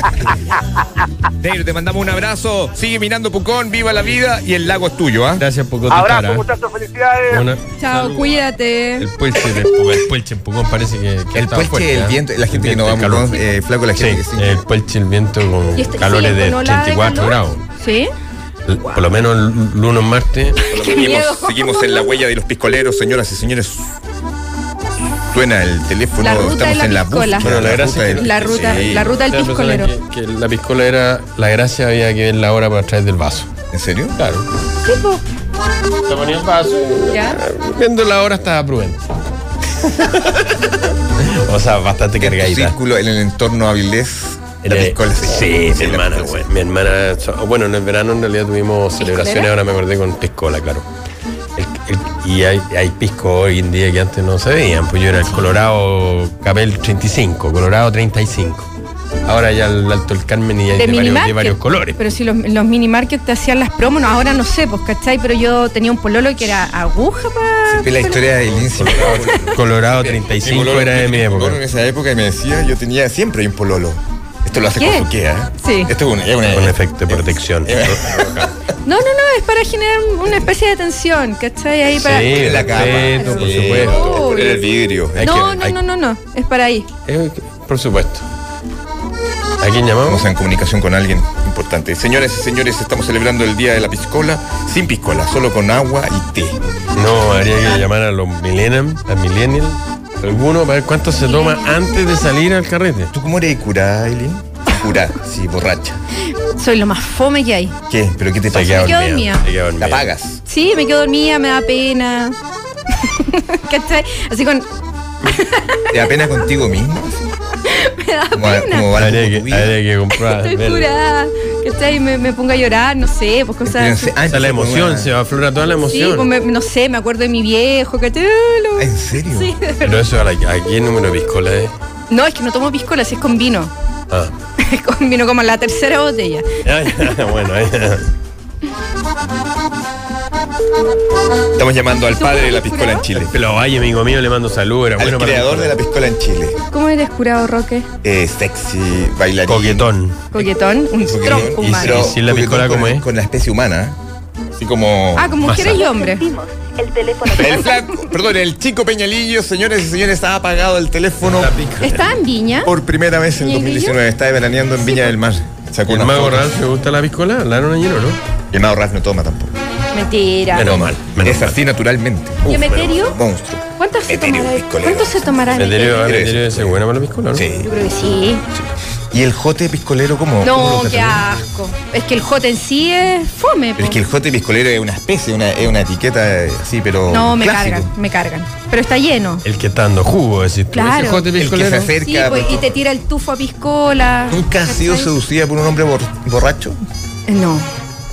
Speaker 3: Negro, te mandamos un abrazo. Sigue mirando Pucón, viva la vida y el lago es tuyo, ¿ah?
Speaker 2: Gracias por contestar.
Speaker 5: Abrazo,
Speaker 2: ¿ah?
Speaker 5: muchachos, felicidades.
Speaker 2: Una-
Speaker 1: Chao,
Speaker 2: Saludos.
Speaker 1: cuídate.
Speaker 2: El puelche, del Pucón, el puelche en Pucón parece que, que
Speaker 3: El
Speaker 2: está
Speaker 3: puelche,
Speaker 2: fuerte,
Speaker 3: el
Speaker 2: ¿ah?
Speaker 3: viento, la gente que
Speaker 2: El viento,
Speaker 3: no va
Speaker 2: el calor.
Speaker 3: Pucón, eh, flaco la gente
Speaker 2: Sí,
Speaker 3: que sí.
Speaker 2: el puelche, el viento con
Speaker 1: ¿Y este-
Speaker 2: calores
Speaker 1: sí,
Speaker 2: de
Speaker 1: con ola
Speaker 2: 84
Speaker 1: calor?
Speaker 2: grados.
Speaker 1: ¿Sí?
Speaker 2: L- Por lo menos l- Mm, lunes, martes.
Speaker 3: Seguimos,
Speaker 1: miedo.
Speaker 3: seguimos en la huella de los piscoleros, señoras y señores. Suena el teléfono,
Speaker 1: La ruta
Speaker 3: estamos
Speaker 1: de la
Speaker 3: en la
Speaker 1: piscola.
Speaker 3: búsqueda.
Speaker 2: Bueno, la
Speaker 3: de
Speaker 2: gracia es que-
Speaker 3: del-
Speaker 1: La ruta,
Speaker 3: Sí,
Speaker 1: la ruta del
Speaker 2: Esta persona
Speaker 1: piscolero.
Speaker 2: Que, que la piscola era la gracia, había que ver la hora para traer del vaso.
Speaker 3: ¿En serio?
Speaker 2: Claro.
Speaker 1: Sí, po.
Speaker 2: Se ponía el vaso.
Speaker 1: ¿Ya?
Speaker 2: Viendo la hora estaba prudente. o sea, bastante
Speaker 3: En tu
Speaker 2: cargadita.
Speaker 3: círculo, en el entorno Avilés,
Speaker 2: En el-
Speaker 8: Piscola, sí.
Speaker 2: sí,
Speaker 8: Sí,
Speaker 2: mi
Speaker 8: la
Speaker 2: hermana,
Speaker 8: Piscola,
Speaker 2: güey. Mi hermana, bueno, en el verano en realidad tuvimos celebraciones, ahora me acordé con piscola, claro. El- el- y hay, hay pisco hoy en día que antes no se veían, pues yo era el Colorado Cabel 35, Colorado 35. Ahora ya el Alto el Carmen y hay de, varios, de
Speaker 1: minimarket.
Speaker 2: varios colores.
Speaker 1: Pero si los, los minimarket te hacían las promos, no, ahora no sé, pues, ¿cachai? Pero yo tenía un pololo que era aguja para.
Speaker 3: Siempre la historia de Lindsay.
Speaker 2: Colorado
Speaker 8: Mi
Speaker 2: 35
Speaker 8: pololo-
Speaker 2: era de mi época.
Speaker 3: Bueno, en esa época me decía, yo tenía siempre hay un pololo. Esto lo hace
Speaker 1: ¿Qué?
Speaker 3: con su queda.
Speaker 1: Sí.
Speaker 3: Esto es una, es una-
Speaker 2: Con efecto de protección.
Speaker 1: No, no, no, es para generar una especie de tensión, ¿cachai? Ahí para.
Speaker 2: Sí,
Speaker 3: en la cama.
Speaker 2: respeto, por
Speaker 3: Sí,
Speaker 2: supuesto.
Speaker 3: es poner el vidrio.
Speaker 2: Hay
Speaker 1: No,
Speaker 2: que-
Speaker 1: no,
Speaker 2: hay-
Speaker 1: no, no, no, es para ahí.
Speaker 2: Eh, por supuesto. ¿A quién llamamos?
Speaker 3: Vamos
Speaker 8: en comunicación con alguien importante. Señoras y señores, estamos celebrando el Día de la Piscola sin piscola, solo con agua y té.
Speaker 2: No, habría que llamar a los millennials, a millennial, alguno para ver cuánto se toma antes de salir al carrete.
Speaker 3: ¿Tú cómo eres de curada, Eileen?
Speaker 8: Pura, sí, borracha.
Speaker 1: Soy lo más fome que hay.
Speaker 3: ¿Qué? ¿Pero qué te
Speaker 2: Se
Speaker 3: pasa?
Speaker 2: queda
Speaker 1: Me quedo
Speaker 2: dormida,
Speaker 1: dormida.
Speaker 2: se queda dormida.
Speaker 8: La pagas.
Speaker 1: Sí, me quedo dormida, me da pena. ¿Cachai? Así con.
Speaker 3: ¿Te da pena contigo mismo?
Speaker 1: Me da
Speaker 3: ¿Cómo, va-
Speaker 1: pena.
Speaker 3: cómo va
Speaker 2: Habría
Speaker 3: algo
Speaker 2: que,
Speaker 3: tu vida?
Speaker 2: habría que comprar.
Speaker 1: Estoy
Speaker 2: ver.
Speaker 1: curada. ¿Cachai? Me, me pongo a llorar, no sé, pues cosas. así.
Speaker 3: Pero en- ah,
Speaker 2: O sea, la
Speaker 3: empezó con
Speaker 2: emoción,
Speaker 3: una-
Speaker 2: se aflora toda Ah, la
Speaker 1: Sí,
Speaker 2: emoción.
Speaker 1: pues me- no sé, me acuerdo de mi viejo, ¿cachai? Ah, lo-
Speaker 3: Ah, ¿En serio?
Speaker 1: Sí, de verdad.
Speaker 2: Pero eso, ¿a, la, a qué número de piscola es?
Speaker 1: No, es que no tomo piscola, si es con vino.
Speaker 2: Ah,
Speaker 1: Es con vino como la tercera botella.
Speaker 2: ya, ya, bueno, ya.
Speaker 8: Estamos llamando al
Speaker 1: ¿Tú
Speaker 8: padre de
Speaker 1: eres
Speaker 8: la piscola
Speaker 1: curado?
Speaker 8: en Chile.
Speaker 2: Pero vaya, amigo mío, le mando saludos. Era
Speaker 3: Al
Speaker 2: bueno para
Speaker 3: creador de la piscola en Chile.
Speaker 1: ¿Cómo eres curado, Roque?
Speaker 3: Eh, sexy, bailarín.
Speaker 2: Coquetón.
Speaker 1: Coquetón, un
Speaker 3: Coquetón,
Speaker 1: tronco
Speaker 2: y
Speaker 1: humano.
Speaker 2: si la
Speaker 3: coquetón
Speaker 2: piscola
Speaker 3: con-
Speaker 2: como es.
Speaker 3: Con la especie humana.
Speaker 8: Así como.
Speaker 1: Ah, como mujeres y hombres.
Speaker 9: Sentimos el teléfono.
Speaker 8: El
Speaker 3: El
Speaker 8: flaco.
Speaker 3: flaco, perdón, el chico Peñalillo, señores y señores, ha apagado el teléfoño
Speaker 1: ¿Está en Viña?
Speaker 3: por primera vez en
Speaker 1: ¿Peñalillo?
Speaker 3: 2019. Está veraneando en
Speaker 1: pues.
Speaker 3: Viña del Mar. Sacó
Speaker 2: ¿El
Speaker 3: una
Speaker 2: mago
Speaker 3: foto.
Speaker 2: Ralph le gusta la piscola? La no, ¿no?
Speaker 3: El mago Ralph no toma tampoco.
Speaker 1: Mentira.
Speaker 2: Menos mal. Menos
Speaker 3: es así naturalmente.
Speaker 1: ¿Y Emeterio?
Speaker 3: Monstruo.
Speaker 1: ¿Cuántos se
Speaker 3: Emeterio,
Speaker 1: tomará?
Speaker 3: piscolero.
Speaker 1: ¿Cuántos se tomará
Speaker 2: mal. Meteorio,
Speaker 1: Emeterio?
Speaker 2: ah, Meteorio es bueno para la piscola, ¿no?
Speaker 3: Sí.
Speaker 1: Yo creo que sí.
Speaker 3: ¿Y el jote piscolero cómo? cómo
Speaker 1: No,
Speaker 3: lo
Speaker 1: qué
Speaker 3: catalogan?
Speaker 1: asco. Es que el jote en sí es fome.
Speaker 3: Pero es
Speaker 1: po.
Speaker 3: que el jote piscolero es una especie, una, es una etiqueta eh, así, pero.
Speaker 1: No, me
Speaker 3: clásico.
Speaker 1: cargan, me cargan. Pero está lleno.
Speaker 2: El que está dando jugo, es decir,
Speaker 1: Claro.
Speaker 2: ese jote
Speaker 1: El
Speaker 3: que
Speaker 2: piscolero.
Speaker 3: se acerca.
Speaker 1: Sí, pues, y te tira el tufo a piscola.
Speaker 3: ¿Nunca has sido
Speaker 1: ¿Cachai?
Speaker 3: seducida por un hombre bor- borracho?
Speaker 1: No,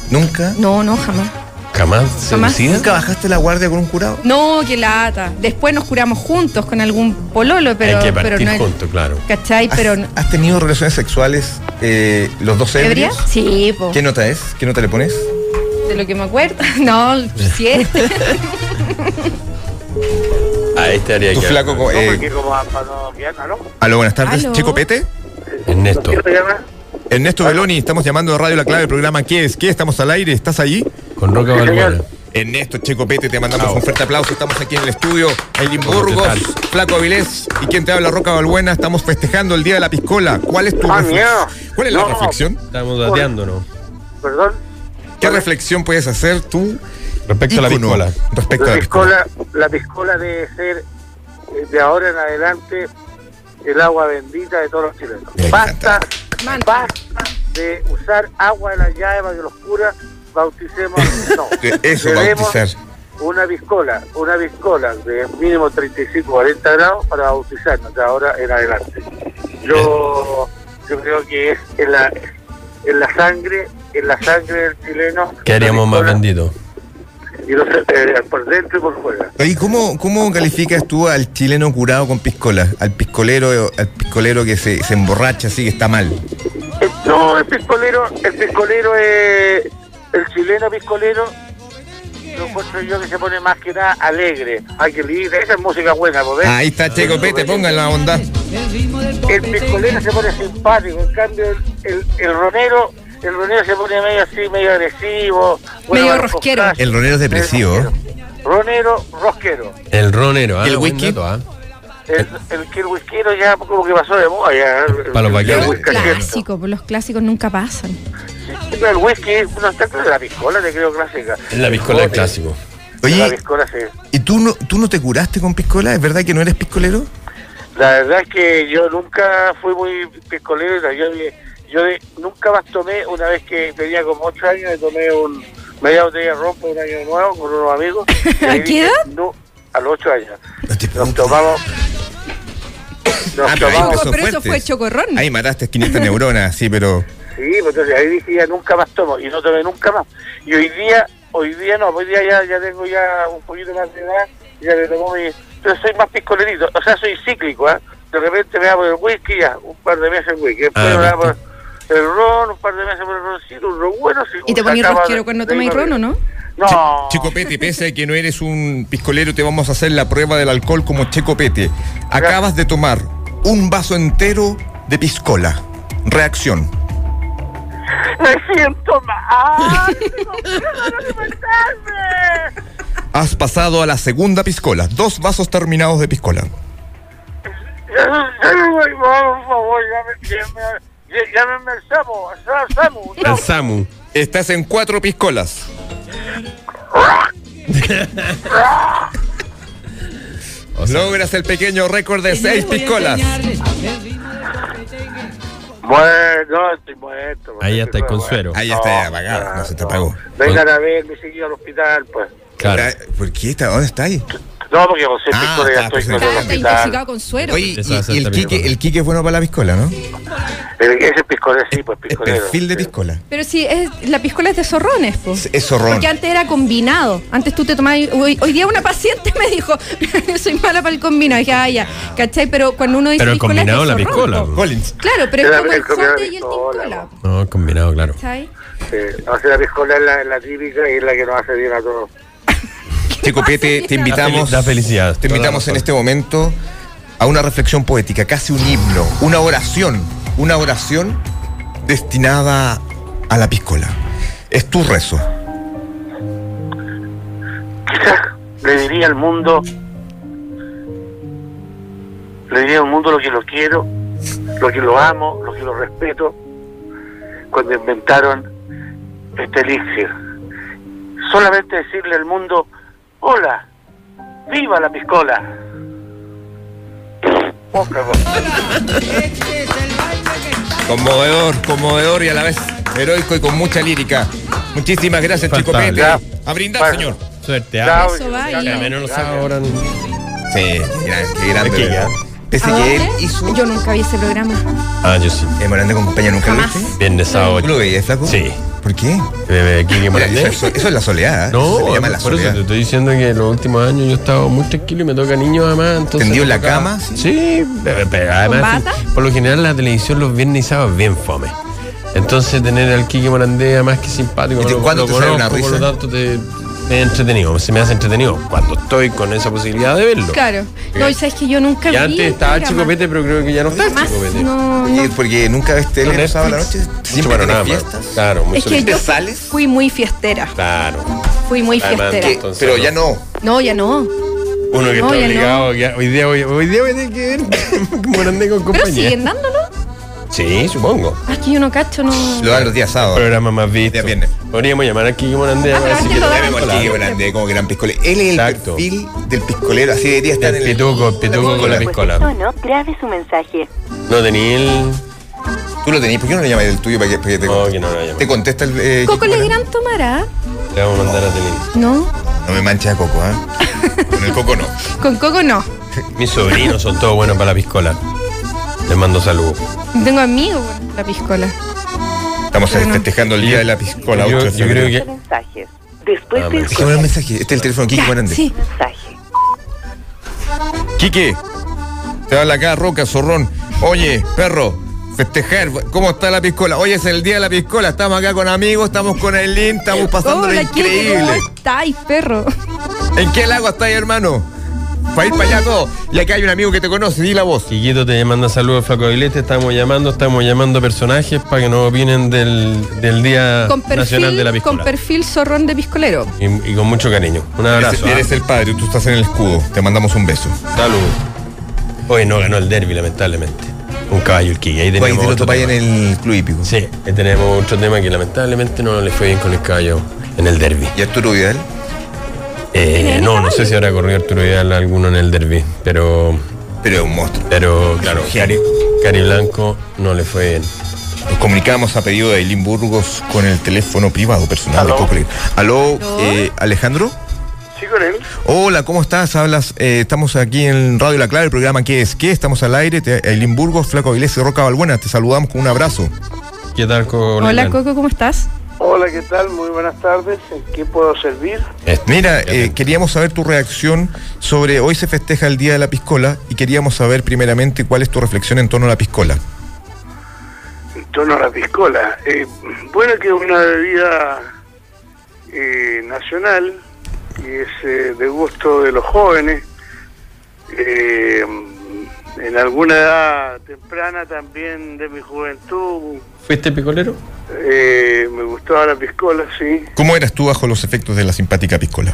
Speaker 3: ¿Nunca?
Speaker 1: no, no, jamás.
Speaker 2: Jamás
Speaker 1: Jamás.
Speaker 2: seducida.
Speaker 3: ¿Nunca bajaste la guardia con un curado?
Speaker 1: No, qué lata. Después nos curamos juntos con algún pololo, pero,
Speaker 2: Hay que
Speaker 1: pero
Speaker 2: partir
Speaker 1: no.
Speaker 2: juntos, Ah, claro.
Speaker 1: ¿Cachai?
Speaker 3: ¿Has,
Speaker 1: Pero. no-
Speaker 3: ¿Has tenido relaciones sexuales eh, los dos
Speaker 1: ¿Ebria?
Speaker 3: ebrios?
Speaker 1: Sí, po.
Speaker 3: ¿Qué nota es? ¿Qué nota le pones?
Speaker 1: De lo que me acuerdo. No, siete.
Speaker 2: A este haría
Speaker 3: Tu
Speaker 2: que.
Speaker 3: flaco. co-
Speaker 10: No,
Speaker 3: eh,
Speaker 10: porque como a- para no quedar calor.
Speaker 3: aló, buenas tardes.
Speaker 1: Aló.
Speaker 3: Chico Pete.
Speaker 2: Ernesto.
Speaker 10: ¿Quién te llama? Ah.
Speaker 3: Ernesto Beloni, estamos llamando de Radio La Clave, programa ¿Qué es? ¿Qué? ¿Estamos al aire? ¿Estás allí?
Speaker 2: Con Roca Balbuena.
Speaker 3: Ernesto Checo Pete, te mandamos un fuerte aplauso. Estamos aquí en el estudio. Aileen
Speaker 2: ¿Cómo
Speaker 3: Burgos,
Speaker 2: te
Speaker 3: Flaco Avilés y quien te habla, Roca Balbuena. Estamos festejando el Día de la Piscola. ¿Cuál es tu
Speaker 10: Ah,
Speaker 3: reflexión?
Speaker 10: miedo.
Speaker 3: ¿Cuál es la
Speaker 10: No.
Speaker 3: reflexión?
Speaker 2: Estamos dateándonos.
Speaker 10: Perdón.
Speaker 3: ¿Qué reflexión puedes hacer tú
Speaker 2: Respecto a la
Speaker 3: ícono,
Speaker 2: piscola.
Speaker 3: Respecto a
Speaker 10: La
Speaker 3: la piscola.
Speaker 10: piscola, la piscola debe ser eh, de ahora en adelante el agua bendita de todos los chilenos.
Speaker 3: Me
Speaker 10: Basta,
Speaker 1: Manta.
Speaker 10: basta de usar agua de la llave para que los curas bauticemos. No.
Speaker 3: Eh, Eso,
Speaker 10: Debemos
Speaker 3: bautizar.
Speaker 10: Una piscola, una piscola de mínimo 35, 40 grados para bautizarnos de ahora en adelante. Yo, yo creo que es en la, en la sangre, en la sangre del chileno.
Speaker 2: ¿Qué haríamos
Speaker 10: la
Speaker 2: más
Speaker 10: piscola,
Speaker 2: bendito?
Speaker 10: Y no se te- por dentro y por fuera.
Speaker 3: Oye, ¿cómo, ¿cómo calificas tú al chileno curado con piscola? Al piscolero, al piscolero que se, se emborracha así que está mal.
Speaker 10: Eh, No, el piscolero, el piscolero es el chileno piscolero. Lo encuentro yo que se pone más que nada alegre. Hay que leer, esa es música buena, ¿vos ves?
Speaker 3: Ahí está Checo Pete, pongan la bondad.
Speaker 10: El piscolero se pone simpático, en cambio el, el, el ronero, el ronero se pone medio así, medio agresivo.
Speaker 1: Medio
Speaker 10: para los
Speaker 1: rosquero.
Speaker 10: costas,
Speaker 3: El ronero es depresivo.
Speaker 10: medio rosquero. Ronero, rosquero.
Speaker 2: El ronero. ah,
Speaker 3: ¿Y el
Speaker 2: buen
Speaker 3: whisky?
Speaker 2: dato, ah.
Speaker 10: El, el que el whiskero ya como que pasó de moda. ya. El-
Speaker 2: Para los
Speaker 10: el-
Speaker 2: vaqueros.
Speaker 1: Un
Speaker 10: el whisky.
Speaker 1: clásico, pues, los clásicos nunca pasan.
Speaker 10: Pero el whisky no está claro, la piscola te creo clásica.
Speaker 2: La piscola es
Speaker 10: Joder.
Speaker 2: clásico.
Speaker 10: La
Speaker 3: Oye,
Speaker 10: piscola sí.
Speaker 3: ¿y tú no, tú no te curaste con piscola? ¿Es verdad que no eres piscolero?
Speaker 10: La verdad es que yo nunca fui muy piscolero. Yo, de- yo de- nunca más tomé, una vez que tenía como 8 años, me tomé un media botella de rompo un año nuevo con unos amigos. y ahí
Speaker 1: ¿A qué
Speaker 10: dije,
Speaker 1: edad?
Speaker 10: No, a los 8 años.
Speaker 3: No te
Speaker 10: Nos
Speaker 3: puedo
Speaker 10: tomamos
Speaker 5: Nos
Speaker 3: Ah, pero ahí
Speaker 5: tomamos-
Speaker 3: empezó
Speaker 1: pero eso
Speaker 3: fuerte.
Speaker 1: fue chocorrón.
Speaker 3: Ahí mataste 500 neuronas, sí, pero.
Speaker 5: Sí, pues entonces ahí dije ya nunca más tomo y no tomé nunca más. Y hoy día, hoy día no, hoy día ya, ya tengo ya un poquito más de edad, ya me tomo mi... Pero soy más piscolerito, o sea, soy cíclico, ¿ah? De repente me da por el whisky ya, un par de meses el whisky, después
Speaker 3: Ah,
Speaker 5: me da por
Speaker 3: ¿viste?
Speaker 5: el ron, un par de meses por el roncito, un ron bueno. Sí,
Speaker 1: Y te poní
Speaker 5: sacaba
Speaker 1: rosquero
Speaker 5: pues, de-
Speaker 1: cuando
Speaker 5: de
Speaker 1: tomáis
Speaker 5: ahí para
Speaker 1: ron, ¿o no?
Speaker 5: No,
Speaker 3: Checo Pete, pese a que no eres un piscolero, te vamos a hacer la prueba del alcohol como Checo Pete. Acabas de tomar un vaso entero de piscola. Reacción.
Speaker 5: me siento mal. no quiero alimentarme.
Speaker 3: Has pasado a la segunda piscola. Dos vasos terminados de piscola.
Speaker 5: Ay, por favor, llame- llame- llámenme al Samu, al Samu,
Speaker 2: El
Speaker 5: Samu.
Speaker 2: Samu.
Speaker 3: Estás en cuatro piscolas.
Speaker 5: Ah.
Speaker 3: Logras el pequeño récord de seis piscolas.
Speaker 5: Bueno, no, estoy muerto. pues.
Speaker 2: Ahí ya está el
Speaker 5: Bueno,
Speaker 2: consuelo.
Speaker 3: Ahí ya está apagado, no se te apagó.
Speaker 5: Vengan a verme seguido al hospital, pues.
Speaker 2: Claro.
Speaker 3: Está- ¿Por qué está? ¿Dónde está ahí?
Speaker 5: No, porque José
Speaker 3: Ah,
Speaker 5: Pico ya
Speaker 3: está,
Speaker 5: estoy
Speaker 3: pues,
Speaker 5: con el
Speaker 3: está-
Speaker 1: Está
Speaker 5: hospital.
Speaker 1: intoxicado con suero.
Speaker 3: Oye, y,
Speaker 2: Eso va a ser
Speaker 3: y el,
Speaker 2: terrible,
Speaker 3: Quique, el Quique es bueno para la piscola, ¿no?
Speaker 5: Pero Ese piscolero sí, pues
Speaker 3: El
Speaker 5: piscolero.
Speaker 3: perfil de
Speaker 5: sí.
Speaker 3: piscola.
Speaker 1: Pero sí, es, la piscola es de zorrones, po.
Speaker 3: Es- es zorrón.
Speaker 1: Porque antes era combinado. Antes tú te tomabas. Hoy, hoy día una paciente me dijo, yo soy mala para el combinado. Y dije, ah, ya, ¿cachai? Pero cuando uno dice.
Speaker 2: Pero el
Speaker 1: piscola es de
Speaker 2: combinado es la
Speaker 1: zorrón,
Speaker 2: piscola.
Speaker 1: po.
Speaker 2: po.
Speaker 3: Collins.
Speaker 1: Claro, pero es
Speaker 5: Era
Speaker 1: como
Speaker 5: el
Speaker 1: el
Speaker 5: combinado
Speaker 1: sote
Speaker 5: de
Speaker 1: y el
Speaker 5: piscola,
Speaker 1: piscola. po,
Speaker 2: No, combinado, claro.
Speaker 1: ¿Cachai?
Speaker 5: pues. Sí. No, si la piscola es la, es la típica y es la que nos hace bien a todos.
Speaker 3: Checo Pete, te invitamos.
Speaker 2: Da fel- da felicidad.
Speaker 3: Te
Speaker 2: Toda
Speaker 3: invitamos
Speaker 2: la
Speaker 3: en
Speaker 2: razón.
Speaker 3: este momento a una reflexión poética, casi un himno, una oración, una oración destinada a la piscola. Es tu rezo.
Speaker 5: Quizás le diría al mundo, le diría al mundo lo que lo quiero, lo que lo amo, lo que lo respeto, cuando inventaron este elixir. Solamente decirle al mundo, hola, viva la piscola. Poca cosa.
Speaker 3: Conmovedor, conmovedor y a la vez heroico y con mucha lírica. Muchísimas gracias, Checo
Speaker 2: Infaltable.
Speaker 3: Pete.
Speaker 5: Ya.
Speaker 3: A brindar,
Speaker 5: Bueno.
Speaker 3: señor.
Speaker 2: Suerte. ¿ah?
Speaker 5: Chao,
Speaker 1: eso va
Speaker 5: chao.
Speaker 1: ahí.
Speaker 2: Ya, menos los ahora.
Speaker 3: Sí, gran- qué grande.
Speaker 2: Aquí ya.
Speaker 3: ¿verdad? Pese
Speaker 1: ¿A
Speaker 3: Este que él
Speaker 1: dónde?
Speaker 3: hizo.
Speaker 1: Yo nunca vi ese programa.
Speaker 2: Ah, yo sí.
Speaker 3: Eh, Morandé con compañía nunca lo
Speaker 1: Jamás.
Speaker 3: viste.
Speaker 2: Viernes sábado.
Speaker 3: ¿Tú lo veías, Flaco?
Speaker 2: Sí.
Speaker 3: ¿Por qué?
Speaker 2: Bebé Kiki
Speaker 3: Mira, eso,
Speaker 2: Morandé.
Speaker 3: eso- eso es la soledad. ¿eh?
Speaker 2: No,
Speaker 3: Eso se le llama la
Speaker 2: por eso
Speaker 3: soledad.
Speaker 2: te estoy diciendo que en los últimos años yo he estado muy tranquilo y me toca niños además. Entonces
Speaker 3: ¿Tendido en
Speaker 2: me
Speaker 3: la
Speaker 2: toca-
Speaker 3: cama?
Speaker 2: Sí, pero- pero además.
Speaker 1: bata?
Speaker 2: sí, Por lo general la televisión los viernes y sábados es bien fome. Entonces tener al Kiki Morandé además que simpático.
Speaker 3: ¿Y
Speaker 2: no
Speaker 3: te-
Speaker 2: lo- lo
Speaker 3: cuándo te sale una
Speaker 2: conozco, Por
Speaker 3: risa?
Speaker 2: lo tanto te, me he entretenido, se me hace entretenido cuando estoy con esa posibilidad de verlo.
Speaker 1: Claro. No, y sabes que yo nunca
Speaker 2: Y
Speaker 1: vi.
Speaker 2: antes
Speaker 1: el
Speaker 2: estaba
Speaker 1: programa.
Speaker 2: Chico Pete, pero creo que ya no está
Speaker 1: Más,
Speaker 2: Chico Pete.
Speaker 1: no,
Speaker 3: Oye,
Speaker 1: no.
Speaker 3: porque nunca ves tele los
Speaker 2: Netflix,
Speaker 3: sábados a la noche.
Speaker 2: mucho
Speaker 3: Siempre tienes
Speaker 2: panorama.
Speaker 3: fiestas.
Speaker 2: Claro, mucho
Speaker 1: Es que
Speaker 2: fiesta.
Speaker 1: yo
Speaker 3: sales?
Speaker 1: fui muy fiestera.
Speaker 2: Claro.
Speaker 1: Fui muy
Speaker 2: Además,
Speaker 1: fiestera.
Speaker 3: Que-
Speaker 2: Entonces,
Speaker 3: pero
Speaker 2: no.
Speaker 3: ya no.
Speaker 1: No, ya no.
Speaker 2: Uno que
Speaker 1: No,
Speaker 2: está
Speaker 1: ya no.
Speaker 2: obligado. que hoy día voy, hoy día voy a tener que ver Morandé con
Speaker 1: Pero
Speaker 2: compañía.
Speaker 1: siguen dándolo.
Speaker 2: Sí, supongo.
Speaker 1: Ah, es que yo no cacho, no.
Speaker 3: Lo dan los días sábados.
Speaker 2: Programa más visto.
Speaker 3: Ya viene.
Speaker 2: Podríamos llamar a Kiki Morandé
Speaker 1: Ah,
Speaker 2: a ver
Speaker 1: pero
Speaker 2: si
Speaker 1: es que
Speaker 2: quiere-
Speaker 1: lo
Speaker 3: Ya
Speaker 1: dan.
Speaker 3: vemos al
Speaker 1: Claro.
Speaker 3: Kike Grande como gran piscolero. Él es el
Speaker 2: Exacto.
Speaker 3: perfil del piscolero. Así debería estar en
Speaker 2: El
Speaker 3: el
Speaker 2: pituco, el pituco con la
Speaker 1: Pues,
Speaker 2: piscola.
Speaker 11: Tono, grabe su mensaje.
Speaker 3: Eh,
Speaker 2: No tenía el.
Speaker 3: Tú lo tenías. ¿Por qué no le llamas el tuyo para que, para que te,
Speaker 2: No, que no lo llamo.
Speaker 3: te contesta el. eh,
Speaker 1: Coco
Speaker 3: Kike
Speaker 1: Legrand tomará.
Speaker 2: Le vamos a mandar a Tenil.
Speaker 1: ¿ah? No.
Speaker 3: Morandé? No me manches a Coco, ¿ah? Con el Coco no.
Speaker 1: Con Coco no.
Speaker 2: Mis sobrinos son todos buenos para la piscola. Les mando saludos.
Speaker 1: Tengo amigos con la piscola.
Speaker 3: Estamos
Speaker 1: Pero no.
Speaker 3: festejando el día de la piscola.
Speaker 2: Yo,
Speaker 3: 8 de
Speaker 2: yo creo
Speaker 3: febrero.
Speaker 2: que.
Speaker 11: Mensajes. Después
Speaker 2: Ah,
Speaker 11: de
Speaker 2: me-
Speaker 3: Déjame un mensaje. Este es el teléfono de Kike Grande.
Speaker 1: Sí.
Speaker 11: mensaje.
Speaker 3: Quique, te habla acá Roca Zorrón. Oye, perro, festejar, ¿cómo está la piscola? Hoy es el día de la piscola, estamos acá con amigos, estamos con el Lin, estamos pasando
Speaker 1: Hola, Kike,
Speaker 3: increíble.
Speaker 1: ¿cómo estáis, perro?
Speaker 3: ¿En qué lago estáis, hermano? Para ir para allá todo. Y acá hay un amigo que te conoce, di la voz.
Speaker 2: Quiquito te manda saludos, Flaco Avilés. Te estamos llamando, estamos llamando personajes para que nos opinen del, del Día
Speaker 1: Con
Speaker 2: Ah, Nacional de la
Speaker 1: perfil, con
Speaker 2: Piscola.
Speaker 1: perfil zorrón de piscolero.
Speaker 2: y, y con mucho cariño. Un abrazo.
Speaker 3: eres el padre, tú estás en el escudo. Te mandamos un beso.
Speaker 2: ah. Saludos. Hoy no ganó el derby, lamentablemente. Un caballo el Kiki. Ahí
Speaker 3: Oye,
Speaker 2: tenemos.
Speaker 3: te lo
Speaker 2: otro
Speaker 3: topáis en
Speaker 2: tema.
Speaker 3: el club hípico.
Speaker 2: Sí, ahí tenemos otro tema que lamentablemente no le fue bien con el caballo en el derby.
Speaker 3: ¿Y Arturo Vidal?
Speaker 2: Eh, no, no sé si habrá corrido Arturo Vidal alguno en el derby, pero,
Speaker 3: Pero es un monstruo.
Speaker 2: pero claro, Cari, Cari Blanco no le fue bien.
Speaker 3: Pues, Nos comunicamos a pedido de Eileen Burgos con el teléfono privado personal de
Speaker 5: Aló.
Speaker 3: Coco Aló,
Speaker 1: Aló.
Speaker 3: eh, Alejandro.
Speaker 5: Sí,
Speaker 12: Sí, con él.
Speaker 3: Hola, ¿cómo estás? Hablas, eh, estamos aquí en Radio La Clave, el programa ¿Qué es? ¿Qué? Estamos al aire, te, Ailín Burgos, Flaco Avilés y Roca Balbuena, te saludamos con un abrazo.
Speaker 2: ¿Qué tal con
Speaker 1: Hola Coco, ¿cómo estás?
Speaker 12: Hola, ¿qué tal? Muy buenas tardes. ¿En qué puedo servir?
Speaker 2: Este,
Speaker 3: Mira,
Speaker 2: ya
Speaker 3: eh,
Speaker 2: te-
Speaker 3: queríamos saber tu reacción sobre hoy se festeja el Día de la Piscola y queríamos saber primeramente cuál es tu reflexión en torno a la piscola.
Speaker 12: En torno a la piscola. Eh, bueno, que es una bebida eh, nacional y es eh, de gusto de los jóvenes. Eh, en alguna edad temprana también de mi juventud
Speaker 2: ¿Fuiste picolero?
Speaker 12: eh, me gustaba la piscola, sí.
Speaker 3: ¿Cómo eras tú bajo los efectos de la simpática piscola?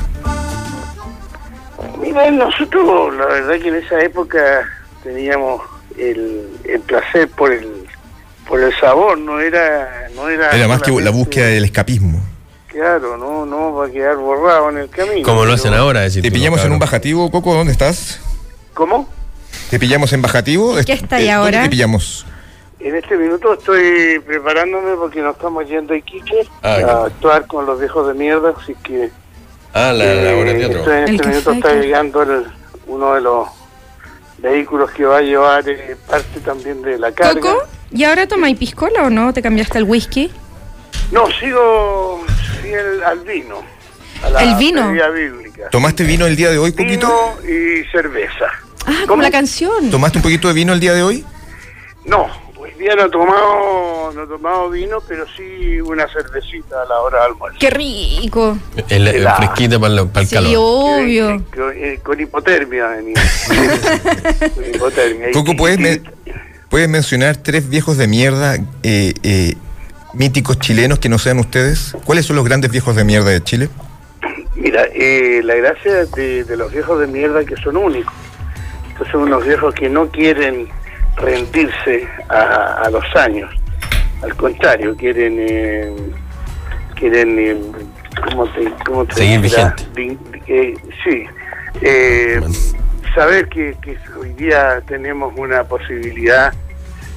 Speaker 12: Mira, nosotros la verdad que en esa época teníamos el, el placer por el por el sabor, no era no era
Speaker 3: Era más que la
Speaker 12: solamente-
Speaker 3: búsqueda del escapismo.
Speaker 12: Claro, no no va a quedar borrado en el camino.
Speaker 2: Como lo hacen
Speaker 12: Pero-
Speaker 2: ahora, decir.
Speaker 3: Te
Speaker 2: tú,
Speaker 3: pillamos en
Speaker 2: cabrón.
Speaker 3: un bajativo, Coco, ¿dónde estás?
Speaker 12: ¿Cómo?
Speaker 3: ¿Te pillamos en bajativo?
Speaker 1: qué está ahí
Speaker 3: Eh, ¿dónde
Speaker 1: ahora?
Speaker 3: te pillamos?
Speaker 12: En este minuto estoy preparándome porque nos estamos yendo a Iquique
Speaker 2: Ah,
Speaker 12: a
Speaker 2: ya.
Speaker 12: actuar con los viejos de mierda, así que
Speaker 2: Ah, la, la
Speaker 12: eh,
Speaker 2: obra de teatro.
Speaker 12: estoy en
Speaker 1: El
Speaker 12: este
Speaker 1: café,
Speaker 12: minuto está
Speaker 1: claro.
Speaker 12: llegando el- uno de los vehículos que va a llevar eh, parte también de la carga.
Speaker 1: Coco, ¿y ahora tomáis piscola o no? ¿Te cambiaste el whisky?
Speaker 12: No, sigo fiel al vino. A
Speaker 1: ¿El vino?
Speaker 12: bebida bíblica.
Speaker 3: ¿Tomaste vino el día de hoy, Coquito?
Speaker 12: Vino y cerveza.
Speaker 1: Ah, como
Speaker 12: ¿Cómo?
Speaker 1: la canción.
Speaker 3: ¿Tomaste un poquito de vino el día de hoy?
Speaker 12: No, hoy día no he tomado, no he tomado vino, pero sí una cervecita a la hora de almuerzo.
Speaker 1: Qué rico.
Speaker 2: El, el
Speaker 12: la-
Speaker 2: fresquito para, el- para el
Speaker 1: Sí,
Speaker 2: calor.
Speaker 1: obvio.
Speaker 12: Que- que- eh, con hipotermia venía. con hipotermia.
Speaker 3: Coco,
Speaker 12: Y-
Speaker 3: ¿puedes,
Speaker 12: y-
Speaker 3: me- puedes mencionar tres viejos de mierda eh, eh, míticos chilenos que no sean ustedes? ¿Cuáles son los grandes viejos de mierda de Chile?
Speaker 12: Mira, eh, la gracia de, de los viejos de mierda que son únicos. Entonces, son unos viejos que no quieren rendirse a, a los años. Al contrario, quieren. eh, quieren eh, ¿cómo te, cómo te
Speaker 2: Seguir
Speaker 12: dirá?
Speaker 2: vigente.
Speaker 12: Di- di- eh, sí. Eh, saber que, que hoy día tenemos una posibilidad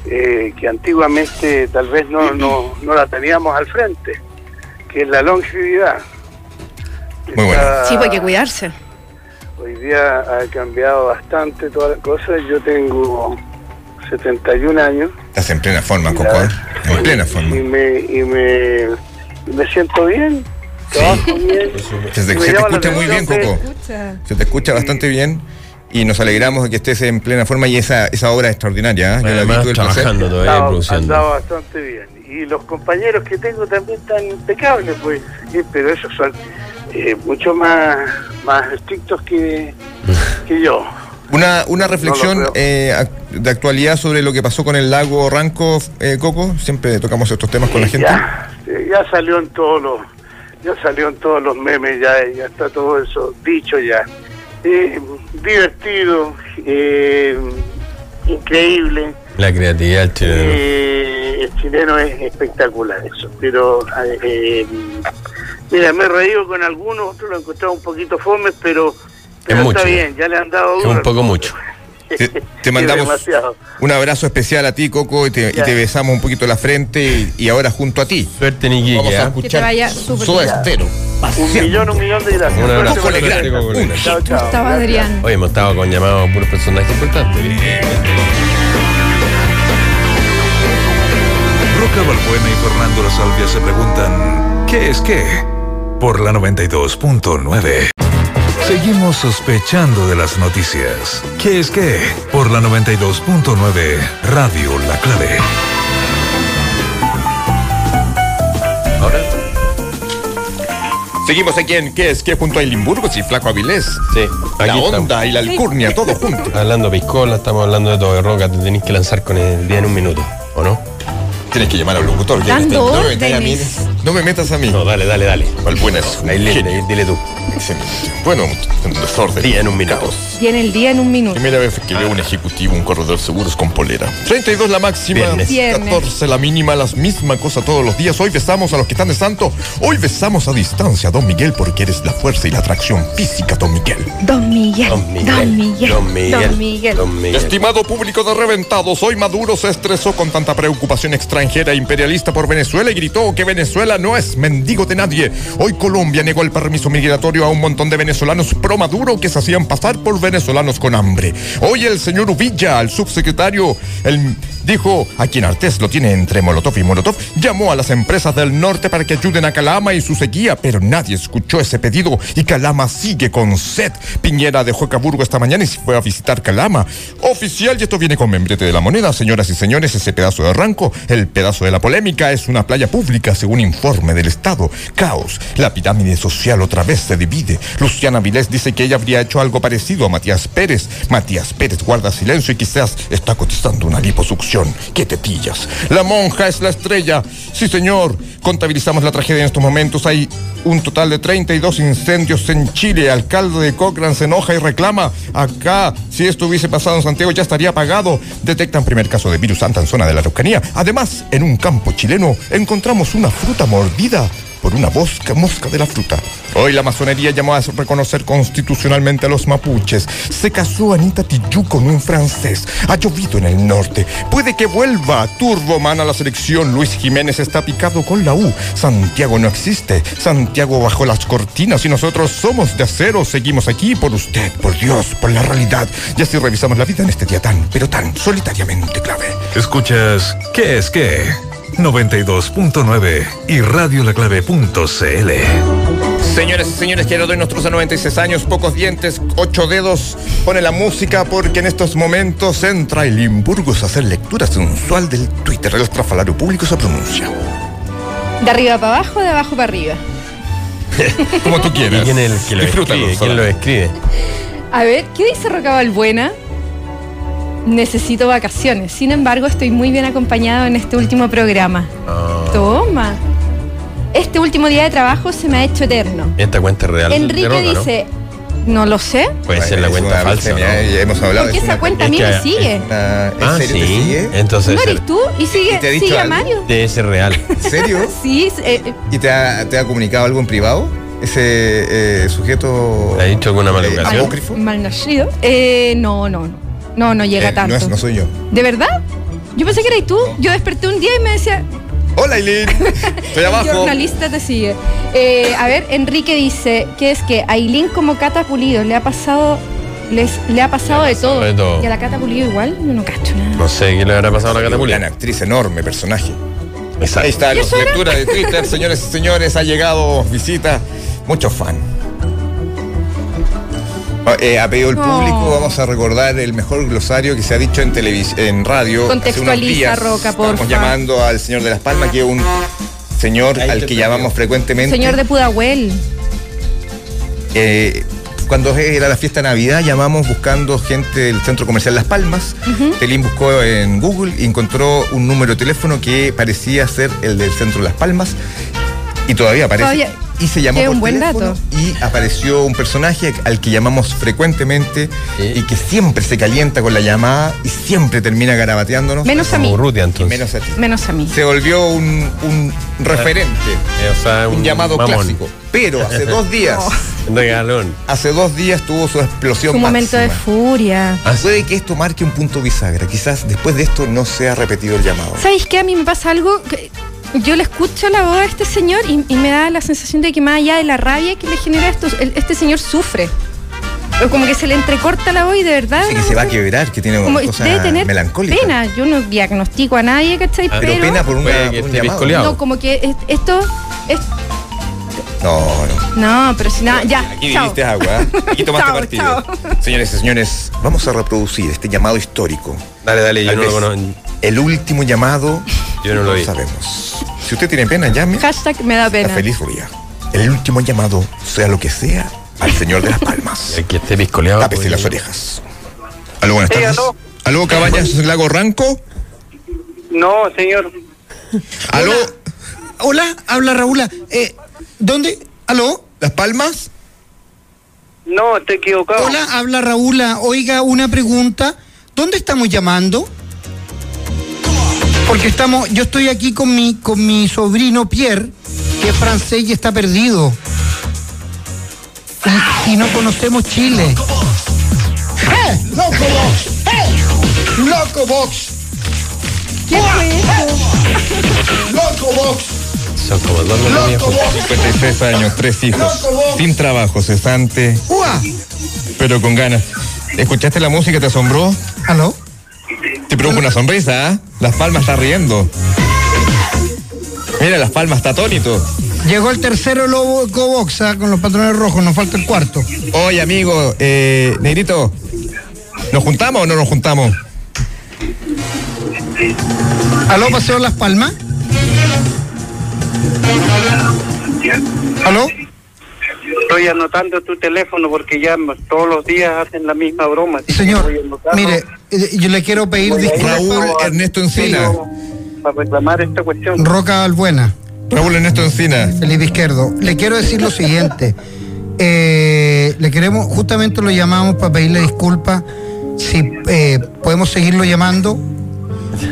Speaker 12: eh, que antiguamente tal vez no, no, no la teníamos al frente, que es la longevidad.
Speaker 3: Muy bueno.
Speaker 12: Está-
Speaker 1: Sí, pues hay que cuidarse.
Speaker 3: Ah,
Speaker 12: Hoy día ha cambiado bastante toda la cosa. Yo tengo 71 años.
Speaker 3: Estás en plena forma,
Speaker 12: y
Speaker 3: Coco.
Speaker 12: la-
Speaker 3: ¿eh? En plena forma.
Speaker 12: Y me, y me, y me siento bien. Trabajo bien.
Speaker 3: Se, se
Speaker 12: Me
Speaker 3: te
Speaker 12: llama la
Speaker 3: escucha muy bien,
Speaker 12: atención
Speaker 3: Coco. Se te escucha bastante bien y nos alegramos de que estés en plena forma y esa, esa obra es extraordinaria. ¿eh? Yo la vi,
Speaker 2: Además,
Speaker 3: tuve el placer.
Speaker 2: trabajando todavía,
Speaker 12: Andaba,
Speaker 2: produciendo.
Speaker 12: andaba bastante bien. Y los compañeros que tengo también están impecables, pues. sí, pero ellos son eh, mucho más, más estrictos que, que yo.
Speaker 3: Una, una
Speaker 12: No
Speaker 3: reflexión
Speaker 12: lo creo.
Speaker 3: eh, ac- de actualidad sobre lo que pasó con el lago Ranco, eh, Coco. Siempre tocamos estos temas con la gente.
Speaker 12: Ya, eh, ya salió en todos los, ya salió en todos los memes, ya, ya está todo eso dicho ya. Eh, divertido, eh, increíble.
Speaker 2: La creatividad del chileno.
Speaker 12: Eh, el chileno es espectacular eso. Pero eh, eh, mira, me he reído con algunos, otros lo he encontrado un poquito fomes, pero, pero
Speaker 2: mucho,
Speaker 12: está
Speaker 2: ya.
Speaker 12: bien, ya le han dado
Speaker 2: es
Speaker 12: duro.
Speaker 2: un poco mucho.
Speaker 3: Te, te mandamos
Speaker 12: demasiado.
Speaker 3: un abrazo especial a ti, Coco, y te, y
Speaker 12: Ya.
Speaker 3: te besamos un poquito la frente y, y ahora junto a ti.
Speaker 2: Suerte, Niki.
Speaker 3: Vamos a
Speaker 2: ¿eh?
Speaker 1: Que te
Speaker 3: escuchar
Speaker 1: vaya súper
Speaker 3: Soda
Speaker 1: bien.
Speaker 3: Estero.
Speaker 12: Un millón, un millón de gracias.
Speaker 2: Un abrazo.
Speaker 12: Suerte con la
Speaker 2: Suerte,
Speaker 12: carrera.
Speaker 2: Coco.
Speaker 12: Chao,
Speaker 1: Tú
Speaker 12: chao.
Speaker 1: estabas,
Speaker 12: Gracias.
Speaker 1: Adrián.
Speaker 2: Hoy hemos estado con llamados a puros personajes importantes.
Speaker 4: Roca Balbuena y Fernando La Salvia se preguntan, ¿qué es qué? Por la 92.9. Seguimos sospechando de las noticias. ¿Qué es qué? Por la 92.9, Radio La Clave.
Speaker 2: Ahora,
Speaker 3: Seguimos aquí en ¿Qué es? ¿Qué? Junto a Limburgos y Flaco Avilés.
Speaker 2: sí,
Speaker 3: la
Speaker 2: aquí
Speaker 3: onda
Speaker 2: estamos.
Speaker 3: y la alcurnia, todo junto.
Speaker 2: Hablando de piscola, estamos hablando de todo de roca. Te tenés que lanzar con el día en un minuto, ¿o no?
Speaker 3: Tienes que llamar al locutor. que
Speaker 1: Dando
Speaker 3: no, me metas a mí.
Speaker 1: órdenes.
Speaker 3: no me metas a mí.
Speaker 2: No, dale, dale, dale.
Speaker 3: Al buenas.
Speaker 2: Ahí le- ahí dile tú.
Speaker 3: Excelente. Bueno, un desorden.
Speaker 2: Día en un minuto.
Speaker 1: Viene el día en un minuto.
Speaker 3: Primera vez que veo un ejecutivo, un corredor seguros con polera. 32 la máxima,
Speaker 2: Viernes.
Speaker 1: Viernes.
Speaker 3: 14 la mínima, las misma cosa todos los días. Hoy besamos a los que están de santo, hoy besamos a distancia, don Miguel, porque eres la fuerza y la atracción física, don Miguel.
Speaker 1: Don Miguel.
Speaker 2: Don Miguel.
Speaker 1: Don Miguel. Don Miguel.
Speaker 2: Don Miguel.
Speaker 3: Estimado público de Reventados, hoy Maduro se estresó con tanta preocupación extranjera e imperialista por Venezuela y gritó que Venezuela
Speaker 13: Venezuela no es mendigo de nadie. Hoy Colombia negó el permiso migratorio a un montón de venezolanos pro Maduro que se hacían pasar por venezolanos con hambre. Hoy el señor Uvilla, el subsecretario, el- dijo a quien Artés lo tiene entre Molotov y Molotov, llamó a las empresas del norte para que ayuden a Calama y su sequía, pero nadie escuchó ese pedido y Calama sigue con sed. Piñera dejó Caburgo esta mañana y se fue a visitar Calama. Oficial, y esto viene con membrete de la moneda, señoras y señores, ese pedazo de arranco, el pedazo de la polémica, es una playa pública, según informe del Estado. Caos. La pirámide social otra vez se divide. Luciana Vilés dice que ella habría hecho algo parecido a Matías Pérez. Matías Pérez guarda silencio y quizás está cotizando una liposucción. ¡Qué tetillas! La monja es la estrella. Sí, señor. Contabilizamos la tragedia en estos momentos. Hay un total de 32 incendios en Chile. Alcalde de Cochrane se enoja y reclama. Acá, si esto hubiese pasado en Santiago, ya estaría apagado. Detectan primer caso de virus Santa en zona de la Araucanía. Además, en un campo chileno encontramos una fruta mordida por una mosca, mosca de la fruta. Hoy la masonería llamó a reconocer constitucionalmente a los mapuches. Se casó Anita Tijoux con un francés. Ha llovido en el norte. Puede que vuelva Turboman a la selección. Luis Jiménez está picado con la U. Santiago no existe. Santiago bajo las cortinas y nosotros somos de acero. Seguimos aquí por usted, por Dios, por la realidad. Y así revisamos la vida en este día tan, pero tan solitariamente clave.
Speaker 4: Escuchas ¿Qué es qué? 92.9 y radiolaclave.cl.
Speaker 13: Señores y señores, quiero doy nuestros a 96 años, pocos dientes, ocho dedos. Pone la música porque en estos momentos entra el Limburgos a hacer lectura sensual del Twitter. El estrafalario público se pronuncia.
Speaker 1: De arriba para abajo, de abajo para arriba.
Speaker 13: Como tú
Speaker 2: ¿Y
Speaker 13: quieras.
Speaker 2: quién es el que lo
Speaker 13: Disfrútalo,
Speaker 2: escribe? ¿Quién lo
Speaker 13: Solano.
Speaker 2: escribe?
Speaker 1: A ver, ¿qué dice Roca Buena? Necesito vacaciones. Sin embargo, estoy muy bien acompañado en este último programa. Ah. Toma. Este último día de trabajo se me ha hecho eterno.
Speaker 2: Esta cuenta es real.
Speaker 1: Enrique
Speaker 2: de Roca, ¿no?
Speaker 1: dice, no lo sé,
Speaker 2: Puede ser la
Speaker 3: Es
Speaker 2: cuenta
Speaker 3: una eh.
Speaker 2: falsa. ¿no?
Speaker 3: blasfemia, ya hemos hablado.
Speaker 1: porque
Speaker 3: es
Speaker 1: esa
Speaker 3: una-
Speaker 1: cuenta a
Speaker 2: es
Speaker 1: mí
Speaker 2: que-
Speaker 1: me sigue.
Speaker 3: una- ¿En
Speaker 2: Ah,
Speaker 3: serio te
Speaker 2: sí.
Speaker 3: sigue?
Speaker 2: Entonces
Speaker 1: ¿No
Speaker 2: ser-
Speaker 1: eres tú? ¿Y sigue,
Speaker 3: ¿Y te ha dicho
Speaker 1: sigue a
Speaker 3: algo?
Speaker 1: Mario?
Speaker 2: debe ser real.
Speaker 3: ¿En serio?
Speaker 1: Sí, s- eh, eh,
Speaker 3: ¿Y te ha, te ha comunicado algo en privado? ¿Ese eh, sujeto.
Speaker 2: ¿Le ha dicho alguna maleducación?
Speaker 3: apócrifo?
Speaker 1: malnacido. Eh, no, no, no. No, no llega
Speaker 3: Eh,
Speaker 1: tanto.
Speaker 3: No, es, no soy yo.
Speaker 1: ¿De verdad? Yo pensé que eras tú. Yo desperté un día y me decía,
Speaker 3: Hola, Aileen. Estoy
Speaker 1: El
Speaker 3: abajo.
Speaker 1: jornalista te sigue. Eh, a ver, Enrique dice que es que a Ailín como Cata Pulido le ha pasado, les, le ha pasado, de, todo.
Speaker 2: de todo.
Speaker 1: Y a la Cata Pulido igual, yo no cacho nada.
Speaker 2: No sé qué le habrá pasado a la
Speaker 3: Una
Speaker 2: catapulta.
Speaker 3: actriz enorme, personaje. Ahí
Speaker 2: Exacto.
Speaker 3: está, los lectura de Twitter, señores y señores, ha llegado visita, mucho fan. Ah, eh, a pedido del
Speaker 1: No.
Speaker 3: público vamos a recordar el mejor glosario que se ha dicho en televis- en radio. hace unos
Speaker 1: Contextualiza,
Speaker 3: días.
Speaker 1: Roca, porfa.
Speaker 3: Estamos llamando al señor de las Palmas, que es un señor
Speaker 2: Ahí
Speaker 3: al
Speaker 2: te
Speaker 3: que
Speaker 2: perdió.
Speaker 3: llamamos frecuentemente.
Speaker 1: Señor de Pudahuel.
Speaker 3: Eh, cuando era la fiesta de Navidad llamamos buscando gente del centro comercial Las Palmas. Telín buscó en Google y encontró un número de teléfono que parecía ser el del centro Las Palmas y todavía aparece.
Speaker 1: Todavía-
Speaker 3: y se llamó
Speaker 1: Qué
Speaker 3: por
Speaker 1: un buen
Speaker 3: teléfono
Speaker 1: dato.
Speaker 3: y apareció un personaje al que llamamos frecuentemente
Speaker 2: Sí.
Speaker 3: y que siempre se calienta con la llamada y siempre termina garabateándonos.
Speaker 1: Menos a
Speaker 2: Como
Speaker 1: mí.
Speaker 2: Urrutia, entonces.
Speaker 3: Menos a ti.
Speaker 1: Menos a mí.
Speaker 3: Se volvió un, un referente,
Speaker 2: Eh, o sea,
Speaker 3: un, llamado
Speaker 2: mamón.
Speaker 3: clásico. Pero hace dos días
Speaker 2: Un regalón.
Speaker 3: hace dos días tuvo su explosión
Speaker 1: Un momento de Ah,
Speaker 3: máxima.
Speaker 1: furia.
Speaker 3: Puede que esto marque un punto bisagra. Quizás después de esto no sea repetido el llamado.
Speaker 1: ¿Sabéis qué? A mí me pasa algo. que yo le escucho la voz a este señor y, y me da la sensación de que más allá de la rabia que le genera esto, el- este señor sufre. O Como que se le entrecorta la voz y de verdad.
Speaker 3: Así que
Speaker 1: una
Speaker 3: se va a
Speaker 1: cosa-
Speaker 3: quebrar, que tiene
Speaker 1: como
Speaker 3: una cosa
Speaker 1: debe tener
Speaker 3: melancólica.
Speaker 1: pena. Yo no diagnostico a nadie, ¿cachai?
Speaker 2: Ah,
Speaker 3: Pero, pena por, una,
Speaker 2: Puede que
Speaker 3: por un
Speaker 2: esté
Speaker 3: llamado.
Speaker 2: piscoleado.
Speaker 1: No, como que es- esto es.
Speaker 3: No, no.
Speaker 1: No, pero si nada, ya.
Speaker 3: Aquí
Speaker 1: chao.
Speaker 3: viniste agua. ¿eh? Aquí tomaste
Speaker 1: Chao,
Speaker 3: partido. Señores y señores, vamos a reproducir este llamado histórico.
Speaker 2: Dale, dale, yo
Speaker 3: Tal
Speaker 2: no, lo
Speaker 3: vez
Speaker 2: conozco.
Speaker 3: El último llamado.
Speaker 2: Yo no lo vi.
Speaker 3: sabemos. Si usted tiene pena, llame.
Speaker 1: Hashtag me da
Speaker 3: La
Speaker 1: pena.
Speaker 3: feliz día. El último llamado, sea lo que sea, al señor de las palmas.
Speaker 2: El que esté piscoleado.
Speaker 3: Tápese
Speaker 2: pues,
Speaker 3: las orejas. Aló, buenas
Speaker 5: Sí,
Speaker 3: tardes.
Speaker 5: aló.
Speaker 3: Aló, Cabañas Lago Ranco.
Speaker 5: No, señor.
Speaker 3: Aló,
Speaker 14: Hola, habla Raúl. Eh, ¿Dónde? ¿Aló?
Speaker 3: Las Palmas.
Speaker 5: No, estoy equivocado.
Speaker 14: Hola, habla Raúl. Oiga, una pregunta. ¿Dónde estamos llamando? Porque estamos, yo estoy aquí con mi, con mi sobrino Pierre, que es francés y está perdido. Y, y no conocemos Chile.
Speaker 15: ¡Eh! ¡Loco Box! ¡Eh! ¡Loco Box!
Speaker 1: ¿Qué fue eso?
Speaker 15: ¡Loco Box!
Speaker 2: Son Santo Madonna. no tenía
Speaker 15: Loco,
Speaker 2: justicia.
Speaker 13: 56 años, tres hijos, sin trabajo, cesante,
Speaker 14: ¡Ua!
Speaker 13: pero con ganas. ¿Escuchaste la música? ¿Te asombró?
Speaker 14: ¿Aló?
Speaker 13: Te provoca una sonrisa, ¿ah? Las Palmas está riendo. Mira, Las Palmas está atónito.
Speaker 14: Llegó el tercero lobo Coboxa con los patrones rojos, nos falta el cuarto.
Speaker 13: Oye, amigo, eh, Negrito, ¿nos juntamos o no nos juntamos?
Speaker 14: ¿Aló, Paseo Las Palmas? ¿Aló?
Speaker 5: Estoy anotando tu teléfono porque ya todos los días hacen la misma broma. así que estoy
Speaker 14: Señor,
Speaker 5: anotando
Speaker 14: mire, eh, yo le quiero pedir
Speaker 5: Voy a ir
Speaker 14: disculpas.
Speaker 13: Raúl Ernesto Encina.
Speaker 5: para reclamar esta cuestión.
Speaker 14: Roca Albuena.
Speaker 13: Raúl Ernesto Encina.
Speaker 14: Felipe Izquierdo, le quiero decir lo siguiente. Eh, le queremos, justamente lo llamamos para pedirle disculpas. Si eh, podemos seguirlo llamando,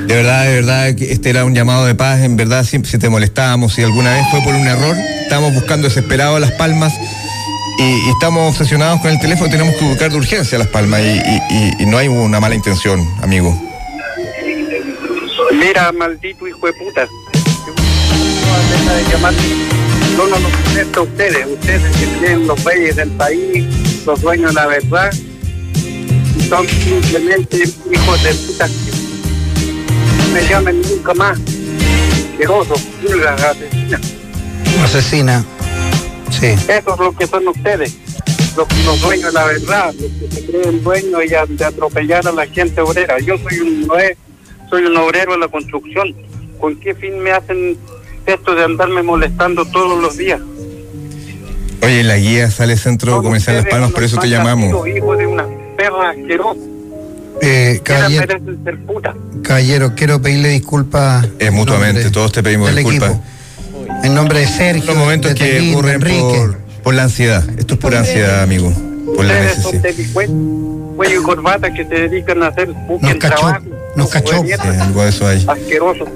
Speaker 3: De verdad, de verdad, que este era un llamado de paz. En verdad, si, si te molestábamos, si alguna vez fue por un error, estábamos buscando desesperado a Las Palmas y, y estamos obsesionados con el teléfono. Tenemos que buscar de urgencia a Las Palmas y, y- y- y no hay una mala intención, amigo.
Speaker 5: Mira, maldito hijo de puta. Deja de llamar. Yo no los contesto a ustedes. Ustedes que tienen los reyes del país, los dueños de la verdad, son simplemente hijos de puta. que Me llamen nunca más. Quejoso, vulgar, asesina.
Speaker 14: asesina. Sí.
Speaker 5: Eso es lo que son ustedes. Los, los dueños de la verdad, los que se creen dueños y a- de atropellar a la gente obrera. Yo soy un oe- soy un obrero de la construcción. ¿Con qué fin me hacen esto de andarme molestando todos los días?
Speaker 3: Oye, en la guía sale Centro
Speaker 5: Son
Speaker 3: Comercial Las
Speaker 5: ustedes
Speaker 3: Palmas,
Speaker 5: unos
Speaker 3: por eso te
Speaker 5: mal
Speaker 3: llamamos.
Speaker 5: nacidos, hijos de una perra asquerosa.
Speaker 14: Eh,
Speaker 5: Ustedes
Speaker 14: caballero,
Speaker 5: merecen ser putas.
Speaker 14: caballero, quiero pedirle disculpas.
Speaker 3: Es mutuamente, todos te pedimos
Speaker 14: del
Speaker 3: disculpas.
Speaker 14: equipo. En nombre de Sergio,
Speaker 3: Son los momentos
Speaker 14: de
Speaker 3: que
Speaker 14: Telín, de
Speaker 3: ocurren
Speaker 14: Enrique.
Speaker 3: por, por la ansiedad. Esto es por ansiedad, amigo. Por la
Speaker 5: Ustedes son
Speaker 3: necesidad.
Speaker 5: delincuentes, cuello y corbata que se dedican a hacer
Speaker 14: Nos
Speaker 5: busquen
Speaker 14: cachó,
Speaker 5: trabajo.
Speaker 14: nos cachó.
Speaker 5: de
Speaker 3: Sí,
Speaker 5: mierda,
Speaker 3: algo de eso hay.
Speaker 5: Asquerosos,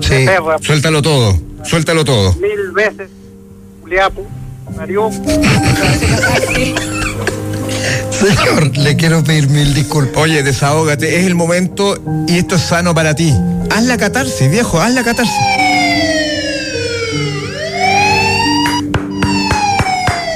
Speaker 14: Sí.
Speaker 5: perra,
Speaker 3: Suéltalo todo, suéltalo todo.
Speaker 5: mil veces. Juliapo, Mario.
Speaker 14: Señor, le quiero pedir mil disculpas.
Speaker 3: Oye, desahógate, es el momento y esto es sano para ti. Haz la catarsis, viejo, haz la catarsis.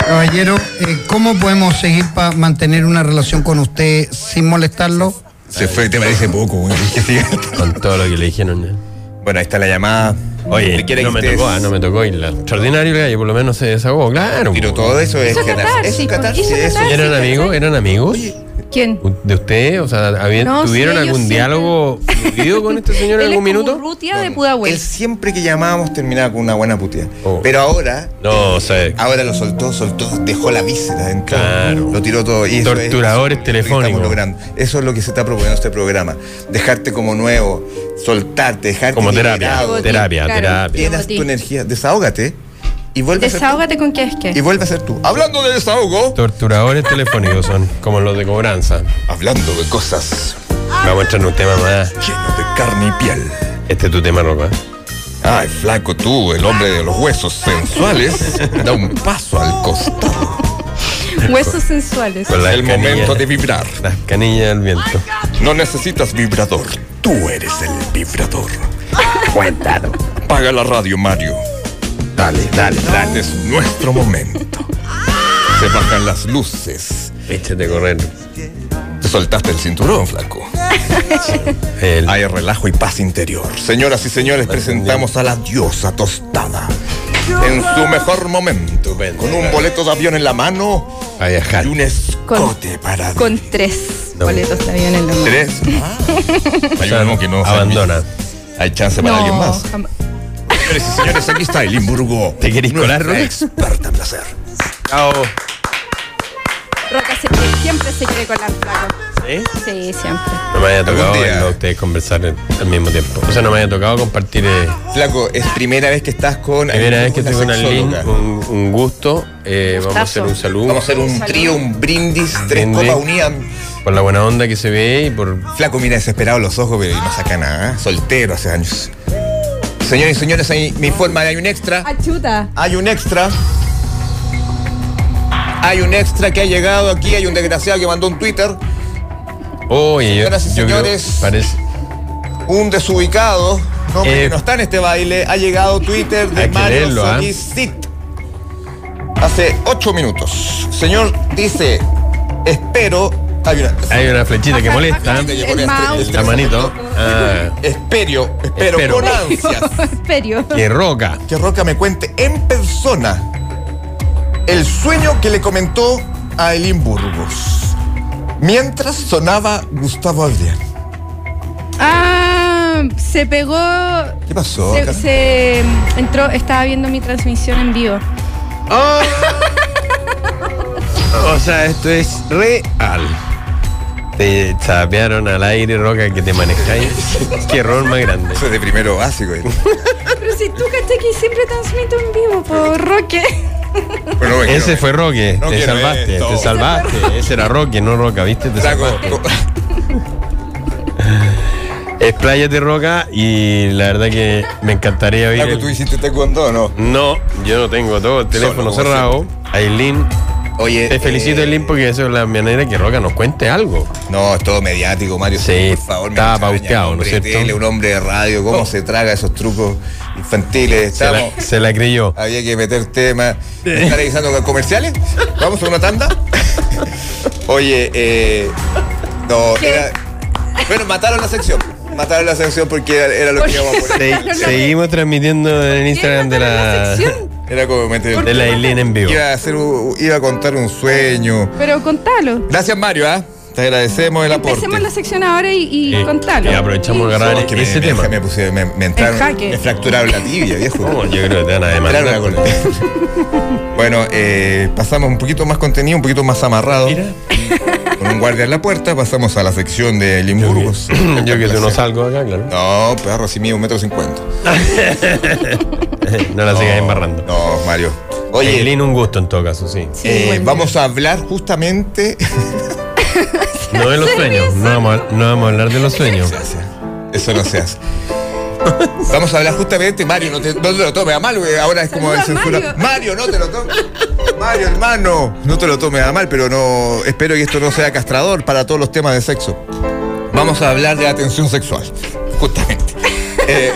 Speaker 14: Caballero, eh, ¿cómo podemos seguir para mantener una relación con usted sin molestarlo?
Speaker 3: Se fue, te parece poco, güey. Que siga.
Speaker 2: Con todo lo que le dijeron. ¿eh?
Speaker 3: Bueno, ahí está la llamada.
Speaker 2: Oye,
Speaker 3: ¿Le quiere
Speaker 2: no
Speaker 3: que
Speaker 2: me
Speaker 3: ustedes-
Speaker 2: tocó, ah, no me tocó. Y la extraordinario gallo por lo menos se desahogó, claro.
Speaker 3: Pero
Speaker 2: po.
Speaker 3: todo eso es
Speaker 1: Hizo catarsis,
Speaker 3: Es
Speaker 1: po,
Speaker 3: catarsis,
Speaker 1: hizo
Speaker 3: eso.
Speaker 1: catarsis.
Speaker 2: ¿Eran amigos? ¿Eran amigos?
Speaker 1: ¿Quién?
Speaker 2: ¿De usted? O sea, ¿habían-
Speaker 1: No,
Speaker 2: ¿tuvieron
Speaker 1: sí, yo
Speaker 2: algún
Speaker 1: siempre-
Speaker 2: diálogo fluido con este señor en
Speaker 1: Él es
Speaker 2: algún
Speaker 1: como
Speaker 2: minuto?
Speaker 1: Urrutia de Pudahuel.
Speaker 3: Él siempre que llamábamos terminaba con una buena puteada.
Speaker 2: Oh.
Speaker 3: Pero ahora,
Speaker 2: No, o sea,
Speaker 3: ahora lo soltó, soltó, dejó la víscera, entró,
Speaker 2: Claro.
Speaker 3: lo tiró todo. Y eso es-
Speaker 2: Torturadores
Speaker 3: eso es lo que estamos
Speaker 2: telefónicos.
Speaker 3: logrando. Eso es lo que se está proponiendo este programa. Dejarte como nuevo, soltarte, dejarte
Speaker 2: como terapia,
Speaker 3: liberado.
Speaker 2: terapia,
Speaker 1: Claro.
Speaker 2: terapia.
Speaker 3: Llenas
Speaker 1: Como ti.
Speaker 3: tu energía, desahógate y vuelve a ser tú.
Speaker 1: Desahógate con qué es
Speaker 3: Y
Speaker 1: que.
Speaker 3: vuelve a ser tú. Hablando de desahogo.
Speaker 2: Torturadores telefónicos son, como los de cobranza.
Speaker 3: Hablando de cosas
Speaker 2: Vamos a entrar en un tema más.
Speaker 3: llenas de carne y piel.
Speaker 2: Este es tu tema, Roca.
Speaker 3: Ay, flaco tú, el hombre de los huesos sensuales, da un paso al costado.
Speaker 1: Huesos sensuales.
Speaker 2: Con las
Speaker 3: El
Speaker 2: canillas-
Speaker 3: momento de vibrar.
Speaker 2: Las canillas del viento.
Speaker 3: No necesitas vibrador. Tú eres el vibrador. Cuéntalo. Paga la radio, Mario. Dale, dale, dale. Es nuestro momento. Se bajan las luces.
Speaker 2: Échate a correr.
Speaker 3: Te soltaste el cinturón, flaco.
Speaker 2: El-
Speaker 3: Hay relajo y paz interior. Señoras y señores, presentamos a la diosa tostada. En su mejor momento.
Speaker 2: Estupendo,
Speaker 3: Con un
Speaker 2: claro.
Speaker 3: boleto de avión en la mano.
Speaker 2: a viajar.
Speaker 3: Y un escote para
Speaker 1: Con tres
Speaker 2: No.
Speaker 1: boletos de avión en la mano.
Speaker 3: tres. Ah.
Speaker 2: O
Speaker 3: Hay
Speaker 2: sea,
Speaker 3: uno que no se
Speaker 2: abandona.
Speaker 3: Hay chance para alguien más.
Speaker 1: jamás.
Speaker 3: Señores y señores, aquí está el Limburgo.
Speaker 2: ¿Te querés
Speaker 3: Nuestra
Speaker 2: colar, Rubén?
Speaker 3: experta en placer.
Speaker 2: Chao.
Speaker 1: Roca se cree- siempre se cree con las placas.
Speaker 2: ¿Sí?
Speaker 1: Sí, siempre.
Speaker 2: No me había tocado
Speaker 3: día.
Speaker 2: verlo a ustedes conversar en- al mismo tiempo. O sea, no me había tocado compartir. eh,
Speaker 3: Flaco, es primera vez que estás con.
Speaker 2: primera vez que estoy con Aline,
Speaker 3: sexóloga.
Speaker 2: un, un gusto. Eh, vamos a hacer un
Speaker 1: Gustazo.
Speaker 2: saludo.
Speaker 3: Vamos a hacer un
Speaker 1: Salud.
Speaker 3: trío, un brindis, tres
Speaker 2: Brindis.
Speaker 3: copas unidas.
Speaker 2: Por la buena onda que se ve y por.
Speaker 3: Flaco, mira desesperado los ojos, pero no saca nada. ¿eh? Soltero hace años. Señores y señores, ahí me informan, hay un extra.
Speaker 1: Ah, Achuta.
Speaker 3: Hay un extra. Hay un extra que ha llegado aquí. Hay un desgraciado que mandó un Twitter.
Speaker 2: Oye, yo,
Speaker 3: Señoras y
Speaker 2: yo creo-
Speaker 3: señores.
Speaker 2: parece,
Speaker 3: Un desubicado No, porque no está en este baile. Ha llegado Twitter de
Speaker 2: Eh, Hay que
Speaker 3: Mario
Speaker 2: leerlo, ¿ah?
Speaker 3: Solicit. Hace ocho minutos. Señor dice, espero. Hay una.
Speaker 2: Hay una flechita que
Speaker 1: Ajá,
Speaker 2: molesta.
Speaker 1: ajá,
Speaker 3: Te
Speaker 1: el
Speaker 3: llegó la estre-
Speaker 1: mouse.
Speaker 3: estrella.
Speaker 2: La manito. Ah,
Speaker 3: Espero, espero,
Speaker 2: Espero.
Speaker 3: con ansias
Speaker 1: Esperio.
Speaker 2: que roca.
Speaker 3: que Roca me cuente en persona el sueño que le comentó a Elin Burgos mientras sonaba Gustavo Adrián.
Speaker 1: Ah, se pegó.
Speaker 3: ¿Qué pasó?
Speaker 1: Se,
Speaker 3: Carmen?
Speaker 1: se mm, entró, estaba viendo mi transmisión en vivo.
Speaker 3: Ah.
Speaker 2: O sea, esto es real. Te chapearon al aire, Roca, que te manejáis. Qué error más grande.
Speaker 3: Eso es de primero básico. eh.
Speaker 1: Pero si tú caché que siempre transmito en vivo, por Roque.
Speaker 3: Bueno, bueno,
Speaker 2: Ese fue Roque,
Speaker 3: No
Speaker 2: te
Speaker 3: quiero
Speaker 2: salvaste,
Speaker 3: esto.
Speaker 2: te salvaste. Ese era Roque, no Roca, ¿viste? Te
Speaker 3: Saco-
Speaker 2: salvaste. Expláyate, Roca, y la verdad que me encantaría oír.
Speaker 3: Saco,
Speaker 2: el-
Speaker 3: Ah, pues ¿Tú hiciste taekwondo o no?
Speaker 2: No, yo no tengo todo el teléfono
Speaker 3: como
Speaker 2: cerrado. Aileen,
Speaker 3: Oye,
Speaker 2: te felicito,
Speaker 3: eh,
Speaker 2: Aileen, porque esa es la manera que Roca nos cuente algo.
Speaker 3: No, es todo mediático, Mario.
Speaker 2: Sí,
Speaker 3: por
Speaker 2: estaba
Speaker 3: favor, Miguel Chaveña,
Speaker 2: pauteado,
Speaker 3: un
Speaker 2: ¿no es
Speaker 3: hombre de
Speaker 2: cierto?
Speaker 3: tele, un hombre de radio, cómo
Speaker 2: Oh.
Speaker 3: se traga esos trucos infantiles.
Speaker 2: Se
Speaker 3: Estamos,
Speaker 2: la, se la creyó.
Speaker 3: Había que meter temas. ¿Me ¿Está revisando con comerciales? ¿Vamos a una tanda? Oye, eh, no,
Speaker 1: ¿Qué?
Speaker 3: era- Bueno, mataron la sección. Mataron la sección porque era, era lo que
Speaker 1: Porque
Speaker 3: íbamos a poner.
Speaker 2: Se-
Speaker 1: Claro, no.
Speaker 2: seguimos transmitiendo en Instagram de la,
Speaker 1: sección?
Speaker 3: Era como meter.
Speaker 2: de la Aileen en vivo.
Speaker 3: Iba a, hacer, un- iba a contar un sueño.
Speaker 1: Pero contalo.
Speaker 3: Gracias, Mario, ¿ah? Te agradecemos el aporte.
Speaker 1: Empecemos la sección ahora y, y
Speaker 3: Eh,
Speaker 2: Y-
Speaker 1: contalo.
Speaker 2: y aprovechamos de
Speaker 3: No,
Speaker 2: agarrar
Speaker 3: es que me-
Speaker 2: ese
Speaker 3: me-
Speaker 2: tema.
Speaker 3: Me, puse- me- me entraron.
Speaker 1: jaque.
Speaker 3: Me fracturaron la tibia, viejo.
Speaker 2: No, yo creo que te van a demandar.
Speaker 3: Entraron a golpe. bueno, eh, pasamos un poquito más contenido, un poquito más amarrado.
Speaker 2: Mira.
Speaker 3: Con un guardia en la puerta, pasamos a la sección de Limburgos.
Speaker 2: Yo que tú no salgo acá, claro.
Speaker 3: No, perro, si mide un metro cincuenta.
Speaker 2: No la sigas embarrando.
Speaker 3: No, Mario.
Speaker 2: Oye,
Speaker 3: Oye,
Speaker 2: un gusto en todo caso, sí.
Speaker 1: Sí,
Speaker 3: eh,
Speaker 1: bueno.
Speaker 3: vamos a hablar justamente.
Speaker 2: No de los sueños, no vamos, a, no vamos a hablar de los sueños.
Speaker 3: Eso no se hace. Vamos a hablar justamente, Mario, no te, no te lo tomes a mal, güey, ahora es como el
Speaker 1: Saluda a
Speaker 3: censura. Mario, no te lo tomes. Mario, hermano, no te lo tomes a mal, pero no espero que esto no sea castrador para todos los temas de sexo. Vamos a hablar de la tensión sexual, justamente. Eh,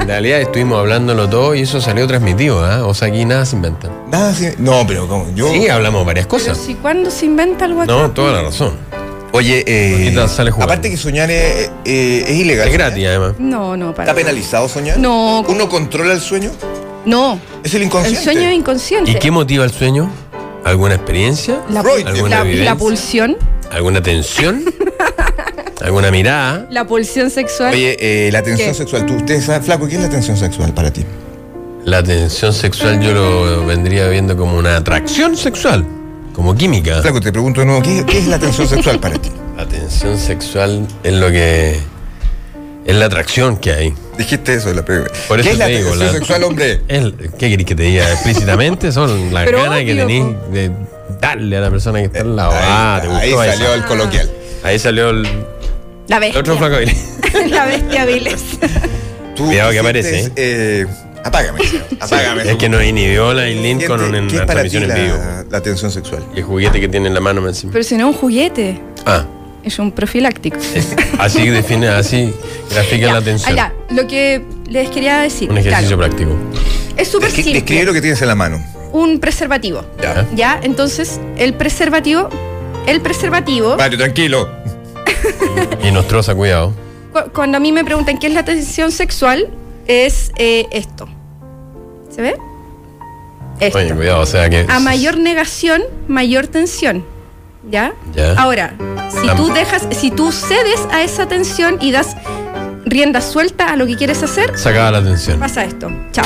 Speaker 2: En realidad estuvimos hablándolo todo y eso salió transmitido, ¿ah? O sea, aquí nada se inventa.
Speaker 3: nada, se- no, pero como yo.
Speaker 2: Sí, hablamos varias
Speaker 1: Pero
Speaker 2: cosas.
Speaker 1: si cuando se inventa algo
Speaker 2: No, toda la razón.
Speaker 3: Oye, eh,
Speaker 2: Ahorita sale jugando.
Speaker 3: aparte que soñar es, eh, es ilegal.
Speaker 2: Es gratis, además.
Speaker 1: No, no, para.
Speaker 3: ¿Está penalizado soñar?
Speaker 1: No.
Speaker 3: ¿Uno controla el sueño?
Speaker 1: No.
Speaker 3: Es el
Speaker 1: El
Speaker 3: inconsciente.
Speaker 1: sueño es inconsciente.
Speaker 2: ¿Y qué motiva el sueño? ¿Alguna experiencia?
Speaker 1: La,
Speaker 3: Freud,
Speaker 1: la-
Speaker 2: ¿Alguna
Speaker 1: la
Speaker 2: evidencia?
Speaker 1: pulsión,
Speaker 2: ¿Alguna tensión? ¿Alguna mirada?
Speaker 1: la pulsión sexual.
Speaker 3: Oye, eh, la tensión
Speaker 1: ¿Qué?
Speaker 3: sexual, tú, ustedes saben, Flaco, ¿qué es la tensión sexual para ti?
Speaker 2: La tensión sexual yo lo vendría viendo como una atracción sexual, como química.
Speaker 3: Flaco, te pregunto de nuevo, ¿qué, qué es la tensión sexual para ti?
Speaker 2: La tensión sexual es lo que. es la atracción que hay.
Speaker 3: Dijiste eso en la primera.
Speaker 2: Por eso
Speaker 3: ¿Qué es la
Speaker 2: te digo,
Speaker 3: tensión
Speaker 2: la-
Speaker 3: sexual, hombre?
Speaker 2: Es- ¿Qué querés que te diga explícitamente? Son las
Speaker 1: Pero
Speaker 2: ganas que
Speaker 1: obvio,
Speaker 2: tenés de darle a la persona que está al lado. ah, te
Speaker 3: ahí
Speaker 2: gustó esa.
Speaker 3: salió el coloquial.
Speaker 2: Ahí salió el,
Speaker 1: la
Speaker 2: el
Speaker 1: bestia.
Speaker 2: otro flaco.
Speaker 1: la bestia Viles.
Speaker 3: Tú
Speaker 2: Cuidado que
Speaker 3: sientes,
Speaker 2: aparece,
Speaker 3: eh, apágame, apágame.
Speaker 2: es que nos inhibió la Aileen con una,
Speaker 3: ¿Qué
Speaker 2: una
Speaker 3: es para ti
Speaker 2: transmisión en vivo.
Speaker 3: la, la tensión sexual?
Speaker 2: Y el juguete que tiene en la mano me encima.
Speaker 1: Pero si no es un juguete,
Speaker 2: Ah,
Speaker 1: es un profiláctico.
Speaker 2: es- así define, así grafica
Speaker 1: Ya,
Speaker 2: la tensión.
Speaker 1: allá, lo que les quería decir.
Speaker 2: Un ejercicio
Speaker 1: claro,
Speaker 2: práctico.
Speaker 1: es súper
Speaker 3: Descri-
Speaker 1: simple.
Speaker 3: describe lo que tienes en la mano.
Speaker 1: Un preservativo.
Speaker 3: Ya.
Speaker 1: Ya, entonces, el preservativo. El preservativo.
Speaker 3: Mario, tranquilo.
Speaker 2: Y nos troza, cuidado.
Speaker 1: Cu- Cuando a mí me preguntan qué es la tensión sexual, es eh, esto. ¿Se ve? Esto.
Speaker 2: Oye, cuidado, o sea que.
Speaker 1: A mayor negación, mayor tensión. ¿Ya?
Speaker 2: Ya.
Speaker 1: Ahora, si
Speaker 2: Am-
Speaker 1: tú dejas, si tú cedes a esa tensión y das rienda suelta a lo que quieres hacer,
Speaker 2: Sacaba la tensión.
Speaker 1: pasa esto. Chao.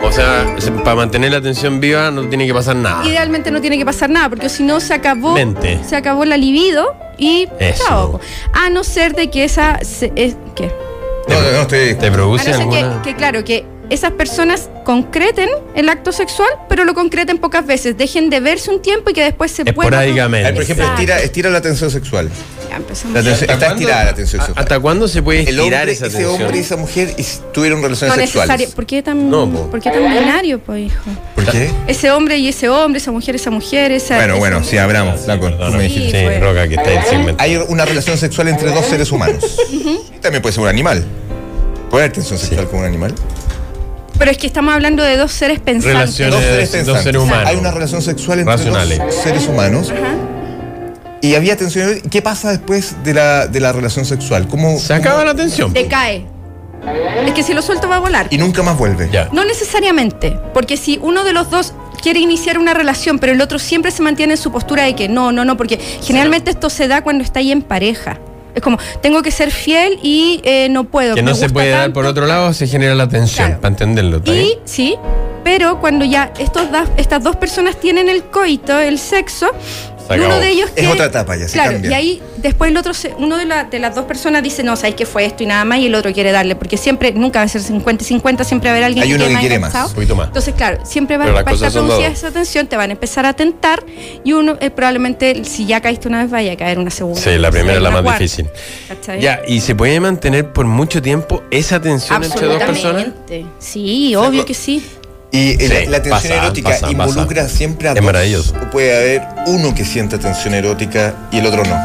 Speaker 2: O sea, se- para mantener la atención viva no tiene que pasar nada.
Speaker 1: Idealmente no tiene que pasar nada, porque si no se acabó,
Speaker 2: Ah. Mente.
Speaker 1: se acabó la libido y
Speaker 2: Eso.
Speaker 1: chao. A no ser de que esa se- es, ¿qué?
Speaker 3: No, no, no estoy.
Speaker 2: ¿Te
Speaker 1: A no
Speaker 2: produce
Speaker 1: ser
Speaker 2: alguna?
Speaker 1: que, que, claro, que esas personas concreten el acto sexual, pero lo concreten pocas veces. Dejen de verse un tiempo y que después se vuelvan a-
Speaker 2: Esporádicamente.
Speaker 3: Ay, por ejemplo,
Speaker 1: Exacto.
Speaker 3: estira, estira la tensión sexual.
Speaker 1: Ya, empezamos.
Speaker 3: La tensión-
Speaker 2: ¿Hasta
Speaker 3: está
Speaker 2: cuándo-
Speaker 3: estirada la tensión
Speaker 2: a-
Speaker 3: sexual.
Speaker 2: ¿Hasta cuándo se puede
Speaker 3: El
Speaker 2: estirar
Speaker 3: hombre,
Speaker 2: esa
Speaker 3: ese
Speaker 2: tensión?
Speaker 3: hombre y esa mujer y tuvieron relaciones
Speaker 1: No necesario.
Speaker 3: sexuales.
Speaker 1: ¿Por qué tan,
Speaker 2: No, po.
Speaker 1: ¿por qué tan binario, pues? po, hijo?
Speaker 3: ¿Por qué?
Speaker 1: Ese hombre y ese hombre, esa mujer, esa mujer, esa.
Speaker 3: Bueno,
Speaker 1: esa-
Speaker 3: bueno, sí, abramos, Flaco. tú
Speaker 2: Perdona,
Speaker 3: me
Speaker 2: sí,
Speaker 3: dijiste.
Speaker 1: pues.
Speaker 2: Roca, que está en segmento.
Speaker 3: Hay una relación sexual entre dos seres humanos. Y También puede ser un animal. ¿Puede haber tensión sexual con un animal?
Speaker 1: Pero es que estamos hablando de dos seres pensantes.
Speaker 2: Relaciones,
Speaker 3: Dos seres
Speaker 2: dos
Speaker 3: pensantes.
Speaker 2: seres humanos.
Speaker 3: Hay una relación sexual entre
Speaker 2: Racionales.
Speaker 3: dos seres humanos.
Speaker 1: Ajá.
Speaker 3: Y había tensión. ¿Qué pasa después de la, de la relación sexual? ¿Cómo,
Speaker 2: Se acaba la tensión.
Speaker 1: Decae. Es que si lo suelto va a volar.
Speaker 3: Y nunca más vuelve.
Speaker 2: Ya.
Speaker 1: No necesariamente, porque si uno de los dos quiere iniciar una relación, pero el otro siempre se mantiene en su postura de que no, no, no, porque generalmente esto se da cuando está ahí en pareja. Es como, tengo que ser fiel y eh, no puedo.
Speaker 2: Que
Speaker 1: me
Speaker 2: no se
Speaker 1: gusta
Speaker 2: puede dar por
Speaker 1: tanto.
Speaker 2: otro lado, se genera la tensión,
Speaker 1: Claro.
Speaker 2: para entenderlo. ¿está
Speaker 1: Y
Speaker 2: bien?
Speaker 1: sí, pero cuando ya estos da- estas dos personas tienen el coito, el sexo,
Speaker 2: Se acabó.
Speaker 1: uno de ellos
Speaker 3: Es
Speaker 1: que-
Speaker 3: otra etapa, ya se
Speaker 1: claro,
Speaker 3: cambia.
Speaker 1: Y ahí después el otro, se- uno de, la- de las dos personas dice, no, sabéis que fue esto y nada más, y el otro quiere darle, porque siempre, nunca va a ser 50 y 50, siempre va a haber alguien
Speaker 3: Hay uno que
Speaker 1: más
Speaker 3: quiere más,
Speaker 1: enganchado.
Speaker 2: un poquito más.
Speaker 1: Entonces, claro, siempre va,
Speaker 2: Pero
Speaker 1: va a
Speaker 2: las
Speaker 1: estar
Speaker 2: cosas son
Speaker 1: producida
Speaker 2: dos.
Speaker 1: esa tensión, te van a empezar a tentar, y uno eh, probablemente, si ya caíste una vez, vaya a caer una segunda.
Speaker 2: Sí, la primera es la
Speaker 1: una
Speaker 2: más
Speaker 1: cuarta,
Speaker 2: difícil.
Speaker 1: ¿cachai?
Speaker 2: Ya, y se puede mantener por mucho tiempo esa tensión entre dos personas.
Speaker 1: Absolutamente. Sí, obvio que sí.
Speaker 3: Y eh,
Speaker 2: Sí,
Speaker 3: la, la tensión
Speaker 2: pasa,
Speaker 3: erótica
Speaker 2: pasa,
Speaker 3: involucra
Speaker 2: pasa.
Speaker 3: siempre a
Speaker 2: Es
Speaker 3: dos.
Speaker 2: maravilloso.
Speaker 3: O puede haber uno que sienta tensión erótica y el otro no.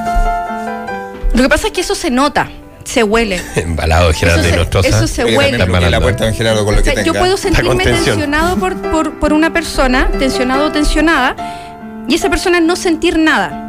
Speaker 1: Lo que pasa es que eso se nota, se huele.
Speaker 2: Embalado, Gerardo
Speaker 1: Eso se-
Speaker 2: Nostrosa.
Speaker 1: eso se
Speaker 3: Porque
Speaker 1: huele.
Speaker 3: también bloquea la puerta en Gerardo con lo
Speaker 1: O
Speaker 3: que
Speaker 1: sea, yo
Speaker 3: tenga.
Speaker 1: puedo sentirme
Speaker 2: contención.
Speaker 1: tensionado por, por, por una persona, tensionado o tensionada, y esa persona no sentir nada.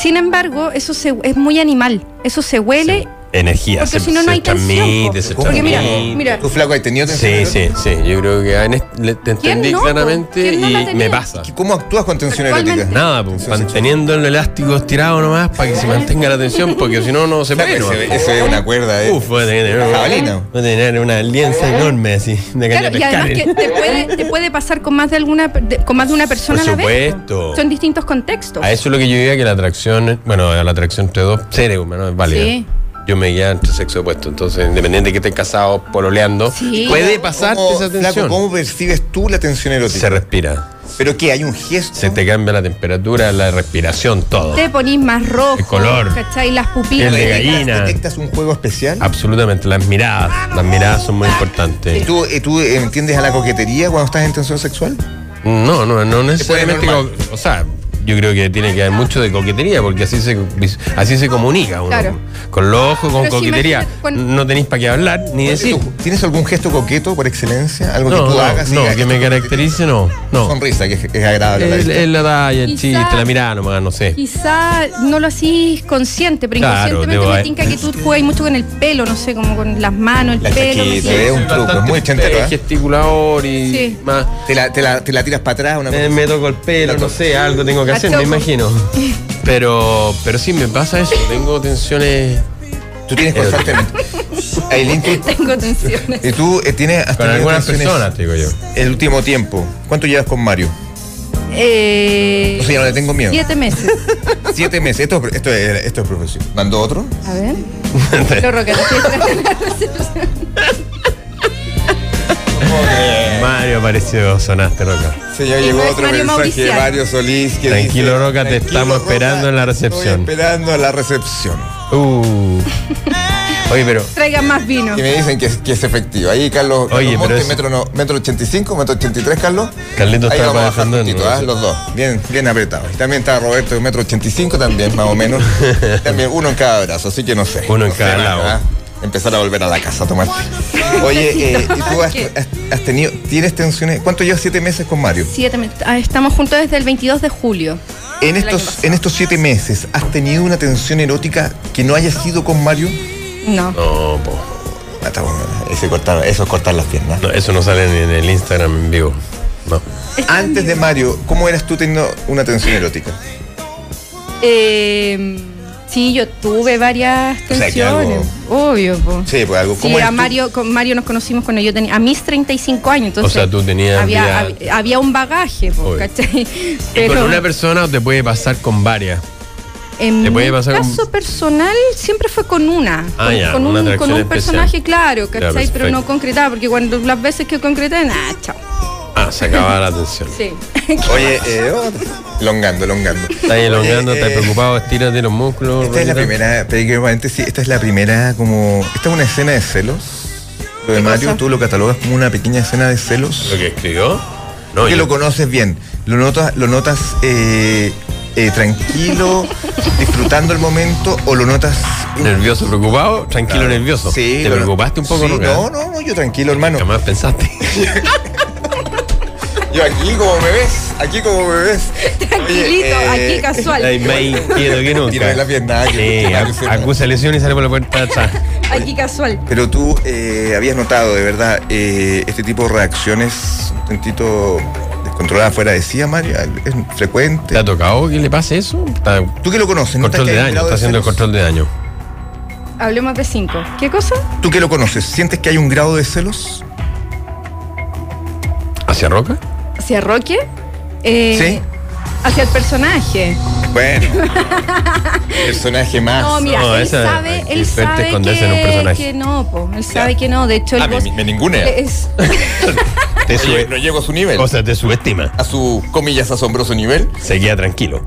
Speaker 1: Sin embargo, eso se- es muy animal. Eso se huele.
Speaker 2: Energía,
Speaker 1: Porque
Speaker 2: se,
Speaker 1: si no, no
Speaker 2: se
Speaker 1: hay tensión,
Speaker 2: transmite,
Speaker 1: po.
Speaker 2: se
Speaker 1: Porque mira,
Speaker 2: transmite.
Speaker 1: mira.
Speaker 3: ¿Tu flaco has tenido tensión
Speaker 2: Sí,
Speaker 3: erótica?
Speaker 2: sí, sí. Yo creo que en este est- le- te entendí
Speaker 1: no, po?
Speaker 2: claramente
Speaker 1: ¿Quién no la
Speaker 2: y me
Speaker 1: tenía?
Speaker 2: pasa.
Speaker 3: ¿Y ¿Cómo actúas con tensión
Speaker 1: Actualmente.
Speaker 3: erótica?
Speaker 2: Nada, pues, manteniendo el elástico estirado nomás para que se mantenga la tensión, porque si no, no se
Speaker 3: O sea,
Speaker 2: puede.
Speaker 3: ese-
Speaker 2: nomás.
Speaker 3: ese es una cuerda, eh.
Speaker 2: Uf, voy a tener
Speaker 3: Una
Speaker 2: una,
Speaker 3: jabalina.
Speaker 2: voy a tener una alianza enorme así, de caña
Speaker 1: Claro, y además
Speaker 2: pescar.
Speaker 1: que te puede, te puede pasar con más de alguna per- de- con más de una persona
Speaker 2: Por
Speaker 1: a la vez.
Speaker 2: supuesto.
Speaker 1: Son distintos contextos.
Speaker 2: A eso es lo que yo diría que la atracción, bueno, la atracción entre dos seres humanos es válida.
Speaker 1: Sí.
Speaker 2: Yo me guía entre sexo opuesto, entonces independiente de que estés casado, pololeando,
Speaker 1: Sí.
Speaker 2: puede pasarte
Speaker 3: ¿Cómo,
Speaker 2: esa
Speaker 3: flaco,
Speaker 2: tensión.
Speaker 3: ¿Cómo percibes tú la tensión erótica?
Speaker 2: se respira,
Speaker 3: ¿Pero qué? ¿Hay un gesto?
Speaker 2: se te cambia la temperatura, la respiración, todo.
Speaker 1: Te ponís más rojo.
Speaker 2: El color.
Speaker 1: ¿Cachai? Las
Speaker 2: Piel de
Speaker 1: pupilas.
Speaker 2: gallina.
Speaker 3: ¿Detectas- ¿Detectas un juego especial?
Speaker 2: Absolutamente, las miradas, las miradas son muy importantes.
Speaker 3: ¿Tú, eh, ¿Tú entiendes a la coquetería cuando estás en tensión sexual?
Speaker 2: No, no, no
Speaker 3: puede
Speaker 2: necesariamente.
Speaker 3: normal.
Speaker 2: co- O sea, yo creo que tiene que haber mucho de coquetería, porque así se vis- así se comunica uno.
Speaker 1: Claro.
Speaker 2: Con los ojos, con
Speaker 1: Pero si
Speaker 2: coquetería.
Speaker 1: imagínate, cuando-
Speaker 2: No tenéis para qué hablar ni decir.
Speaker 3: ¿Tú- ¿Tienes algún gesto coqueto por excelencia? Algo
Speaker 2: No,
Speaker 3: que tú
Speaker 2: no,
Speaker 3: hagas. y
Speaker 2: no,
Speaker 3: digas,
Speaker 2: que
Speaker 3: esto
Speaker 2: me
Speaker 3: es coquetería?
Speaker 2: caracterice, no. No.
Speaker 3: Sonrisa, que es, es agradable. a la
Speaker 2: Es
Speaker 3: vista.
Speaker 2: es la talla, el
Speaker 1: Quizá-
Speaker 2: chiste, la mirada nomás, no sé.
Speaker 1: Quizá no lo hacís consciente, pero
Speaker 2: Claro,
Speaker 1: inconscientemente
Speaker 2: debo-
Speaker 1: me tinca que tú juegas mucho con el pelo, no sé, como con las manos, el
Speaker 3: La
Speaker 1: pelo. no
Speaker 3: chaqueta,
Speaker 1: sé.
Speaker 3: Es un truco,
Speaker 2: Bastante
Speaker 3: muy chantero,
Speaker 2: pe-
Speaker 3: ¿eh?
Speaker 2: Gesticulador y
Speaker 1: Sí.
Speaker 2: más.
Speaker 3: Te la, te la- te la tiras para atrás, Ah, una cosa
Speaker 2: Me, me toco el pelo, no sé, algo tengo que
Speaker 1: La
Speaker 2: hacer, me
Speaker 1: choco.
Speaker 2: imagino. Pero, pero sí, me pasa eso. Tengo tensiones Eh,
Speaker 3: así. Tú tienes constantemente. Aileen, tú-
Speaker 1: Tengo tensiones.
Speaker 3: ¿y tú eh, tienes hasta
Speaker 2: con algunas personas, te digo yo.
Speaker 3: El último tiempo. ¿Cuánto llevas con Mario?
Speaker 1: Eh,
Speaker 3: No sé, ya no le tengo miedo.
Speaker 1: siete meses.
Speaker 3: Siete meses. Esto, esto, es, esto es profesión. ¿Mandó otro?
Speaker 1: A ver. Lo roca, te estoy tratando de-
Speaker 2: Mario apareció, sonaste roca.
Speaker 3: Sí, ya
Speaker 1: Y
Speaker 3: llegó
Speaker 1: no es
Speaker 3: otro
Speaker 1: Mario
Speaker 3: mensaje de
Speaker 1: Mauriciano.
Speaker 3: Mario Solís. Que
Speaker 2: Tranquilo,
Speaker 3: dice,
Speaker 2: Roca, te estamos esperando en la recepción".
Speaker 3: Estoy esperando en la recepción.
Speaker 2: Uh. Oye, pero.
Speaker 1: Traigan más vino.
Speaker 3: Que me dicen que es, que es efectivo. Ahí,
Speaker 2: Oye,
Speaker 3: Carlos, Carlos
Speaker 2: pero
Speaker 3: Montes,
Speaker 2: es-
Speaker 3: metro, no, metro 85, metro 83, Carlos.
Speaker 2: Carlito
Speaker 3: Ahí
Speaker 2: está
Speaker 3: vamos a bajar
Speaker 2: trabajando
Speaker 3: un
Speaker 2: en-
Speaker 3: poquito, ¿ah? los dos. Bien, bien apretados. Y También está Roberto, metro 85 también, más o menos. también uno en cada brazo, así que no sé.
Speaker 2: Uno en
Speaker 3: No sé,
Speaker 2: cada lado.
Speaker 3: ¿ah? Empezar a volver a la casa a tomar. Oye, eh, ¿y tú has, has- has tenido, tienes tensiones? ¿Cuánto llevas siete meses con Mario?
Speaker 1: Siete meses. Ah, Estamos juntos desde el 22 de julio.
Speaker 3: En
Speaker 1: El año
Speaker 3: estos,
Speaker 1: pasado.
Speaker 3: en estos siete meses, ¿has tenido una tensión erótica que no haya sido con Mario?
Speaker 1: No.
Speaker 2: No, po.
Speaker 3: Mata, bueno, ese cortar- eso es cortar las piernas.
Speaker 2: No, eso no sale ni en el Instagram en vivo. No.
Speaker 3: Antes de Mario, ¿cómo eras tú teniendo una tensión erótica?
Speaker 1: Eh, sí, yo tuve varias
Speaker 3: O sea, que algo-
Speaker 1: tensiones. Obvio, po.
Speaker 3: Sí, pues algo.
Speaker 1: Sí,
Speaker 3: ¿Cómo eres
Speaker 1: a
Speaker 3: tú?
Speaker 1: Mario, con Mario nos conocimos cuando yo tenía, a mis 35 años, entonces...
Speaker 2: O sea, tú tenías
Speaker 1: Había,
Speaker 2: vida-
Speaker 1: hab- había un bagaje, po,
Speaker 2: Obvio.
Speaker 1: ¿cachai?
Speaker 2: Y
Speaker 1: Pero
Speaker 2: con una persona te puede pasar con varias.
Speaker 1: en
Speaker 2: te puede
Speaker 1: mi
Speaker 2: pasar con-
Speaker 1: caso personal siempre fue con una,
Speaker 2: Ah,
Speaker 1: con,
Speaker 2: ya,
Speaker 1: con
Speaker 2: una
Speaker 1: un,
Speaker 2: atracción
Speaker 1: con un
Speaker 2: especial.
Speaker 1: personaje, claro,
Speaker 2: Ya, pues,
Speaker 1: ¿cachai? Pero
Speaker 2: perfecto.
Speaker 1: no concretaba, porque cuando las veces que concreté, nada, chao.
Speaker 2: Ah, se acaba la tensión.
Speaker 1: Sí.
Speaker 3: Oye, eh, oh, longando, longando.
Speaker 2: Estás elongando,
Speaker 3: Oye,
Speaker 2: estás
Speaker 3: eh,
Speaker 2: preocupado, estírate los músculos.
Speaker 3: Esta es la
Speaker 2: Roquita.
Speaker 3: primera, pequeño paréntesis, esta es la primera como. Esta es una escena de celos. Lo de
Speaker 1: ¿Qué
Speaker 3: Mario,
Speaker 1: cosa?
Speaker 3: tú lo catalogas como una pequeña escena de celos.
Speaker 2: ¿Lo que escribió? No,
Speaker 3: Porque
Speaker 2: yo-
Speaker 3: lo conoces bien. Lo notas, lo notas eh, eh, tranquilo, disfrutando el momento, o lo notas
Speaker 2: Nervioso, preocupado, tranquilo, nervioso.
Speaker 3: Sí,
Speaker 2: ¿Te
Speaker 3: pero-
Speaker 2: preocupaste un poco,
Speaker 3: sí,
Speaker 2: Roca?
Speaker 3: No, no, no, yo tranquilo, hermano.
Speaker 2: Jamás pensaste.
Speaker 3: Yo aquí como me ves, aquí como me ves.
Speaker 1: Tranquilito,
Speaker 3: Oye, eh,
Speaker 1: aquí casual.
Speaker 2: Ay, más inquieto que
Speaker 3: Tírame la
Speaker 2: nunca.
Speaker 3: pierna. que-
Speaker 2: Sí, a- acusa lesión y sale por la puerta de atrás.
Speaker 1: Aquí casual.
Speaker 3: Pero tú eh, habías notado, de verdad, eh, este tipo de reacciones un tantito descontroladas fuera de sí, María, es frecuente.
Speaker 2: ¿Te ha tocado que le pase eso? Está-
Speaker 3: Tú que lo conoces, ¿no?
Speaker 2: control
Speaker 3: ¿Estás
Speaker 2: de
Speaker 3: que hay
Speaker 2: daño,
Speaker 3: grado
Speaker 2: está haciendo el
Speaker 3: celos?
Speaker 2: control de daño.
Speaker 1: Hablemos de cinco. ¿Qué cosa?
Speaker 3: Tú que lo conoces, ¿sientes que hay un grado de celos?
Speaker 2: ¿Hacia Roca?
Speaker 1: ¿Hacia Roque? Eh,
Speaker 3: Sí.
Speaker 1: Hacia el personaje.
Speaker 3: Bueno. personaje más.
Speaker 1: No, mira,
Speaker 2: no,
Speaker 1: él
Speaker 2: Oh, esa-
Speaker 1: sabe,
Speaker 2: qué
Speaker 1: él
Speaker 2: suerte
Speaker 1: sabe
Speaker 2: esconderse en un
Speaker 1: que,
Speaker 2: personaje.
Speaker 1: que no, po. él sabe que no. De hecho, el
Speaker 3: Ah, me,
Speaker 1: boss-
Speaker 3: me, me ningunea.
Speaker 1: es,
Speaker 2: Te
Speaker 3: Oye,
Speaker 2: sube-
Speaker 3: no llego a su nivel.
Speaker 2: o sea, te subestima.
Speaker 3: a su, comillas, asombroso nivel.
Speaker 2: Se queda tranquilo.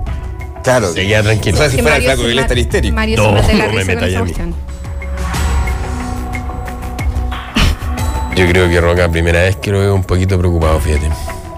Speaker 3: Claro.
Speaker 2: Se queda
Speaker 3: O
Speaker 2: tranquilo.
Speaker 3: sea, si
Speaker 1: que
Speaker 3: fuera el
Speaker 1: Mario
Speaker 3: flaco,
Speaker 1: se
Speaker 3: él
Speaker 1: ma-
Speaker 3: estaría histérico.
Speaker 1: Mario
Speaker 2: No,
Speaker 1: se mata de la
Speaker 2: no me
Speaker 1: risa con
Speaker 2: metáis
Speaker 1: esa
Speaker 2: a mí.
Speaker 1: cuestión.
Speaker 2: Yo creo que Roca, primera vez que lo veo un poquito preocupado, fíjate.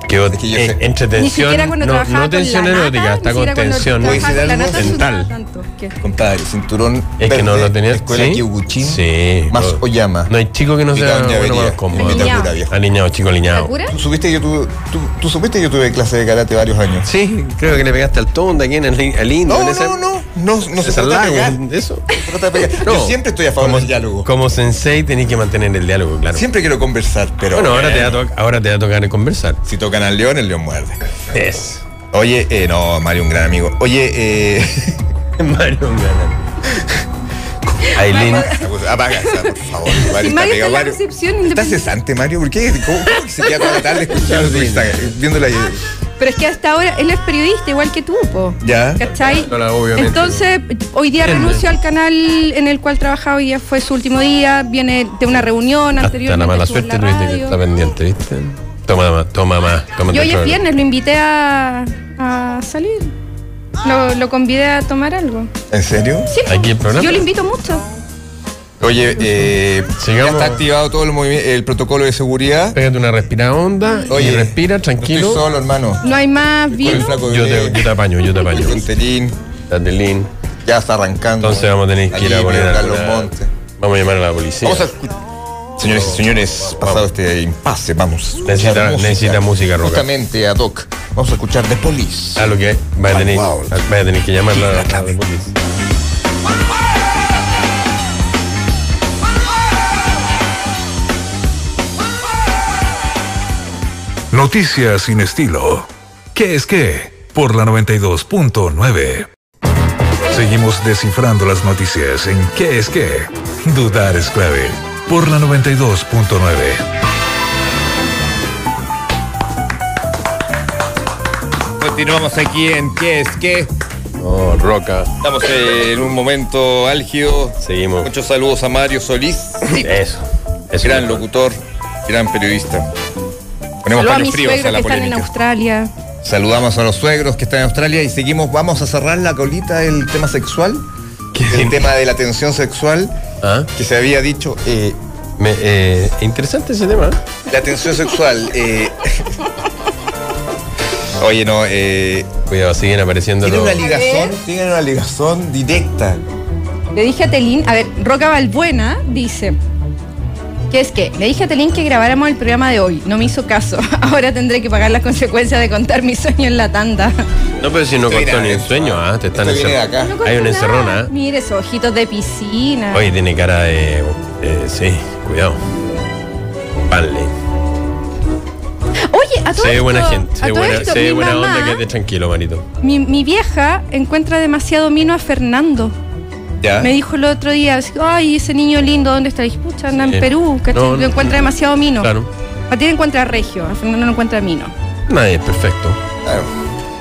Speaker 2: Quedó
Speaker 3: Es que yo
Speaker 2: eh,
Speaker 3: sé-
Speaker 2: entre
Speaker 1: Ni
Speaker 2: tensión,
Speaker 1: siquiera cuando
Speaker 2: no,
Speaker 1: trabajaba
Speaker 2: no tensión
Speaker 1: con la
Speaker 2: erótica,
Speaker 1: nata,
Speaker 2: está
Speaker 1: ni
Speaker 2: con
Speaker 1: siquiera cuando
Speaker 2: tensión
Speaker 1: trabajaba con la nata
Speaker 2: mental.
Speaker 1: sudaba tanto. ¿Qué?
Speaker 3: Compadre, cinturón.
Speaker 2: Es que no
Speaker 3: verde,
Speaker 2: lo tenía.
Speaker 3: Escuela
Speaker 2: ¿sí?
Speaker 3: Kyokuchin,
Speaker 2: Sí,
Speaker 3: Más
Speaker 2: no.
Speaker 3: Oyama.
Speaker 2: No hay chico que no sea
Speaker 3: Invitado en
Speaker 2: bueno para los
Speaker 3: llavería.
Speaker 2: combos.
Speaker 3: Invitado en
Speaker 1: Aliñado.
Speaker 3: cura, viejo.
Speaker 2: Aliñado, chico aliñado.
Speaker 1: ¿Sakura?
Speaker 3: ¿Tú, supiste que yo tuve- tú, tú supiste que yo tuve clase de karate varios años.
Speaker 2: Sí, creo que le pegaste al tonda aquí en el, al indio.
Speaker 3: No,
Speaker 2: en
Speaker 3: no,
Speaker 2: ese-
Speaker 3: no, no, no, no se
Speaker 2: ese
Speaker 3: trata de
Speaker 2: lago,
Speaker 3: pegar.
Speaker 2: Eso.
Speaker 3: Se trata de pegar.
Speaker 2: No.
Speaker 3: Yo siempre estoy a favor
Speaker 2: Como-
Speaker 3: del diálogo.
Speaker 2: Como sensei tenés que mantener el diálogo, claro.
Speaker 3: Siempre quiero conversar, pero.
Speaker 2: Bueno, ahora te, va
Speaker 3: eh,
Speaker 2: a to- ahora te va a tocar conversar.
Speaker 3: Si tocan al león, el león muerde.
Speaker 2: Es.
Speaker 3: Oye, eh, no, Mario, un gran amigo. Oye, eh.
Speaker 2: Mario Galán. Aileen.
Speaker 3: Apaga esa, por favor. Mario,
Speaker 1: Si Mario
Speaker 3: está
Speaker 1: está
Speaker 3: pegado,
Speaker 1: en la
Speaker 3: Mario.
Speaker 1: recepción
Speaker 3: ¿Estás
Speaker 1: independiente.
Speaker 3: cesante, Mario? ¿Por qué? ¿Cómo, cómo que se queda toda la tarde escuchando tu Instagram? Viendo la.
Speaker 1: Pero es que hasta ahora él es periodista, igual que tú, po.
Speaker 3: Ya.
Speaker 1: ¿Cachai?
Speaker 2: No, no, obviamente.
Speaker 1: Entonces, hoy día
Speaker 2: Entiende.
Speaker 1: renuncio al canal en el cual trabajaba hoy día fue su último día, viene de una reunión
Speaker 2: Hasta
Speaker 1: anterior.
Speaker 2: la mala suerte tuviste que está pendiente, ¿viste? Toma más, toma más.
Speaker 1: Y hoy es viernes, lo invité a, a salir. Lo, lo convidé a tomar algo.
Speaker 3: ¿En serio?
Speaker 1: Sí,
Speaker 2: Aquí el programa.
Speaker 1: Yo lo invito mucho.
Speaker 3: Oye, eh,
Speaker 2: Sigamos.
Speaker 3: ya está activado todo el, movi- el protocolo de seguridad.
Speaker 2: Pégate una respirada honda
Speaker 3: Oye,
Speaker 2: y respira
Speaker 3: No
Speaker 2: tranquilo.
Speaker 3: estoy solo, hermano.
Speaker 1: No hay más
Speaker 3: Con el
Speaker 1: vino.
Speaker 3: flaco
Speaker 2: Yo te,
Speaker 3: bebé,
Speaker 2: yo te apaño, yo te apaño.
Speaker 3: el fronterín,
Speaker 2: Adelín.
Speaker 3: ya está arrancando.
Speaker 2: Entonces vamos a tener que ir a
Speaker 3: Aquí,
Speaker 2: poner
Speaker 3: Pedro Carlos
Speaker 2: alguna-
Speaker 3: Montes.
Speaker 2: Vamos a llamar a la policía.
Speaker 3: Vamos a escu- Señores y señores, pasado este impasse, vamos. a escuchar
Speaker 2: Necesita- necesita música, Roca.
Speaker 3: Justamente a Doc. Vamos a escuchar The Police.
Speaker 2: A lo que va a tener, va a tener que llamar a la policía.
Speaker 4: Noticias sin estilo. ¿Qué es qué? Por la 92.9. Seguimos descifrando las noticias en ¿Qué es qué? Dudar es clave. Por la 92.9.
Speaker 3: Continuamos aquí en ¿Qué es qué?
Speaker 2: Oh, Roca.
Speaker 3: Estamos en un momento álgido.
Speaker 2: Seguimos.
Speaker 3: Muchos saludos a Mario Solís,
Speaker 2: Eso. Eso.
Speaker 3: gran locutor, gran periodista.
Speaker 1: Saludos
Speaker 3: Ponemos
Speaker 1: a
Speaker 3: paños
Speaker 1: mis
Speaker 3: fríos a
Speaker 1: suegros que
Speaker 3: la
Speaker 1: están en
Speaker 3: polémica.
Speaker 1: Australia.
Speaker 3: Saludamos a los suegros que están en Australia y seguimos. Vamos a cerrar la colita del tema sexual,
Speaker 2: ¿Qué?
Speaker 3: el tema de la tensión sexual
Speaker 2: Ah,
Speaker 3: que se había dicho. eh,
Speaker 2: me- eh, interesante ese tema. ¿eh?
Speaker 3: la tensión sexual. eh, Oye, no. Eh,
Speaker 2: Cuidado, siguen apareciendo
Speaker 3: tienen
Speaker 2: los.
Speaker 3: una ligazón, tienen una ligazón directa.
Speaker 1: Le dije a Telín, a ver, Roca Balbuena dice, que es que, le dije a Telín que grabáramos el programa de hoy, no me hizo caso, ahora tendré que pagar las consecuencias de contar mi sueño en la tanda.
Speaker 2: No, pero si no contó
Speaker 3: Esto
Speaker 2: ni
Speaker 3: viene de
Speaker 2: en
Speaker 3: adentro,
Speaker 2: sueño,
Speaker 3: ¿ah?
Speaker 2: ah, te están
Speaker 3: Esto viene de
Speaker 2: encerrando.
Speaker 3: acá.
Speaker 1: No conté
Speaker 2: Hay una
Speaker 1: nada.
Speaker 2: encerrona, ¿eh?
Speaker 1: Mire esos ojitos de piscina.
Speaker 2: Oye, tiene cara de. eh, sí, cuidado. Vale.
Speaker 1: Oye, a todo
Speaker 2: Se ve
Speaker 1: esto,
Speaker 2: buena gente. Se
Speaker 1: a
Speaker 2: ve
Speaker 1: todo
Speaker 2: buena,
Speaker 1: esto,
Speaker 2: se ve
Speaker 1: mi
Speaker 2: buena
Speaker 1: mamá,
Speaker 2: onda, quédate tranquilo, manito.
Speaker 1: mi, mi vieja encuentra demasiado mino a Fernando.
Speaker 3: ¿Ya?
Speaker 1: Me dijo el otro día, así, ay, ese niño lindo, ¿dónde está? Le dije, pucha, anda
Speaker 2: Sí.
Speaker 1: en Perú, ¿cachai?
Speaker 2: No,
Speaker 1: Lo
Speaker 2: no,
Speaker 1: encuentra
Speaker 2: no.
Speaker 1: demasiado mino.
Speaker 2: Claro.
Speaker 1: A ti te Ah, encuentra regio, a Fernando no encuentra mino.
Speaker 2: Nadie es perfecto.
Speaker 3: Claro.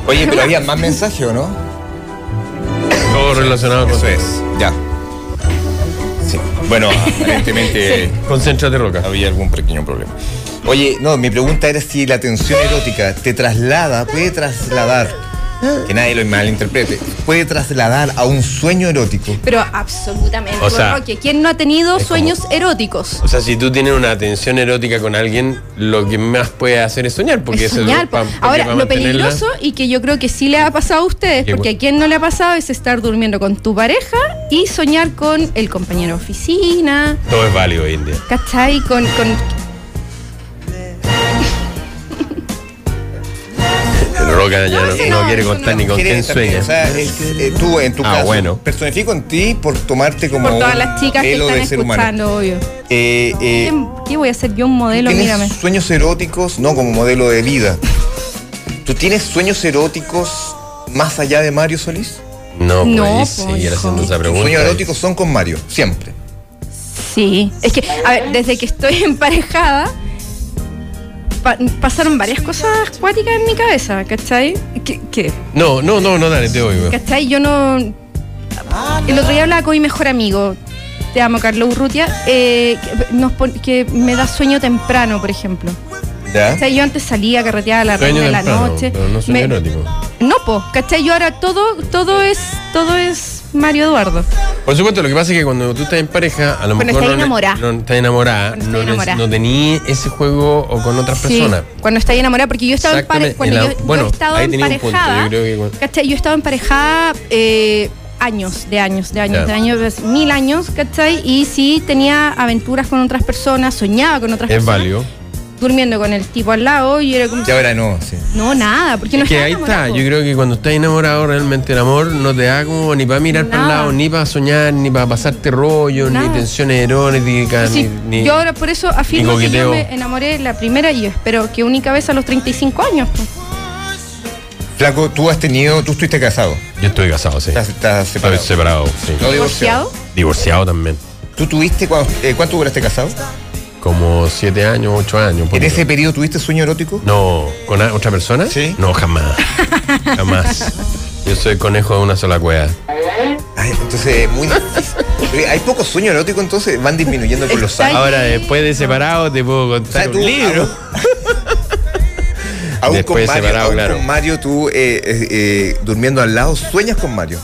Speaker 3: Oye, pero había más mensajes, ¿o no?
Speaker 2: Todo relacionado con.
Speaker 3: Eso es. Ya. Sí. Bueno, aparentemente.
Speaker 2: Concéntrate, Roca.
Speaker 3: había algún pequeño problema. Oye, no, mi pregunta era si la tensión erótica te traslada, puede trasladar que nadie lo malinterprete, puede trasladar a un sueño erótico.
Speaker 1: Pero absolutamente,
Speaker 2: O sea,
Speaker 1: Roque. ¿Quién no ha tenido sueños eróticos?
Speaker 2: O sea, si tú tienes una atención erótica con alguien, lo que más puede hacer es soñar, porque
Speaker 1: Es
Speaker 2: eso
Speaker 1: soñar,
Speaker 2: pa-
Speaker 1: po.
Speaker 2: porque
Speaker 1: Ahora,
Speaker 2: pa
Speaker 1: lo
Speaker 2: mantenerla-
Speaker 1: peligroso y que yo creo que sí le ha pasado a ustedes,
Speaker 2: Qué
Speaker 1: porque
Speaker 2: bueno.
Speaker 1: a quien no le ha pasado es estar durmiendo con tu pareja y soñar con el compañero de oficina,
Speaker 2: Todo es válido hoy en día.
Speaker 1: ¿cachai? Con, con
Speaker 2: Pero Roca ya no,
Speaker 1: ese
Speaker 2: no
Speaker 1: no,
Speaker 2: quiere
Speaker 1: eso
Speaker 2: contar
Speaker 1: no.
Speaker 2: ni con
Speaker 3: Quiere
Speaker 2: quién
Speaker 3: también,
Speaker 2: sueña.
Speaker 3: O sea, es- eh, tú en tu
Speaker 2: Ah,
Speaker 3: caso,
Speaker 2: bueno.
Speaker 3: personifico en ti por tomarte como
Speaker 1: por todas
Speaker 3: un
Speaker 1: las chicas que
Speaker 3: modelo
Speaker 1: están
Speaker 3: de ser humano.
Speaker 1: escuchando, obvio.
Speaker 3: Eh, eh,
Speaker 1: ¿Qué, qué voy a hacer yo un modelo?
Speaker 3: ¿Tienes
Speaker 1: Mírame.
Speaker 3: sueños eróticos? No, como modelo de vida. ¿Tú tienes sueños eróticos más allá de Mario Solís?
Speaker 2: No,
Speaker 1: No,
Speaker 2: podéis
Speaker 1: po,
Speaker 2: seguir
Speaker 1: hijo.
Speaker 2: haciendo esa
Speaker 3: Tus
Speaker 2: pregunta.
Speaker 3: sueños eróticos son con Mario, siempre.
Speaker 1: Sí, es que, a ver, desde que estoy emparejada, pa- pasaron varias cosas acuáticas en mi cabeza, ¿cachai? Que, que,
Speaker 2: No, no, no, no, dale, te oigo.
Speaker 1: ¿cachai? Yo no. El otro día hablaba con mi mejor amigo, te amo, Carlos Urrutia, eh, que, nos pon- que me da sueño temprano, por ejemplo.
Speaker 3: ¿Ya?
Speaker 1: O sea, yo antes salía, carreteaba a las
Speaker 2: Sueño
Speaker 1: reunión de la
Speaker 2: temprano,
Speaker 1: noche.
Speaker 2: pero no sueño
Speaker 1: Me-
Speaker 2: erótico.
Speaker 1: no, po, ¿cachai? Yo ahora todo, todo es, todo es Mario Eduardo.
Speaker 2: Por supuesto, lo que pasa es que cuando tú estás en pareja, a lo
Speaker 1: Cuando estás
Speaker 2: mejor no, ne-
Speaker 1: enamorada.
Speaker 2: no estás enamorada,
Speaker 1: Cuando
Speaker 2: no,
Speaker 1: estás
Speaker 2: ne-
Speaker 1: enamorada.
Speaker 2: no tenías ese juego o con otras
Speaker 1: Sí,
Speaker 2: personas.
Speaker 1: cuando está enamorada, porque yo estaba en pare-
Speaker 2: Exactamente,
Speaker 1: cuando
Speaker 2: en
Speaker 1: yo,
Speaker 2: la-
Speaker 1: yo
Speaker 2: bueno,
Speaker 1: he estado
Speaker 2: ahí tenía un punto,
Speaker 1: emparejada.
Speaker 2: yo creo que cuando-
Speaker 1: ¿cachai? Yo he estado emparejada eh, años, de años, de años,
Speaker 2: Ya.
Speaker 1: de años, pues, mil años, ¿cachai? Y sí tenía aventuras con otras personas, soñaba con otras
Speaker 2: Es
Speaker 1: personas.
Speaker 2: válido.
Speaker 1: Durmiendo con el tipo al lado y era como.
Speaker 3: Ya ahora no, sí.
Speaker 1: No, nada, porque no
Speaker 2: Es que
Speaker 1: estaba
Speaker 2: ahí está,
Speaker 1: enamorada, pues. po.
Speaker 2: yo creo que cuando estás enamorado realmente el amor no te da como ni para mirar para el
Speaker 1: Nada.
Speaker 2: lado, ni para soñar, ni para pasarte rollo, ni
Speaker 1: Nada.
Speaker 2: tensiones eróticas,
Speaker 1: Sí,
Speaker 2: ni, ni-
Speaker 1: yo ahora por eso afirmo que
Speaker 2: coqueteo.
Speaker 1: yo me enamoré la primera y yo espero que única vez a los 35 años. po.
Speaker 3: Flaco, tú has tenido, tú estuviste casado.
Speaker 2: Yo estoy casado, sí.
Speaker 3: Estás, estás
Speaker 2: Estoy
Speaker 3: separado.
Speaker 2: separado, sí.
Speaker 3: No
Speaker 1: ¿Divorciado?
Speaker 2: Divorciado también.
Speaker 3: ¿Tú tuviste, cuan- eh, cuánto duraste casado?
Speaker 2: Como siete años, ocho años.
Speaker 3: ¿En
Speaker 2: ponte
Speaker 3: ese
Speaker 2: tú.
Speaker 3: periodo tuviste sueño erótico?
Speaker 2: No, ¿con a- otra persona?
Speaker 3: Sí.
Speaker 2: No, jamás. jamás. Yo soy conejo de una sola cueva.
Speaker 3: Ay, entonces es muy difícil. Pero Hay pocos sueños eróticos, entonces van disminuyendo con los
Speaker 1: Está
Speaker 3: años.
Speaker 2: Ahora, eh, después de separado, te puedo
Speaker 3: O sea,
Speaker 2: contar
Speaker 3: tú,
Speaker 2: un libro.
Speaker 3: Aún, aún
Speaker 2: Después
Speaker 3: con Mario,
Speaker 2: separado,
Speaker 3: aún
Speaker 2: claro.
Speaker 3: con Mario, tú eh, eh, eh, durmiendo al lado, sueñas con Mario.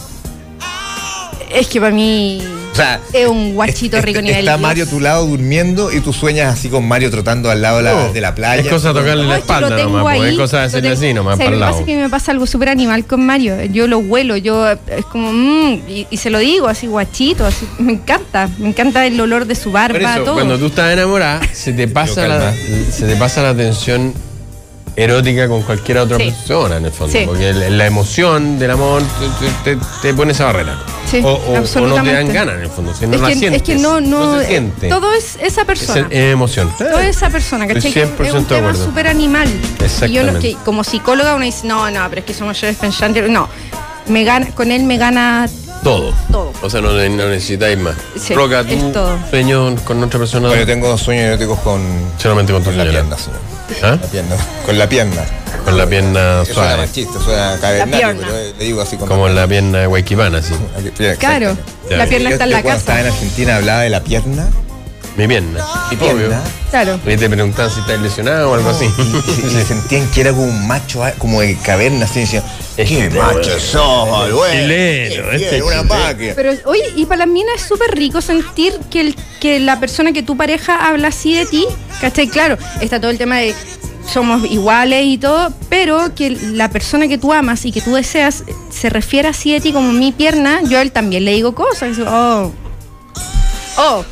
Speaker 1: Es que para mí
Speaker 3: O sea,
Speaker 1: es un guachito
Speaker 3: es-
Speaker 1: rico
Speaker 3: es-
Speaker 1: nivel.
Speaker 3: Este, Está
Speaker 1: Dios.
Speaker 3: Mario a tu lado durmiendo y tú sueñas así con Mario trotando al lado de la-
Speaker 2: No,
Speaker 3: de la playa.
Speaker 2: Es cosa de tocarle
Speaker 1: No,
Speaker 2: la
Speaker 1: es que lo
Speaker 2: espalda
Speaker 1: tengo
Speaker 2: nomás, po,
Speaker 1: ahí,
Speaker 2: es cosa de
Speaker 1: lo
Speaker 2: hacerle
Speaker 1: tengo-
Speaker 2: así
Speaker 1: o
Speaker 2: nomás
Speaker 1: sea,
Speaker 2: para el
Speaker 1: Lo que pasa
Speaker 2: lado.
Speaker 1: es que me pasa algo súper animal con Mario. Yo lo huelo, yo eh, es como, mm, y, y se lo digo, así guachito, así, me encanta. Me encanta el olor de su barba,
Speaker 2: Por eso,
Speaker 1: todo.
Speaker 2: cuando tú estás enamorada, se te pasa la,
Speaker 3: calma.
Speaker 2: se te pasa la tensión erótica con cualquier otra
Speaker 1: Sí.
Speaker 2: persona en el fondo.
Speaker 1: Sí.
Speaker 2: Porque el- la emoción del amor te, te- te- te pone esa barrera.
Speaker 1: Sí,
Speaker 2: o, o- o no te dan
Speaker 1: absolutamente.
Speaker 2: ganas en el fondo. si no
Speaker 1: es,
Speaker 2: la
Speaker 1: que,
Speaker 2: sientes,
Speaker 1: es que no, no,
Speaker 2: se
Speaker 1: eh,
Speaker 2: siente.
Speaker 1: todo es esa
Speaker 2: es,
Speaker 1: persona.
Speaker 2: es emoción.
Speaker 1: Toda esa persona, ¿cachai?
Speaker 2: Estoy
Speaker 1: es un
Speaker 2: 100% de
Speaker 1: tema
Speaker 2: acuerdo.
Speaker 1: súper animal. Y yo lo
Speaker 2: Exactamente.
Speaker 1: que, como psicóloga, uno dice, no, no, pero es que somos yo pensantes. No, me gana, con él me gana.
Speaker 2: Todo.
Speaker 1: Todo.
Speaker 2: O sea, no, no necesitáis más.
Speaker 1: Sí,
Speaker 2: Roca, tú
Speaker 1: es todo.
Speaker 2: sueño con otra persona.
Speaker 3: Bueno, yo tengo sueños eróticos con,
Speaker 2: Solamente con tu
Speaker 3: con la
Speaker 2: señora.
Speaker 3: pierna, señor.
Speaker 2: ¿Ah?
Speaker 3: La pierna. Con la pierna.
Speaker 2: Con la pierna
Speaker 3: Eso suena
Speaker 2: suave.
Speaker 3: machista, suena cavernario,
Speaker 1: pierna.
Speaker 3: pero eh, le digo así con
Speaker 2: Como la pierna de Guayquipana, así.
Speaker 3: pierna.
Speaker 1: Claro,
Speaker 2: Ya,
Speaker 1: la
Speaker 2: ya.
Speaker 1: pierna está en la
Speaker 3: cuando estaba en
Speaker 1: casa.
Speaker 3: Argentina hablaba de la pierna.
Speaker 2: Mi pierna.
Speaker 3: Mi pierna.
Speaker 1: Claro.
Speaker 2: Y te preguntaban si estás lesionado o algo así.
Speaker 3: Y, y- y sentían que era como un macho, ah, como de caverna, así decían, ¡qué
Speaker 2: Este,
Speaker 3: macho sos, güey!
Speaker 2: Chileno,
Speaker 3: Qué
Speaker 2: este
Speaker 3: fiel, una
Speaker 2: chileno".
Speaker 3: máquina.
Speaker 1: Pero oye, y para las minas es súper rico sentir que, el, que la persona que tu pareja habla así de ti, ¿cachai? Claro, está todo el tema de somos iguales y todo, pero que la persona que tú amas y que tú deseas eh, se refiere así de ti como mi pierna, yo a él también le digo cosas. Oh. Oh.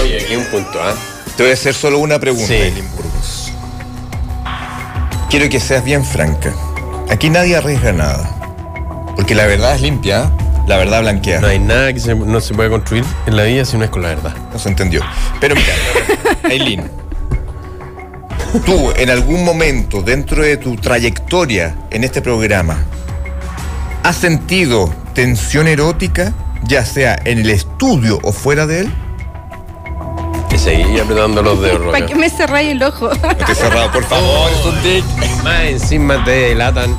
Speaker 2: Oye, aquí un punto, ¿ah?
Speaker 3: Te voy a hacer solo una pregunta,
Speaker 2: Sí.
Speaker 3: Eileen Burgos. Quiero que seas bien franca. Aquí nadie arriesga nada. Porque la verdad es limpia, ¿eh? la verdad blanquea.
Speaker 2: No
Speaker 3: No,
Speaker 2: hay nada que se- no se pueda construir en la vida si no es con la verdad.
Speaker 3: se entendió. Pero mira, Aileen. Tú, en algún momento, dentro de tu trayectoria en este programa, ¿has sentido tensión erótica, ya sea en el estudio o fuera de él?
Speaker 2: Que seguí apretando los dedos,
Speaker 1: ¿Para
Speaker 2: Roca.
Speaker 1: qué me cerráis el ojo?
Speaker 3: No te he cerrado, por favor, es un tic.
Speaker 2: Más encima te delatan.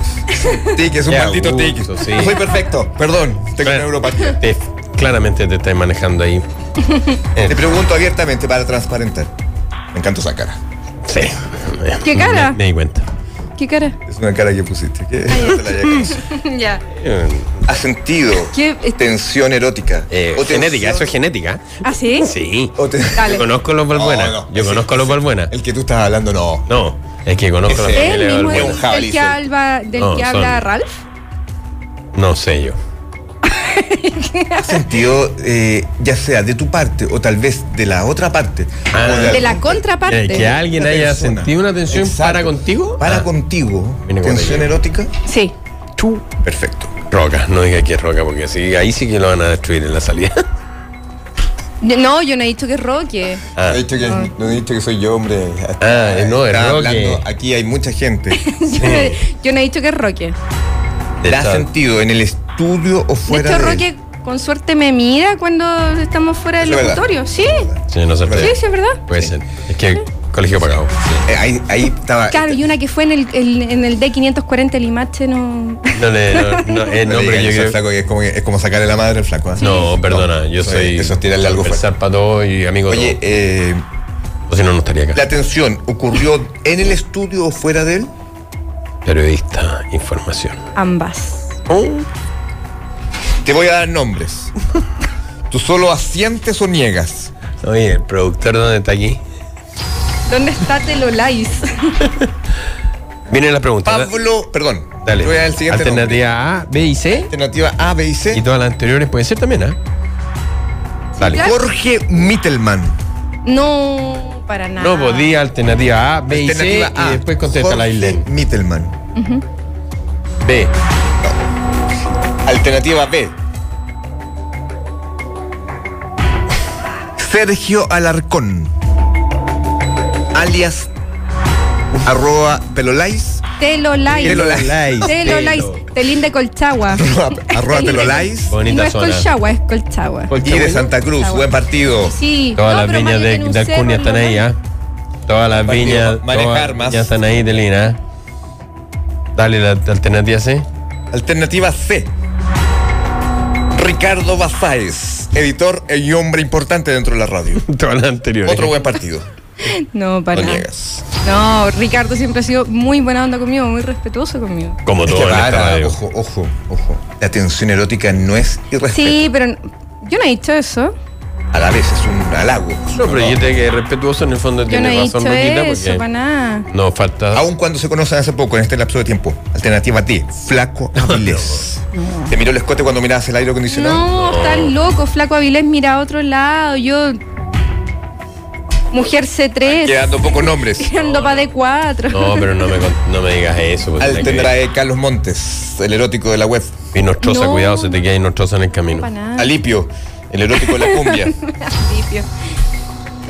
Speaker 3: Tic, es un
Speaker 2: Qué
Speaker 3: maldito tic.
Speaker 2: gusto, sí.
Speaker 3: No soy perfecto, perdón, tengo una neuropatía.
Speaker 2: Te- claramente te estás manejando ahí. Eh.
Speaker 3: Te pregunto abiertamente para transparentar. Me encanta esa cara.
Speaker 2: Sí.
Speaker 1: ¿Qué cara?
Speaker 2: Me, me di cuenta.
Speaker 1: ¿Qué cara?
Speaker 3: Es una cara que pusiste. que te la haya caído.
Speaker 1: ya.
Speaker 3: ¿Has sentido
Speaker 1: ¿Qué? este,
Speaker 3: Este, tensión erótica?
Speaker 2: Eh,
Speaker 3: O tensión-
Speaker 2: genética, eso es genética.
Speaker 1: ¿Ah, sí?
Speaker 2: Sí.
Speaker 3: o te-
Speaker 1: Dale.
Speaker 2: Yo conozco los Balbuena.
Speaker 3: No, no,
Speaker 2: Yo
Speaker 3: ese-
Speaker 2: conozco los Balbuena.
Speaker 3: El que tú estás hablando, no.
Speaker 2: No, es que conozco
Speaker 3: Ese-
Speaker 2: la familia
Speaker 1: ¿El
Speaker 2: de
Speaker 1: mismo
Speaker 3: Es un
Speaker 2: Balbuena.
Speaker 3: jabalí
Speaker 1: del que,
Speaker 3: suelto.
Speaker 1: habla, del
Speaker 2: No,
Speaker 1: que
Speaker 2: son-
Speaker 1: habla Ralph?
Speaker 2: No sé yo.
Speaker 3: ¿Has sentido, eh, ya sea de tu parte o tal vez de la otra parte?
Speaker 2: Ah.
Speaker 3: o
Speaker 1: De la
Speaker 2: Eh,
Speaker 1: contraparte.
Speaker 2: que alguien
Speaker 3: Una
Speaker 2: haya
Speaker 3: persona.
Speaker 2: sentido una tensión
Speaker 3: Exacto.
Speaker 2: para contigo.
Speaker 3: Para
Speaker 2: Ah,
Speaker 3: contigo.
Speaker 2: Mira cómo te
Speaker 3: ¿Tensión
Speaker 2: llevo.
Speaker 3: erótica?
Speaker 1: Sí.
Speaker 2: tú.
Speaker 3: Perfecto.
Speaker 2: Roca, no diga que es roca porque sí, ahí sí que lo van a destruir en la salida.
Speaker 1: No, yo no he dicho que es Roque.
Speaker 2: Ah,
Speaker 3: No, he dicho que, no he dicho que soy yo, hombre.
Speaker 2: Ah, eh, no,
Speaker 3: Estaba
Speaker 2: es
Speaker 3: hablando-
Speaker 2: Roque.
Speaker 3: Aquí hay mucha gente.
Speaker 1: Yo, no he- yo no he dicho que es Roque.
Speaker 3: ¿La has
Speaker 2: está-
Speaker 3: sentido en el estudio o
Speaker 1: De
Speaker 3: fuera
Speaker 1: hecho,
Speaker 3: de él?
Speaker 1: Roque con suerte me mira cuando estamos fuera del
Speaker 3: Eso es verdad.
Speaker 1: locutorio. Sí,
Speaker 2: Sí, no se
Speaker 1: sí,
Speaker 2: puede.
Speaker 1: sí, es verdad.
Speaker 2: Puede ser. Es que colegio pagado.
Speaker 3: Eh, ahí, ahí estaba.
Speaker 1: Claro, y una que fue en el, el- en el D540 Limache, no.
Speaker 2: No le. No, no, eh,
Speaker 3: No
Speaker 2: no,
Speaker 3: le
Speaker 2: pero
Speaker 3: digan
Speaker 2: yo
Speaker 3: eso al
Speaker 2: creo.
Speaker 3: flaco, que es, como, es como sacarle la madre al flaco. ¿ah?
Speaker 2: No, perdona, yo
Speaker 3: eso
Speaker 2: soy.
Speaker 3: es- Eso es tirarle algo fuerte.
Speaker 2: Pensar para todo y amigo.
Speaker 3: Oye,
Speaker 2: todo.
Speaker 3: eh,
Speaker 2: o si no, no estaría acá.
Speaker 3: ¿la tensión ocurrió en el estudio o fuera de él?
Speaker 2: Periodista, información. Oh.
Speaker 1: Ambas.
Speaker 3: Te voy a dar nombres. Tú solo asientes o niegas.
Speaker 2: Oye, el productor, ¿dónde está aquí?
Speaker 1: ¿Dónde está Telolais?
Speaker 2: Viene la pregunta.
Speaker 3: Pablo, perdón.
Speaker 2: Dale.
Speaker 3: Te voy a dar el siguiente nombre.
Speaker 2: Alternativa A, B y C.
Speaker 3: Alternativa A, B y C.
Speaker 2: Y todas las anteriores pueden ser también, ¿ah? Dale.
Speaker 1: claro.
Speaker 3: Jorge Mittelman.
Speaker 1: No, para nada.
Speaker 2: No, pues di alternativa A, B y C. Y después contesta la
Speaker 3: Ah, Jorge
Speaker 2: Islen.
Speaker 3: Mittelman.
Speaker 2: B.
Speaker 3: Alternativa B. Sergio Alarcón. Alias arroba pelolais.
Speaker 1: Telolais.
Speaker 3: Telolais.
Speaker 1: Telolais. Telín de Colchagua.
Speaker 3: Arroba, arroba pelolais.
Speaker 1: Y
Speaker 2: Bonita
Speaker 1: no es
Speaker 2: zona.
Speaker 1: Colchagua, es Colchagua.
Speaker 3: Y de Santa Cruz. Buen partido.
Speaker 1: Sí,
Speaker 2: ¿eh? Todas
Speaker 1: no,
Speaker 2: las
Speaker 1: pero
Speaker 2: viñas
Speaker 1: Mario
Speaker 2: de,
Speaker 1: tiene un
Speaker 2: de Alcurnia
Speaker 1: cerro
Speaker 2: están
Speaker 1: en
Speaker 2: ahí,
Speaker 1: Lomas.
Speaker 2: ¿ah? Todas las
Speaker 3: Partido,
Speaker 2: viñas.
Speaker 3: manejar
Speaker 2: todas
Speaker 3: más.
Speaker 2: Ya están ahí, Telina. Dale la alternativa C.
Speaker 3: Alternativa C. Ricardo Basáez, editor y hombre importante dentro de la radio.
Speaker 2: Todas las anteriores.
Speaker 3: Otro buen partido.
Speaker 1: No, para
Speaker 3: No
Speaker 1: nada.
Speaker 3: niegas.
Speaker 1: No, Ricardo siempre ha sido muy buena onda conmigo, muy respetuoso conmigo.
Speaker 2: Como
Speaker 3: Es
Speaker 2: todo
Speaker 3: que
Speaker 2: en esta
Speaker 3: para,
Speaker 2: radio.
Speaker 3: ojo, ojo, ojo. La tensión erótica no es irrespeto.
Speaker 1: Sí, pero n- yo no he dicho eso.
Speaker 3: A la vez es un halago. es un
Speaker 2: No, pero
Speaker 3: honor.
Speaker 2: yo te que respetuoso en el fondo
Speaker 1: Yo no
Speaker 2: tiene
Speaker 1: he
Speaker 2: razón,
Speaker 1: dicho
Speaker 2: Roquita,
Speaker 1: eso, para
Speaker 2: porque
Speaker 1: nada.
Speaker 2: no falta.
Speaker 3: Aun cuando se conocen hace poco, en este lapso de tiempo. Alternativa D, flaco Avilés. ¿Te miró el escote cuando mirabas el aire acondicionado?
Speaker 1: No, están loco, flaco Avilés mira a otro lado, yo... Mujer C3,
Speaker 3: Quedando pocos nombres.
Speaker 1: tirando para D4.
Speaker 2: No, pero no me, con- no me digas eso. porque tenés que-
Speaker 3: Alternativa E, Carlos Montes, el erótico de la web.
Speaker 2: Y nostrosa,
Speaker 1: No.
Speaker 2: cuidado, se te queda y nostrosa en el camino.
Speaker 1: Para nada.
Speaker 3: Alipio, el erótico de la cumbia.
Speaker 1: Alipio.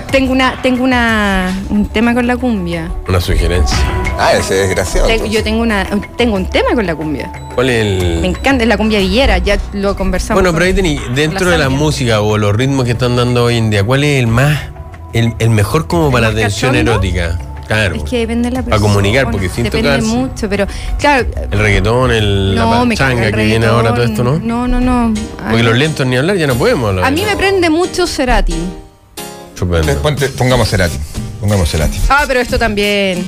Speaker 1: Tengo una, tengo una, un tema con la cumbia.
Speaker 2: Una sugerencia.
Speaker 3: Ah, ese desgraciado.
Speaker 1: Te-
Speaker 3: entonces.
Speaker 1: yo tengo una, tengo un tema con la cumbia.
Speaker 2: ¿Cuál es el.?
Speaker 1: Me encanta, es la cumbia villera, ya lo conversamos.
Speaker 2: Bueno,
Speaker 1: con-
Speaker 2: pero ahí tení, dentro de la
Speaker 1: Sandra.
Speaker 2: música o los ritmos que están dando hoy en día, ¿cuál es el más, el, el mejor como para
Speaker 1: más
Speaker 2: la tensión
Speaker 1: cachondo?
Speaker 2: erótica? Claro.
Speaker 1: Es que depende de la persona.
Speaker 2: Para comunicar, porque sin
Speaker 1: Depende
Speaker 2: tocarse.
Speaker 1: mucho, pero claro.
Speaker 2: El reggaetón, el,
Speaker 1: no,
Speaker 2: la
Speaker 1: me caga
Speaker 2: changa
Speaker 1: el
Speaker 2: que viene
Speaker 1: reggaetón.
Speaker 2: ahora, todo esto, ¿no?
Speaker 1: No, no, no. A,
Speaker 2: Porque los lentos ni hablar ya no podemos hablar.
Speaker 1: a mí me prende mucho Cerati.
Speaker 2: Estupendo.
Speaker 3: Entonces, ponte- pongamos Cerati. Pongamos Cerati.
Speaker 1: Ah, pero esto también.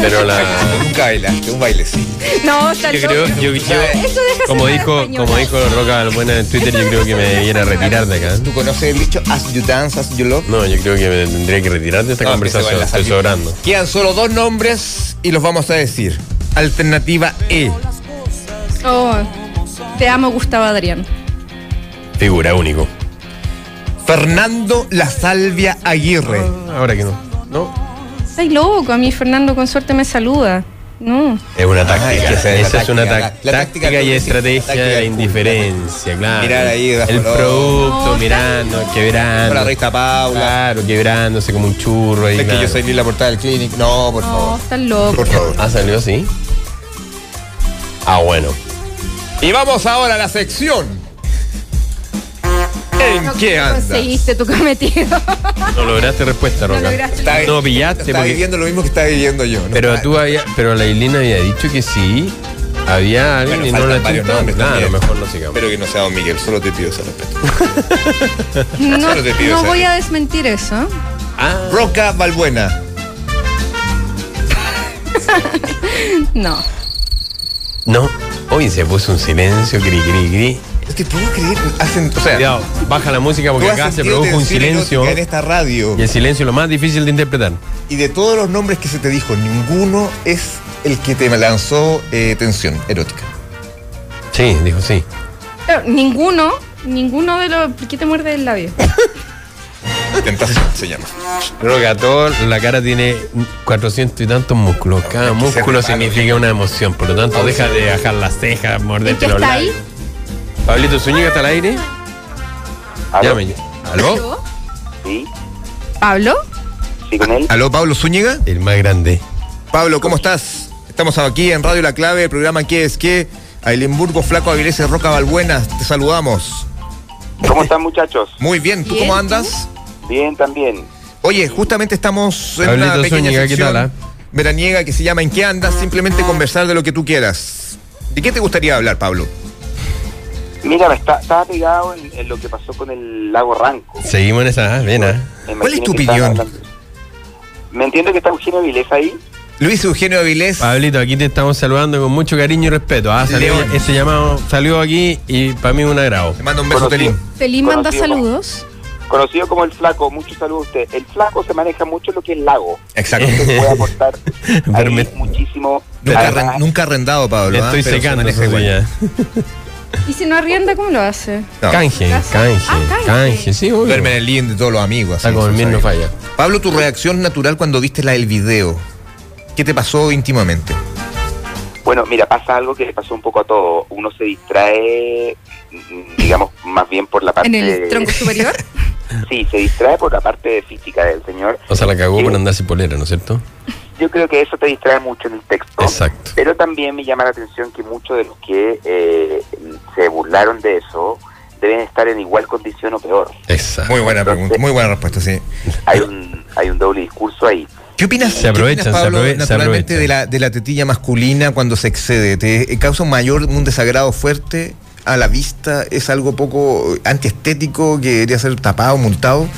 Speaker 2: Pero la.
Speaker 3: Nunca bailaste, un baile sí.
Speaker 1: No, está
Speaker 2: Yo creo,
Speaker 1: loco.
Speaker 2: yo, yo-
Speaker 1: Eso deja
Speaker 2: como
Speaker 1: ser
Speaker 2: dijo,
Speaker 1: española.
Speaker 2: como dijo Roca Balbuena en Twitter, yo creo que me debiera retirar de acá.
Speaker 3: ¿Tú conoces el dicho As You Dance, As You Love?
Speaker 2: No, yo creo que me tendría que retirar de esta
Speaker 3: No,
Speaker 2: conversación.
Speaker 3: que se
Speaker 2: Estoy
Speaker 3: baila
Speaker 2: sobrando.
Speaker 3: Quedan solo dos nombres y los vamos a decir. Alternativa E.
Speaker 1: Oh, te amo, Gustavo Adrián.
Speaker 2: Figura único.
Speaker 3: Fernando La Salvia Aguirre.
Speaker 2: Ahora que no. No.
Speaker 1: Estás loco, a mí Fernando con suerte me saluda. No.
Speaker 2: Es una
Speaker 3: Ah, es
Speaker 2: táctica.
Speaker 3: que esa es la
Speaker 2: Esa es una
Speaker 3: táctica,
Speaker 2: tac-
Speaker 3: la- la táctica
Speaker 2: táctica
Speaker 3: que
Speaker 2: y
Speaker 3: dice, la
Speaker 2: estrategia
Speaker 3: táctica
Speaker 2: de
Speaker 3: del fútbol,
Speaker 2: indiferencia, claro.
Speaker 3: Mirar ahí bajo
Speaker 2: El
Speaker 3: el ojo.
Speaker 2: producto,
Speaker 1: No,
Speaker 2: mirando,
Speaker 3: Para la
Speaker 2: quebrando.
Speaker 3: revista Paula.
Speaker 2: Claro, quebrándose como un churro ahí.
Speaker 3: Es que
Speaker 2: claro.
Speaker 3: yo soy Lila Portada del Clinic. No, por
Speaker 1: No,
Speaker 3: favor.
Speaker 1: oh, estás loco.
Speaker 3: Por favor.
Speaker 2: Ah, salió así. Ah, bueno.
Speaker 3: Y vamos ahora a la sección. ¿En qué andas?
Speaker 1: Conseguiste tu cometido.
Speaker 2: No lograste respuesta,
Speaker 1: No
Speaker 2: Roca.
Speaker 1: lograste.
Speaker 3: Está bien.
Speaker 2: No pillaste
Speaker 3: Está
Speaker 2: porque.
Speaker 3: viviendo lo mismo que está viviendo yo. ¿no?
Speaker 2: Pero tú había, pero la Islina había dicho que sí. Había alguien
Speaker 3: Bueno,
Speaker 2: y no
Speaker 3: faltan
Speaker 2: la
Speaker 3: varios
Speaker 2: chutó.
Speaker 3: nombres
Speaker 2: Claro,
Speaker 3: también.
Speaker 2: mejor no sigamos.
Speaker 3: Espero que no sea Don Miguel, solo te pido ese respeto.
Speaker 1: No,
Speaker 3: Solo te pido
Speaker 1: no
Speaker 3: esa-
Speaker 1: voy a desmentir eso.
Speaker 2: Ah,
Speaker 3: Roca Balbuena.
Speaker 1: no.
Speaker 2: No. Hoy se puso un silencio, gri, gri, gri.
Speaker 3: Es que puedo creer, hacen, o sea,
Speaker 2: Cuidado, baja la música porque
Speaker 3: tú has
Speaker 2: acá se
Speaker 3: sentido
Speaker 2: produjo un
Speaker 3: tensión
Speaker 2: silencio.
Speaker 3: erótica en esta radio
Speaker 2: Y el silencio es lo más difícil de interpretar.
Speaker 3: y de todos los nombres que se te dijo, ninguno es el que te lanzó eh, tensión erótica.
Speaker 2: Sí, dijo sí.
Speaker 1: Claro, ninguno, ninguno de los. ¿Por qué te muerde el labio?
Speaker 3: Tentación se llama.
Speaker 2: Creo que a todos la cara tiene 400 y tantos músculos. Cada
Speaker 3: es que se
Speaker 2: músculo
Speaker 3: repara,
Speaker 2: significa una emoción. Por lo tanto, deja de bajar las cejas,
Speaker 1: ¿El
Speaker 2: morderte
Speaker 1: que
Speaker 2: los
Speaker 1: está ahí?
Speaker 2: labios. Pablito Zúñiga está al aire. Llame. ¿Aló?
Speaker 1: ¿Aló?
Speaker 13: Sí,
Speaker 1: ¿Pablo?
Speaker 13: sí, con él.
Speaker 3: Aló, Pablo Zúñiga.
Speaker 2: El más grande.
Speaker 3: Pablo, ¿cómo estás? Estamos aquí en Radio La Clave, el programa ¿Qué es qué? Ailenburgo, Flaco Avilés, Roca Balbuena, te saludamos.
Speaker 13: ¿Cómo están, muchachos?
Speaker 3: Muy bien, ¿tú
Speaker 1: Bien,
Speaker 3: cómo
Speaker 1: ¿tú?
Speaker 3: andas?
Speaker 13: Bien, también.
Speaker 3: Oye, justamente estamos en una
Speaker 2: Pablito
Speaker 3: pequeña
Speaker 2: Zúñiga, ¿qué
Speaker 3: sección
Speaker 2: tal, ah?
Speaker 3: veraniega que se llama ¿En qué andas? Simplemente conversar de lo que tú quieras. ¿De qué te gustaría hablar, Pablo?
Speaker 13: Mira, me está, estaba pegado en, en lo que pasó con el lago Ranco.
Speaker 2: Seguimos en esa ah, vena.
Speaker 13: Me
Speaker 3: ¿Cuál es
Speaker 13: imagino
Speaker 3: tu
Speaker 13: que estaban
Speaker 3: opinión?
Speaker 13: hablando- Me entiendo que está Eugenio Vilés ahí.
Speaker 3: Luis Eugenio Avilés.
Speaker 2: Pablito, aquí te estamos saludando con mucho cariño y respeto. Ah, salió
Speaker 3: León.
Speaker 2: este llamado salió aquí y para mí es un agrado.
Speaker 3: Te mando un beso,
Speaker 13: Conocido-
Speaker 3: Telín.
Speaker 1: Feliz manda
Speaker 13: Conocido como-
Speaker 1: saludos.
Speaker 13: Conocido como el flaco, muchos saludos a usted. El flaco se maneja mucho en lo que es lago.
Speaker 3: Exacto.
Speaker 13: Puede aportar
Speaker 2: Pero
Speaker 13: ahí
Speaker 2: me-
Speaker 13: muchísimo.
Speaker 3: nunca,
Speaker 13: Además,
Speaker 3: arren- nunca arrendado, Pablo.
Speaker 2: Le
Speaker 3: ¿ah?
Speaker 2: estoy
Speaker 3: Pero se
Speaker 2: secando
Speaker 3: maneja
Speaker 2: eso
Speaker 3: igual.
Speaker 2: ya.
Speaker 1: ¿Y si no arrienda, cómo lo hace?
Speaker 3: No.
Speaker 2: Canje,
Speaker 1: Casa.
Speaker 2: canje,
Speaker 1: Ah, canje.
Speaker 2: canje. Sí, obvio.
Speaker 3: Duerme en el living de todos los amigos.
Speaker 2: Está
Speaker 3: así,
Speaker 2: con el
Speaker 3: eso
Speaker 2: bien no
Speaker 3: sabe.
Speaker 2: falla.
Speaker 3: Pablo, tu reacción natural cuando viste la del video. ¿Qué te pasó íntimamente?
Speaker 13: Bueno, mira, pasa algo que le pasó un poco a todo. Uno se distrae, mm, digamos, más bien por la parte...
Speaker 1: ¿En el tronco superior?
Speaker 13: Sí, se distrae por la parte física del señor.
Speaker 2: O sea, la cagó por
Speaker 13: Sí.
Speaker 2: andar sin polera, ¿no es cierto?
Speaker 13: Yo creo que eso te distrae mucho en el texto.
Speaker 2: Exacto.
Speaker 13: Pero también me llama la atención que muchos de los que eh, se burlaron de eso deben estar en igual condición o peor.
Speaker 2: Exacto.
Speaker 3: Muy buena pregunta, muy buena respuesta, sí.
Speaker 13: Hay un, hay un doble discurso ahí.
Speaker 3: ¿Qué opinas,
Speaker 2: Se
Speaker 3: qué opinas,
Speaker 2: aprovechan, se
Speaker 3: Pablo,
Speaker 2: aprove- se
Speaker 3: naturalmente
Speaker 2: aprovechan.
Speaker 3: de la, de la tetilla masculina cuando se excede? ¿Te eh, causa un mayor, un desagrado fuerte a la vista? ¿Es algo poco antiestético que debería ser tapado, multado?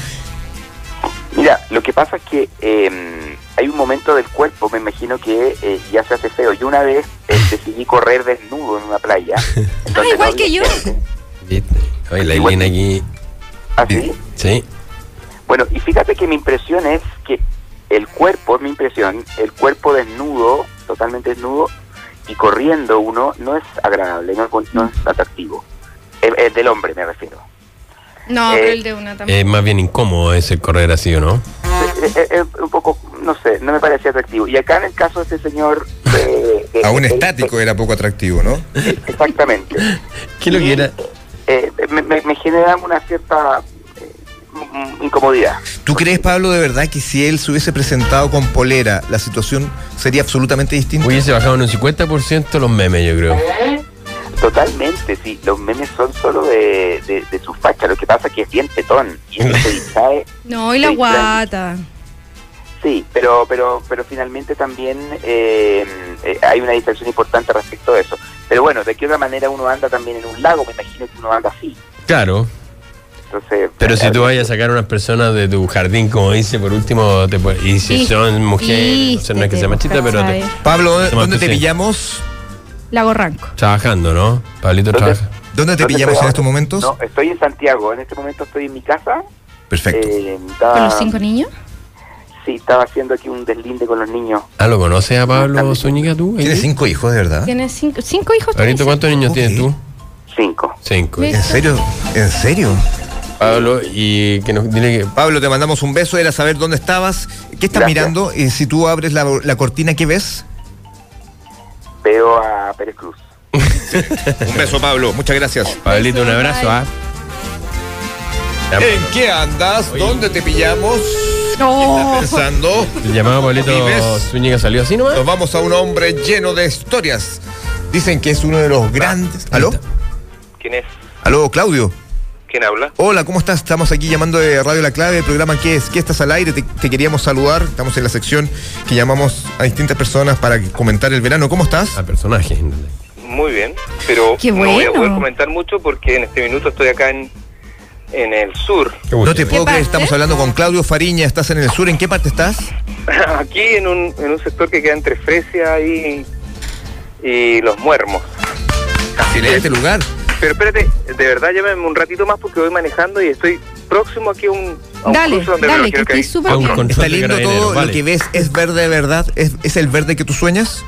Speaker 13: Mira, lo que pasa es que eh, hay un momento del cuerpo, me imagino que eh, ya se hace feo. Yo una vez eh, decidí correr desnudo en una playa.
Speaker 1: Ah,
Speaker 13: Entonces,
Speaker 1: igual
Speaker 13: no
Speaker 1: que
Speaker 13: había
Speaker 1: yo.
Speaker 13: gente.
Speaker 2: ¿Viste? Oye, la Elena aquí.
Speaker 13: Así.
Speaker 2: Sí.
Speaker 13: ¿Ah, Bueno, y fíjate que mi impresión es que el cuerpo, es mi impresión, el cuerpo desnudo, totalmente desnudo, y corriendo uno, no es agradable, no, es- no es atractivo. El, el del hombre me refiero.
Speaker 1: No,
Speaker 13: Eh,
Speaker 1: pero el de una también.
Speaker 2: Es más bien incómodo ese correr así, ¿o no?
Speaker 16: eh.
Speaker 13: Es, es- es un poco, no sé, no me parecía atractivo. Y acá en el caso de este señor... eh, eh,
Speaker 3: Aún
Speaker 13: eh,
Speaker 3: estático era poco atractivo, ¿no?
Speaker 13: eh, Exactamente.
Speaker 2: ¿Qué lo que era?
Speaker 13: Eh, me, me- me genera una cierta eh, m- m- incomodidad.
Speaker 3: ¿Tú crees, Pablo, de verdad que si él se hubiese presentado con polera, la situación sería absolutamente distinta?
Speaker 2: Hubiese bajado en un 50% los memes, yo creo.
Speaker 13: Totalmente, sí. Los memes son solo de, de, de su facha. Lo que pasa es que es bien petón. Y eso se distrae
Speaker 1: No, y la
Speaker 13: Sí, claro.
Speaker 1: guata.
Speaker 13: Sí, pero pero pero finalmente también eh, eh, hay una distracción importante respecto a eso. Pero bueno, de qué otra manera uno anda también en un lago, me imagino que uno anda así.
Speaker 2: Claro.
Speaker 13: Entonces,
Speaker 2: Pero si tú
Speaker 13: habría-
Speaker 2: vayas a sacar a unas personas de tu jardín, como dice, por último, te pu- y si
Speaker 1: Sí.
Speaker 2: son mujeres, o sea, no es que sea machista, pero te-
Speaker 1: ¿cachai?
Speaker 3: Pablo, ¿dó-
Speaker 2: Tomás,
Speaker 3: ¿dónde
Speaker 2: tú
Speaker 3: te
Speaker 2: sí.
Speaker 3: pillamos?
Speaker 1: Lago Ranco.
Speaker 2: trabajando, ¿no? Pablito
Speaker 13: Entonces-
Speaker 2: trabaja.
Speaker 3: ¿Dónde te
Speaker 13: ¿Dónde
Speaker 3: pillamos
Speaker 13: estoy
Speaker 3: en
Speaker 13: ahora?
Speaker 3: estos momentos?
Speaker 13: No, estoy en Santiago, en este momento estoy en mi casa.
Speaker 3: Perfecto.
Speaker 13: eh, estaba-
Speaker 1: ¿Con los cinco niños?
Speaker 13: Sí, estaba haciendo aquí un deslinde con los niños.
Speaker 2: Ah, ¿lo conoces a Pablo Zúñiga tú?
Speaker 3: Tienes
Speaker 2: ¿Eh?
Speaker 3: cinco hijos, de verdad.
Speaker 1: Tiene cinco, cinco hijos.
Speaker 2: Pablito,
Speaker 1: tiene,
Speaker 2: ¿cuántos niños
Speaker 3: Ok.
Speaker 2: tienes tú?
Speaker 13: Cinco.
Speaker 2: Cinco.
Speaker 1: Ve-
Speaker 3: ¿En serio? ¿En serio?
Speaker 2: Pablo, y que nos dile que.
Speaker 3: Pablo, te mandamos un beso. Era saber dónde estabas. ¿Qué estás
Speaker 13: Gracias.
Speaker 3: mirando? Y si tú abres la, la cortina, ¿qué ves?
Speaker 13: Veo a Pérez Cruz.
Speaker 3: Un beso, Pablo. Muchas gracias.
Speaker 2: Pablito, un abrazo, ¿ah? Te amo.
Speaker 3: qué andas? ¿Dónde te pillamos?
Speaker 1: No.
Speaker 3: Pensando.
Speaker 2: El llamado Pablito
Speaker 3: ¿Vives?
Speaker 2: Zúñiga salió así nomás.
Speaker 3: Nos vamos a un hombre lleno de historias. Dicen que es uno de los grandes. ¿Aló?
Speaker 16: ¿Quién es?
Speaker 3: ¿Aló, Claudio?
Speaker 16: ¿Quién habla?
Speaker 3: Hola, ¿cómo estás? Estamos aquí llamando de Radio La Clave, el programa ¿Qué es? ¿Qué estás al aire? Te, te queríamos saludar. Estamos en la sección que llamamos a distintas personas para comentar el verano. ¿Cómo estás?
Speaker 2: A personaje.
Speaker 16: Muy bien, pero
Speaker 1: Qué
Speaker 16: no voy a
Speaker 1: bueno.
Speaker 16: poder comentar mucho porque en este minuto estoy acá en, en el sur.
Speaker 3: No te puedo creer, estamos hablando con Claudio Fariña, estás en el sur, ¿en qué parte estás?
Speaker 16: Aquí en un, en un sector que queda entre Fresia y, y Los Muermos.
Speaker 3: Excelente este lugar.
Speaker 16: Pero espérate, de verdad llévenme un ratito más porque voy manejando y estoy próximo aquí a un, a un
Speaker 1: Dale,
Speaker 16: cruce donde
Speaker 1: dale,
Speaker 16: me lo quiero
Speaker 1: que
Speaker 16: caer.
Speaker 1: estoy súper bien.
Speaker 3: Está lindo todo lo
Speaker 2: vale.
Speaker 3: que ves, es verde de verdad, es, es el verde que tú sueñas.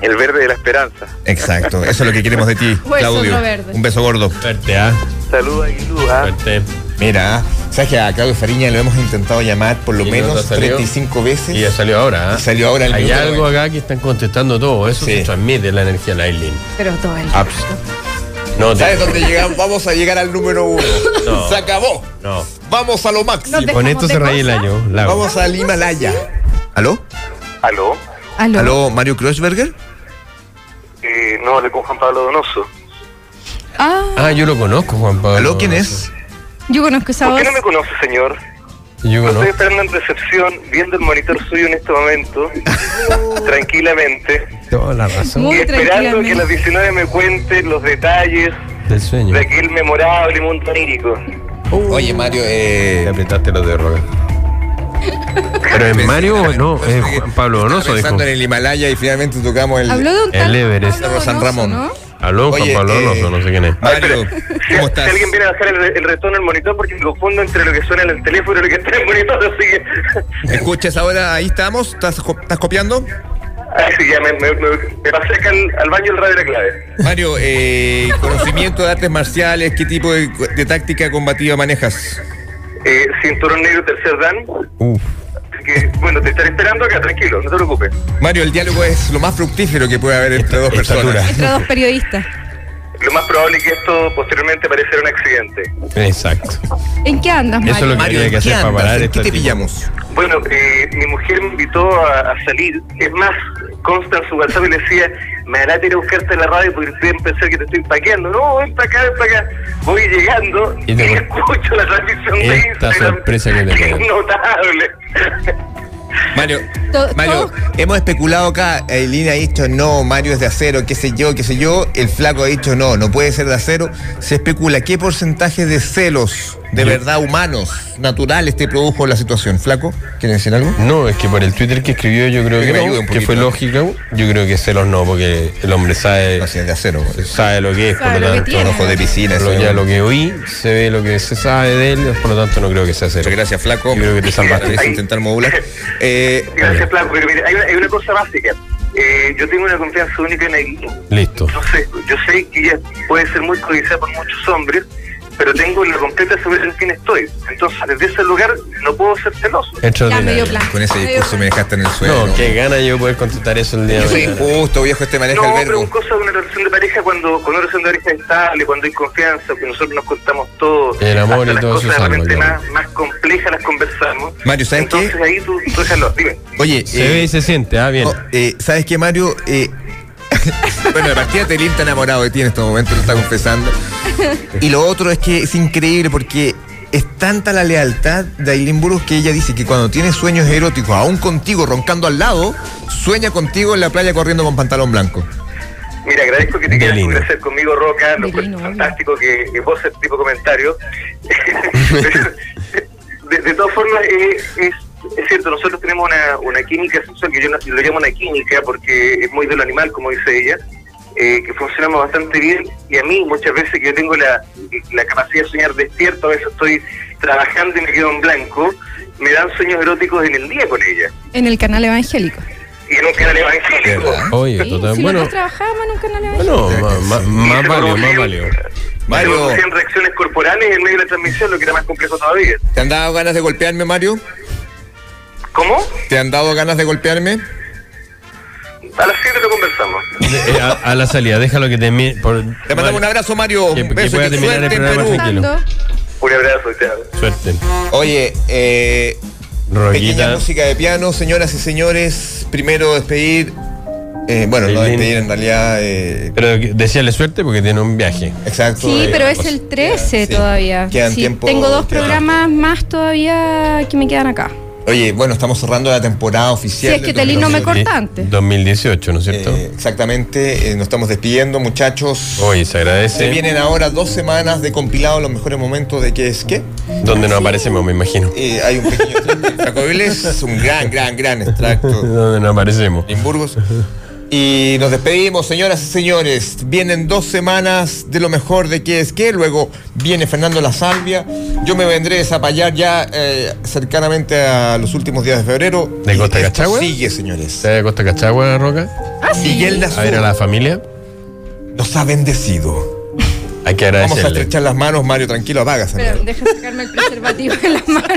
Speaker 16: El verde de la esperanza.
Speaker 3: Exacto, eso es lo que queremos de ti,
Speaker 16: Hueso
Speaker 3: Claudio.
Speaker 16: no verde.
Speaker 3: Un beso gordo.
Speaker 2: Suerte, ¿ah?
Speaker 16: Saludos a
Speaker 3: Mira, ¿ah? sabes que a Claudio Fariña lo hemos intentado llamar por lo
Speaker 2: Y no te
Speaker 3: menos
Speaker 2: salió.
Speaker 3: 35 veces.
Speaker 2: Y ya salió ahora. ¿ah?
Speaker 3: Y salió ahora el
Speaker 2: Hay
Speaker 3: minuto
Speaker 2: algo acá que están contestando todo. Eso se transmite la energía de la Aileen.
Speaker 1: Pero todo el
Speaker 2: No, te-
Speaker 3: Ah, pues. ¿Sabes dónde llegamos? Vamos a llegar al número uno.
Speaker 2: No.
Speaker 3: Se acabó.
Speaker 2: No.
Speaker 3: Vamos a lo máximo.
Speaker 1: Nos dejamos
Speaker 2: Con esto
Speaker 1: de
Speaker 2: se reía el
Speaker 1: cosas.
Speaker 2: año. Lago.
Speaker 3: Vamos al Himalaya. ¿Aló?
Speaker 16: ¿Aló?
Speaker 1: Aló.
Speaker 3: ¿Aló, Mario Kreuzberger?
Speaker 16: Eh, no, le con Juan Pablo Donoso.
Speaker 1: Ah,
Speaker 2: Ah, yo lo conozco, Juan Pablo.
Speaker 3: ¿Aló, quién es?
Speaker 1: yo conozco esa
Speaker 16: ¿Por
Speaker 1: voz.
Speaker 16: qué no me conoce, señor?
Speaker 2: Yo
Speaker 16: Lo estoy
Speaker 2: conozco.
Speaker 16: esperando en recepción, viendo el monitor suyo en este momento, tranquilamente,
Speaker 2: Toda la razón
Speaker 16: y
Speaker 1: Muy
Speaker 16: esperando que a
Speaker 1: tranquilamente.
Speaker 16: las 19 me cuente los detalles
Speaker 2: del sueño.
Speaker 16: de aquel memorable mundo onírico.
Speaker 3: Oye, Mario,
Speaker 2: Te
Speaker 3: eh.
Speaker 2: apretaste los dedos, Roca. Pero es Mario, o no, es Juan Pablo Donoso, dijo.
Speaker 3: Pensando en el Himalaya y finalmente tocamos el.
Speaker 1: Habló de un tal
Speaker 2: El Everest.
Speaker 1: Pablo
Speaker 3: San
Speaker 1: Donoso,
Speaker 3: Ramón.
Speaker 1: ¿no?
Speaker 2: Aló, Juan
Speaker 3: Oye,
Speaker 2: Pablo
Speaker 3: eh,
Speaker 2: Donoso, no sé quién es.
Speaker 3: Mario,
Speaker 16: Si,
Speaker 3: ¿cómo
Speaker 16: si
Speaker 3: estás?
Speaker 16: alguien viene a bajar el, el retorno del monitor, porque me confundo entre lo que suena en el teléfono y lo que está en el monitor, así que.
Speaker 3: ¿Escuchas ahora? Ahí estamos. ¿Estás, co- estás copiando?
Speaker 16: Así ya me, me, me, me pasé acá al, al baño el radio de la clave.
Speaker 3: Mario, eh, conocimiento de artes marciales, ¿qué tipo de, de táctica combativa manejas?
Speaker 16: Eh, cinturón negro, tercer dan. Así que, bueno, te estaré esperando acá, tranquilo, no te preocupes.
Speaker 3: Mario, el diálogo es lo más fructífero que puede haber entre dos personas.
Speaker 1: Entre dos periodistas.
Speaker 16: Lo más probable es que esto posteriormente pareciera un accidente.
Speaker 2: Exacto.
Speaker 1: ¿en qué andas,
Speaker 2: Eso
Speaker 1: Mario?
Speaker 2: es lo que había que hacer para
Speaker 3: andas?
Speaker 2: parar
Speaker 3: ¿En
Speaker 2: este
Speaker 3: qué te
Speaker 2: tipo.
Speaker 3: pillamos?
Speaker 16: Bueno, eh, mi mujer me invitó a, a salir. Es más, consta en su WhatsApp y le decía, me hará ir a buscarte en la radio porque deben pensar que te estoy paqueando. No, ven para acá, ven para acá. Voy llegando
Speaker 2: Y
Speaker 16: y,
Speaker 2: te-
Speaker 16: escucho la transmisión de
Speaker 2: Esta
Speaker 16: Instagram.
Speaker 2: sorpresa que te
Speaker 16: Es
Speaker 2: queda.
Speaker 16: notable.
Speaker 3: Mario,
Speaker 1: To-
Speaker 3: Mario,
Speaker 1: todos-
Speaker 3: hemos especulado acá, Eileen ha dicho no, Mario es de acero, qué sé yo, qué sé yo, el flaco ha dicho no, no puede ser de acero. Se especula qué porcentaje de celos de verdad humanos, naturales, te produjo la situación. Flaco, ¿quieres decir algo?
Speaker 2: No, es que por el Twitter que escribió yo creo
Speaker 3: Que
Speaker 2: que,
Speaker 3: me
Speaker 2: no,
Speaker 3: ayude un
Speaker 2: que fue
Speaker 3: poquito.
Speaker 2: lógico. Yo creo que celos no, porque el hombre sabe,
Speaker 3: No, si es de acero.
Speaker 2: sabe lo que es,
Speaker 1: Sabe
Speaker 2: por lo
Speaker 1: lo que
Speaker 2: tanto.
Speaker 1: tiene.
Speaker 3: Con ojos de piscina.
Speaker 2: Lo,
Speaker 3: eso.
Speaker 2: ya lo que oí, se ve lo que se sabe de él, por lo tanto no creo que sea cero.
Speaker 3: Muchas gracias, flaco.
Speaker 2: Yo creo que te salvaste.
Speaker 3: Parece intentar modular. Eh,
Speaker 16: Gracias, Flaco. Pero mira, hay una, hay una cosa básica. Eh, yo tengo una confianza única en Aileen.
Speaker 2: Listo.
Speaker 16: Yo sé, yo sé que ella puede ser muy codiciada por muchos hombres, pero tengo la completa seguridad en quién estoy. Entonces, desde ese lugar no puedo ser celoso.
Speaker 1: Ya
Speaker 2: Extraordinario.
Speaker 1: medio plan.
Speaker 3: con ese discurso me dejaste en el suelo.
Speaker 2: No, qué gana yo poder contestar eso el día
Speaker 3: Eso
Speaker 2: de
Speaker 3: es
Speaker 2: hoy.
Speaker 3: injusto, viejo, este maneja
Speaker 16: No,
Speaker 3: el
Speaker 16: pero una
Speaker 3: verbo.
Speaker 16: cosa de una relación de pareja cuando con una relación de pareja estable, cuando hay confianza, que nosotros nos contamos todo.
Speaker 2: El amor
Speaker 16: hasta
Speaker 2: y
Speaker 16: las
Speaker 2: todo
Speaker 16: cosas
Speaker 2: se
Speaker 16: de
Speaker 2: salva,
Speaker 16: repente
Speaker 2: claro.
Speaker 16: más, más complejas las conversamos.
Speaker 3: Mario, ¿sabes qué?
Speaker 16: Entonces ahí tú, tú déjalo, dime.
Speaker 3: Oye,
Speaker 2: Se
Speaker 3: eh,
Speaker 2: ve y se siente, ah, bien.
Speaker 3: no, eh, ¿sabes qué, Mario? Eh, bueno, de partida Telín está enamorado de ti en este momento, lo está confesando. Y lo otro es que es increíble porque es tanta la lealtad de Aileen Burgos que ella dice que cuando tiene sueños eróticos, aún contigo roncando al lado, sueña contigo en la playa corriendo con pantalón blanco.
Speaker 16: Mira, agradezco que te quieras
Speaker 2: Delino.
Speaker 16: conversar conmigo, Roca. Lo
Speaker 1: Delino,
Speaker 16: encuentro
Speaker 1: obvio.
Speaker 16: fantástico que, que vos haces tipo comentario. de, de todas formas, eh, es, es cierto, nosotros tenemos una, una química sexual, que yo no- lo llamo una química porque es muy de lo animal, como dice ella, eh, que funcionamos bastante bien. Y a mí, muchas veces que yo tengo la, la capacidad de soñar despierto, a veces estoy trabajando y me quedo en blanco, me dan sueños eróticos en el día con ella.
Speaker 1: En el canal evangélico.
Speaker 16: Y en un canal evangélico.
Speaker 3: ¿Verdad?
Speaker 2: Oye,
Speaker 1: Sí,
Speaker 2: total.
Speaker 1: si
Speaker 2: Bueno,
Speaker 1: nosotros trabajábamos en un canal evangélico.
Speaker 2: bueno, más, más, más
Speaker 16: se
Speaker 2: valió, más
Speaker 16: producían-
Speaker 2: valió.
Speaker 3: Mario.
Speaker 16: Se producían reacciones corporales en medio de la transmisión, lo que era más complejo todavía.
Speaker 3: ¿Te han dado ganas de golpearme, Mario?
Speaker 16: ¿Cómo?
Speaker 3: ¿Te han dado ganas de golpearme?
Speaker 16: A las 7 lo conversamos.
Speaker 2: De- eh, a, a la salida, déjalo que te... mi- por-
Speaker 3: Te mandamos un abrazo, Mario.
Speaker 2: Que-
Speaker 3: Un
Speaker 2: que
Speaker 3: beso
Speaker 2: pueda
Speaker 3: y que
Speaker 2: terminar el
Speaker 3: suerte en
Speaker 2: programa
Speaker 3: Perú.
Speaker 2: tranquilo.
Speaker 1: Pensando,
Speaker 16: Un abrazo, chao.
Speaker 2: Suerte.
Speaker 3: Oye, eh, pequeña
Speaker 2: Roguita.
Speaker 3: música de piano, señoras y señores. Primero despedir. eh, bueno, no
Speaker 2: Aileen.
Speaker 3: despedir en realidad. eh,
Speaker 2: Pero que- decíale suerte porque tiene un viaje.
Speaker 3: exacto.
Speaker 1: Sí,
Speaker 3: eh,
Speaker 1: pero es
Speaker 3: pues,
Speaker 1: el 13
Speaker 3: sí.
Speaker 1: todavía.
Speaker 3: Quedan
Speaker 1: Sí,
Speaker 3: tiempo-
Speaker 1: tengo dos
Speaker 3: quedan-
Speaker 1: programas más todavía que me quedan acá.
Speaker 3: Oye, bueno, estamos cerrando la temporada oficial.
Speaker 1: Si es que Telín no me corta antes.
Speaker 2: 2018, ¿no es cierto?
Speaker 3: exactamente, eh, nos estamos despidiendo, muchachos.
Speaker 2: Oye, se agradece.
Speaker 3: Se vienen ahora dos semanas de compilado los mejores momentos de qué es qué.
Speaker 2: Donde nos aparecemos, me imagino.
Speaker 3: Eh, hay un pequeño extracto de Paco Vélez, es un gran, gran, gran extracto.
Speaker 2: Donde nos aparecemos.
Speaker 3: En Burgos. Y nos despedimos, señoras y señores. Vienen dos semanas de lo mejor de qué es qué. Luego viene Fernando La Salvia. Yo me vendré a zapallar ya eh, cercanamente a los últimos días de febrero.
Speaker 2: ¿De
Speaker 3: Y
Speaker 2: Costa
Speaker 3: esto
Speaker 2: Cachagua?
Speaker 3: Sigue, señores.
Speaker 2: ¿Está de Costa Cachagua, Roca?
Speaker 1: Ah, sí.
Speaker 3: Miguel
Speaker 2: A ver a la
Speaker 3: Dazú
Speaker 2: familia.
Speaker 3: nos ha bendecido.
Speaker 2: Hay que
Speaker 3: Vamos a
Speaker 2: agradecerle.
Speaker 3: estrechar las manos, Mario, tranquilo, apaga.
Speaker 1: Pero deja sacarme el preservativo de la mano.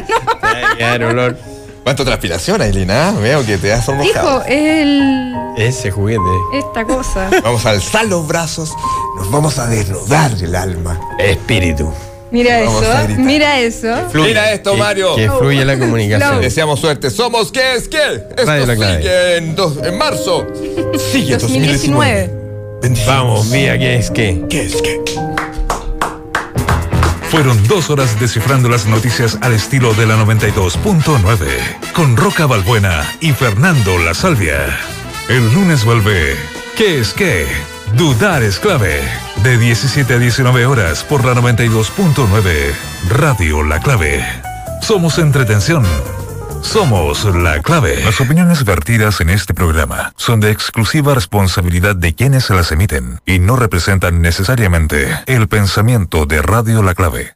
Speaker 2: a quedar olor.
Speaker 3: ¿Cuánto transpiración, Ailina? ah? Veo que te has
Speaker 1: Hijo,
Speaker 3: sonrojado.
Speaker 1: es el-
Speaker 2: Ese juguete.
Speaker 1: esta cosa.
Speaker 3: Vamos a alzar los brazos, nos vamos a desnudar el alma.
Speaker 2: Espíritu.
Speaker 1: Mira
Speaker 3: Vamos a
Speaker 1: eso,
Speaker 3: gritar.
Speaker 1: mira eso.
Speaker 3: Mira esto,
Speaker 2: Que-
Speaker 3: Mario.
Speaker 2: Que fluye la comunicación.
Speaker 1: Flow.
Speaker 3: Deseamos suerte. Somos qué es qué.
Speaker 2: Radio
Speaker 3: Esto
Speaker 2: La Clave.
Speaker 3: sigue en, dos- en marzo.
Speaker 1: 2019.
Speaker 3: Sigue 2019. Bendiciones.
Speaker 2: Vamos, mira qué es que.
Speaker 3: ¿Qué es qué?
Speaker 4: Fueron dos horas descifrando las noticias al estilo de la 92.9 con Roca Balbuena y Fernando La Salvia. El lunes vuelve ¿Qué es qué? Dudar es clave. De 17 a 19 horas por la 92.9 Radio La Clave. Somos entretención. Somos La Clave. Las opiniones vertidas en este programa son de exclusiva responsabilidad de quienes las emiten y no representan necesariamente el pensamiento de Radio La Clave.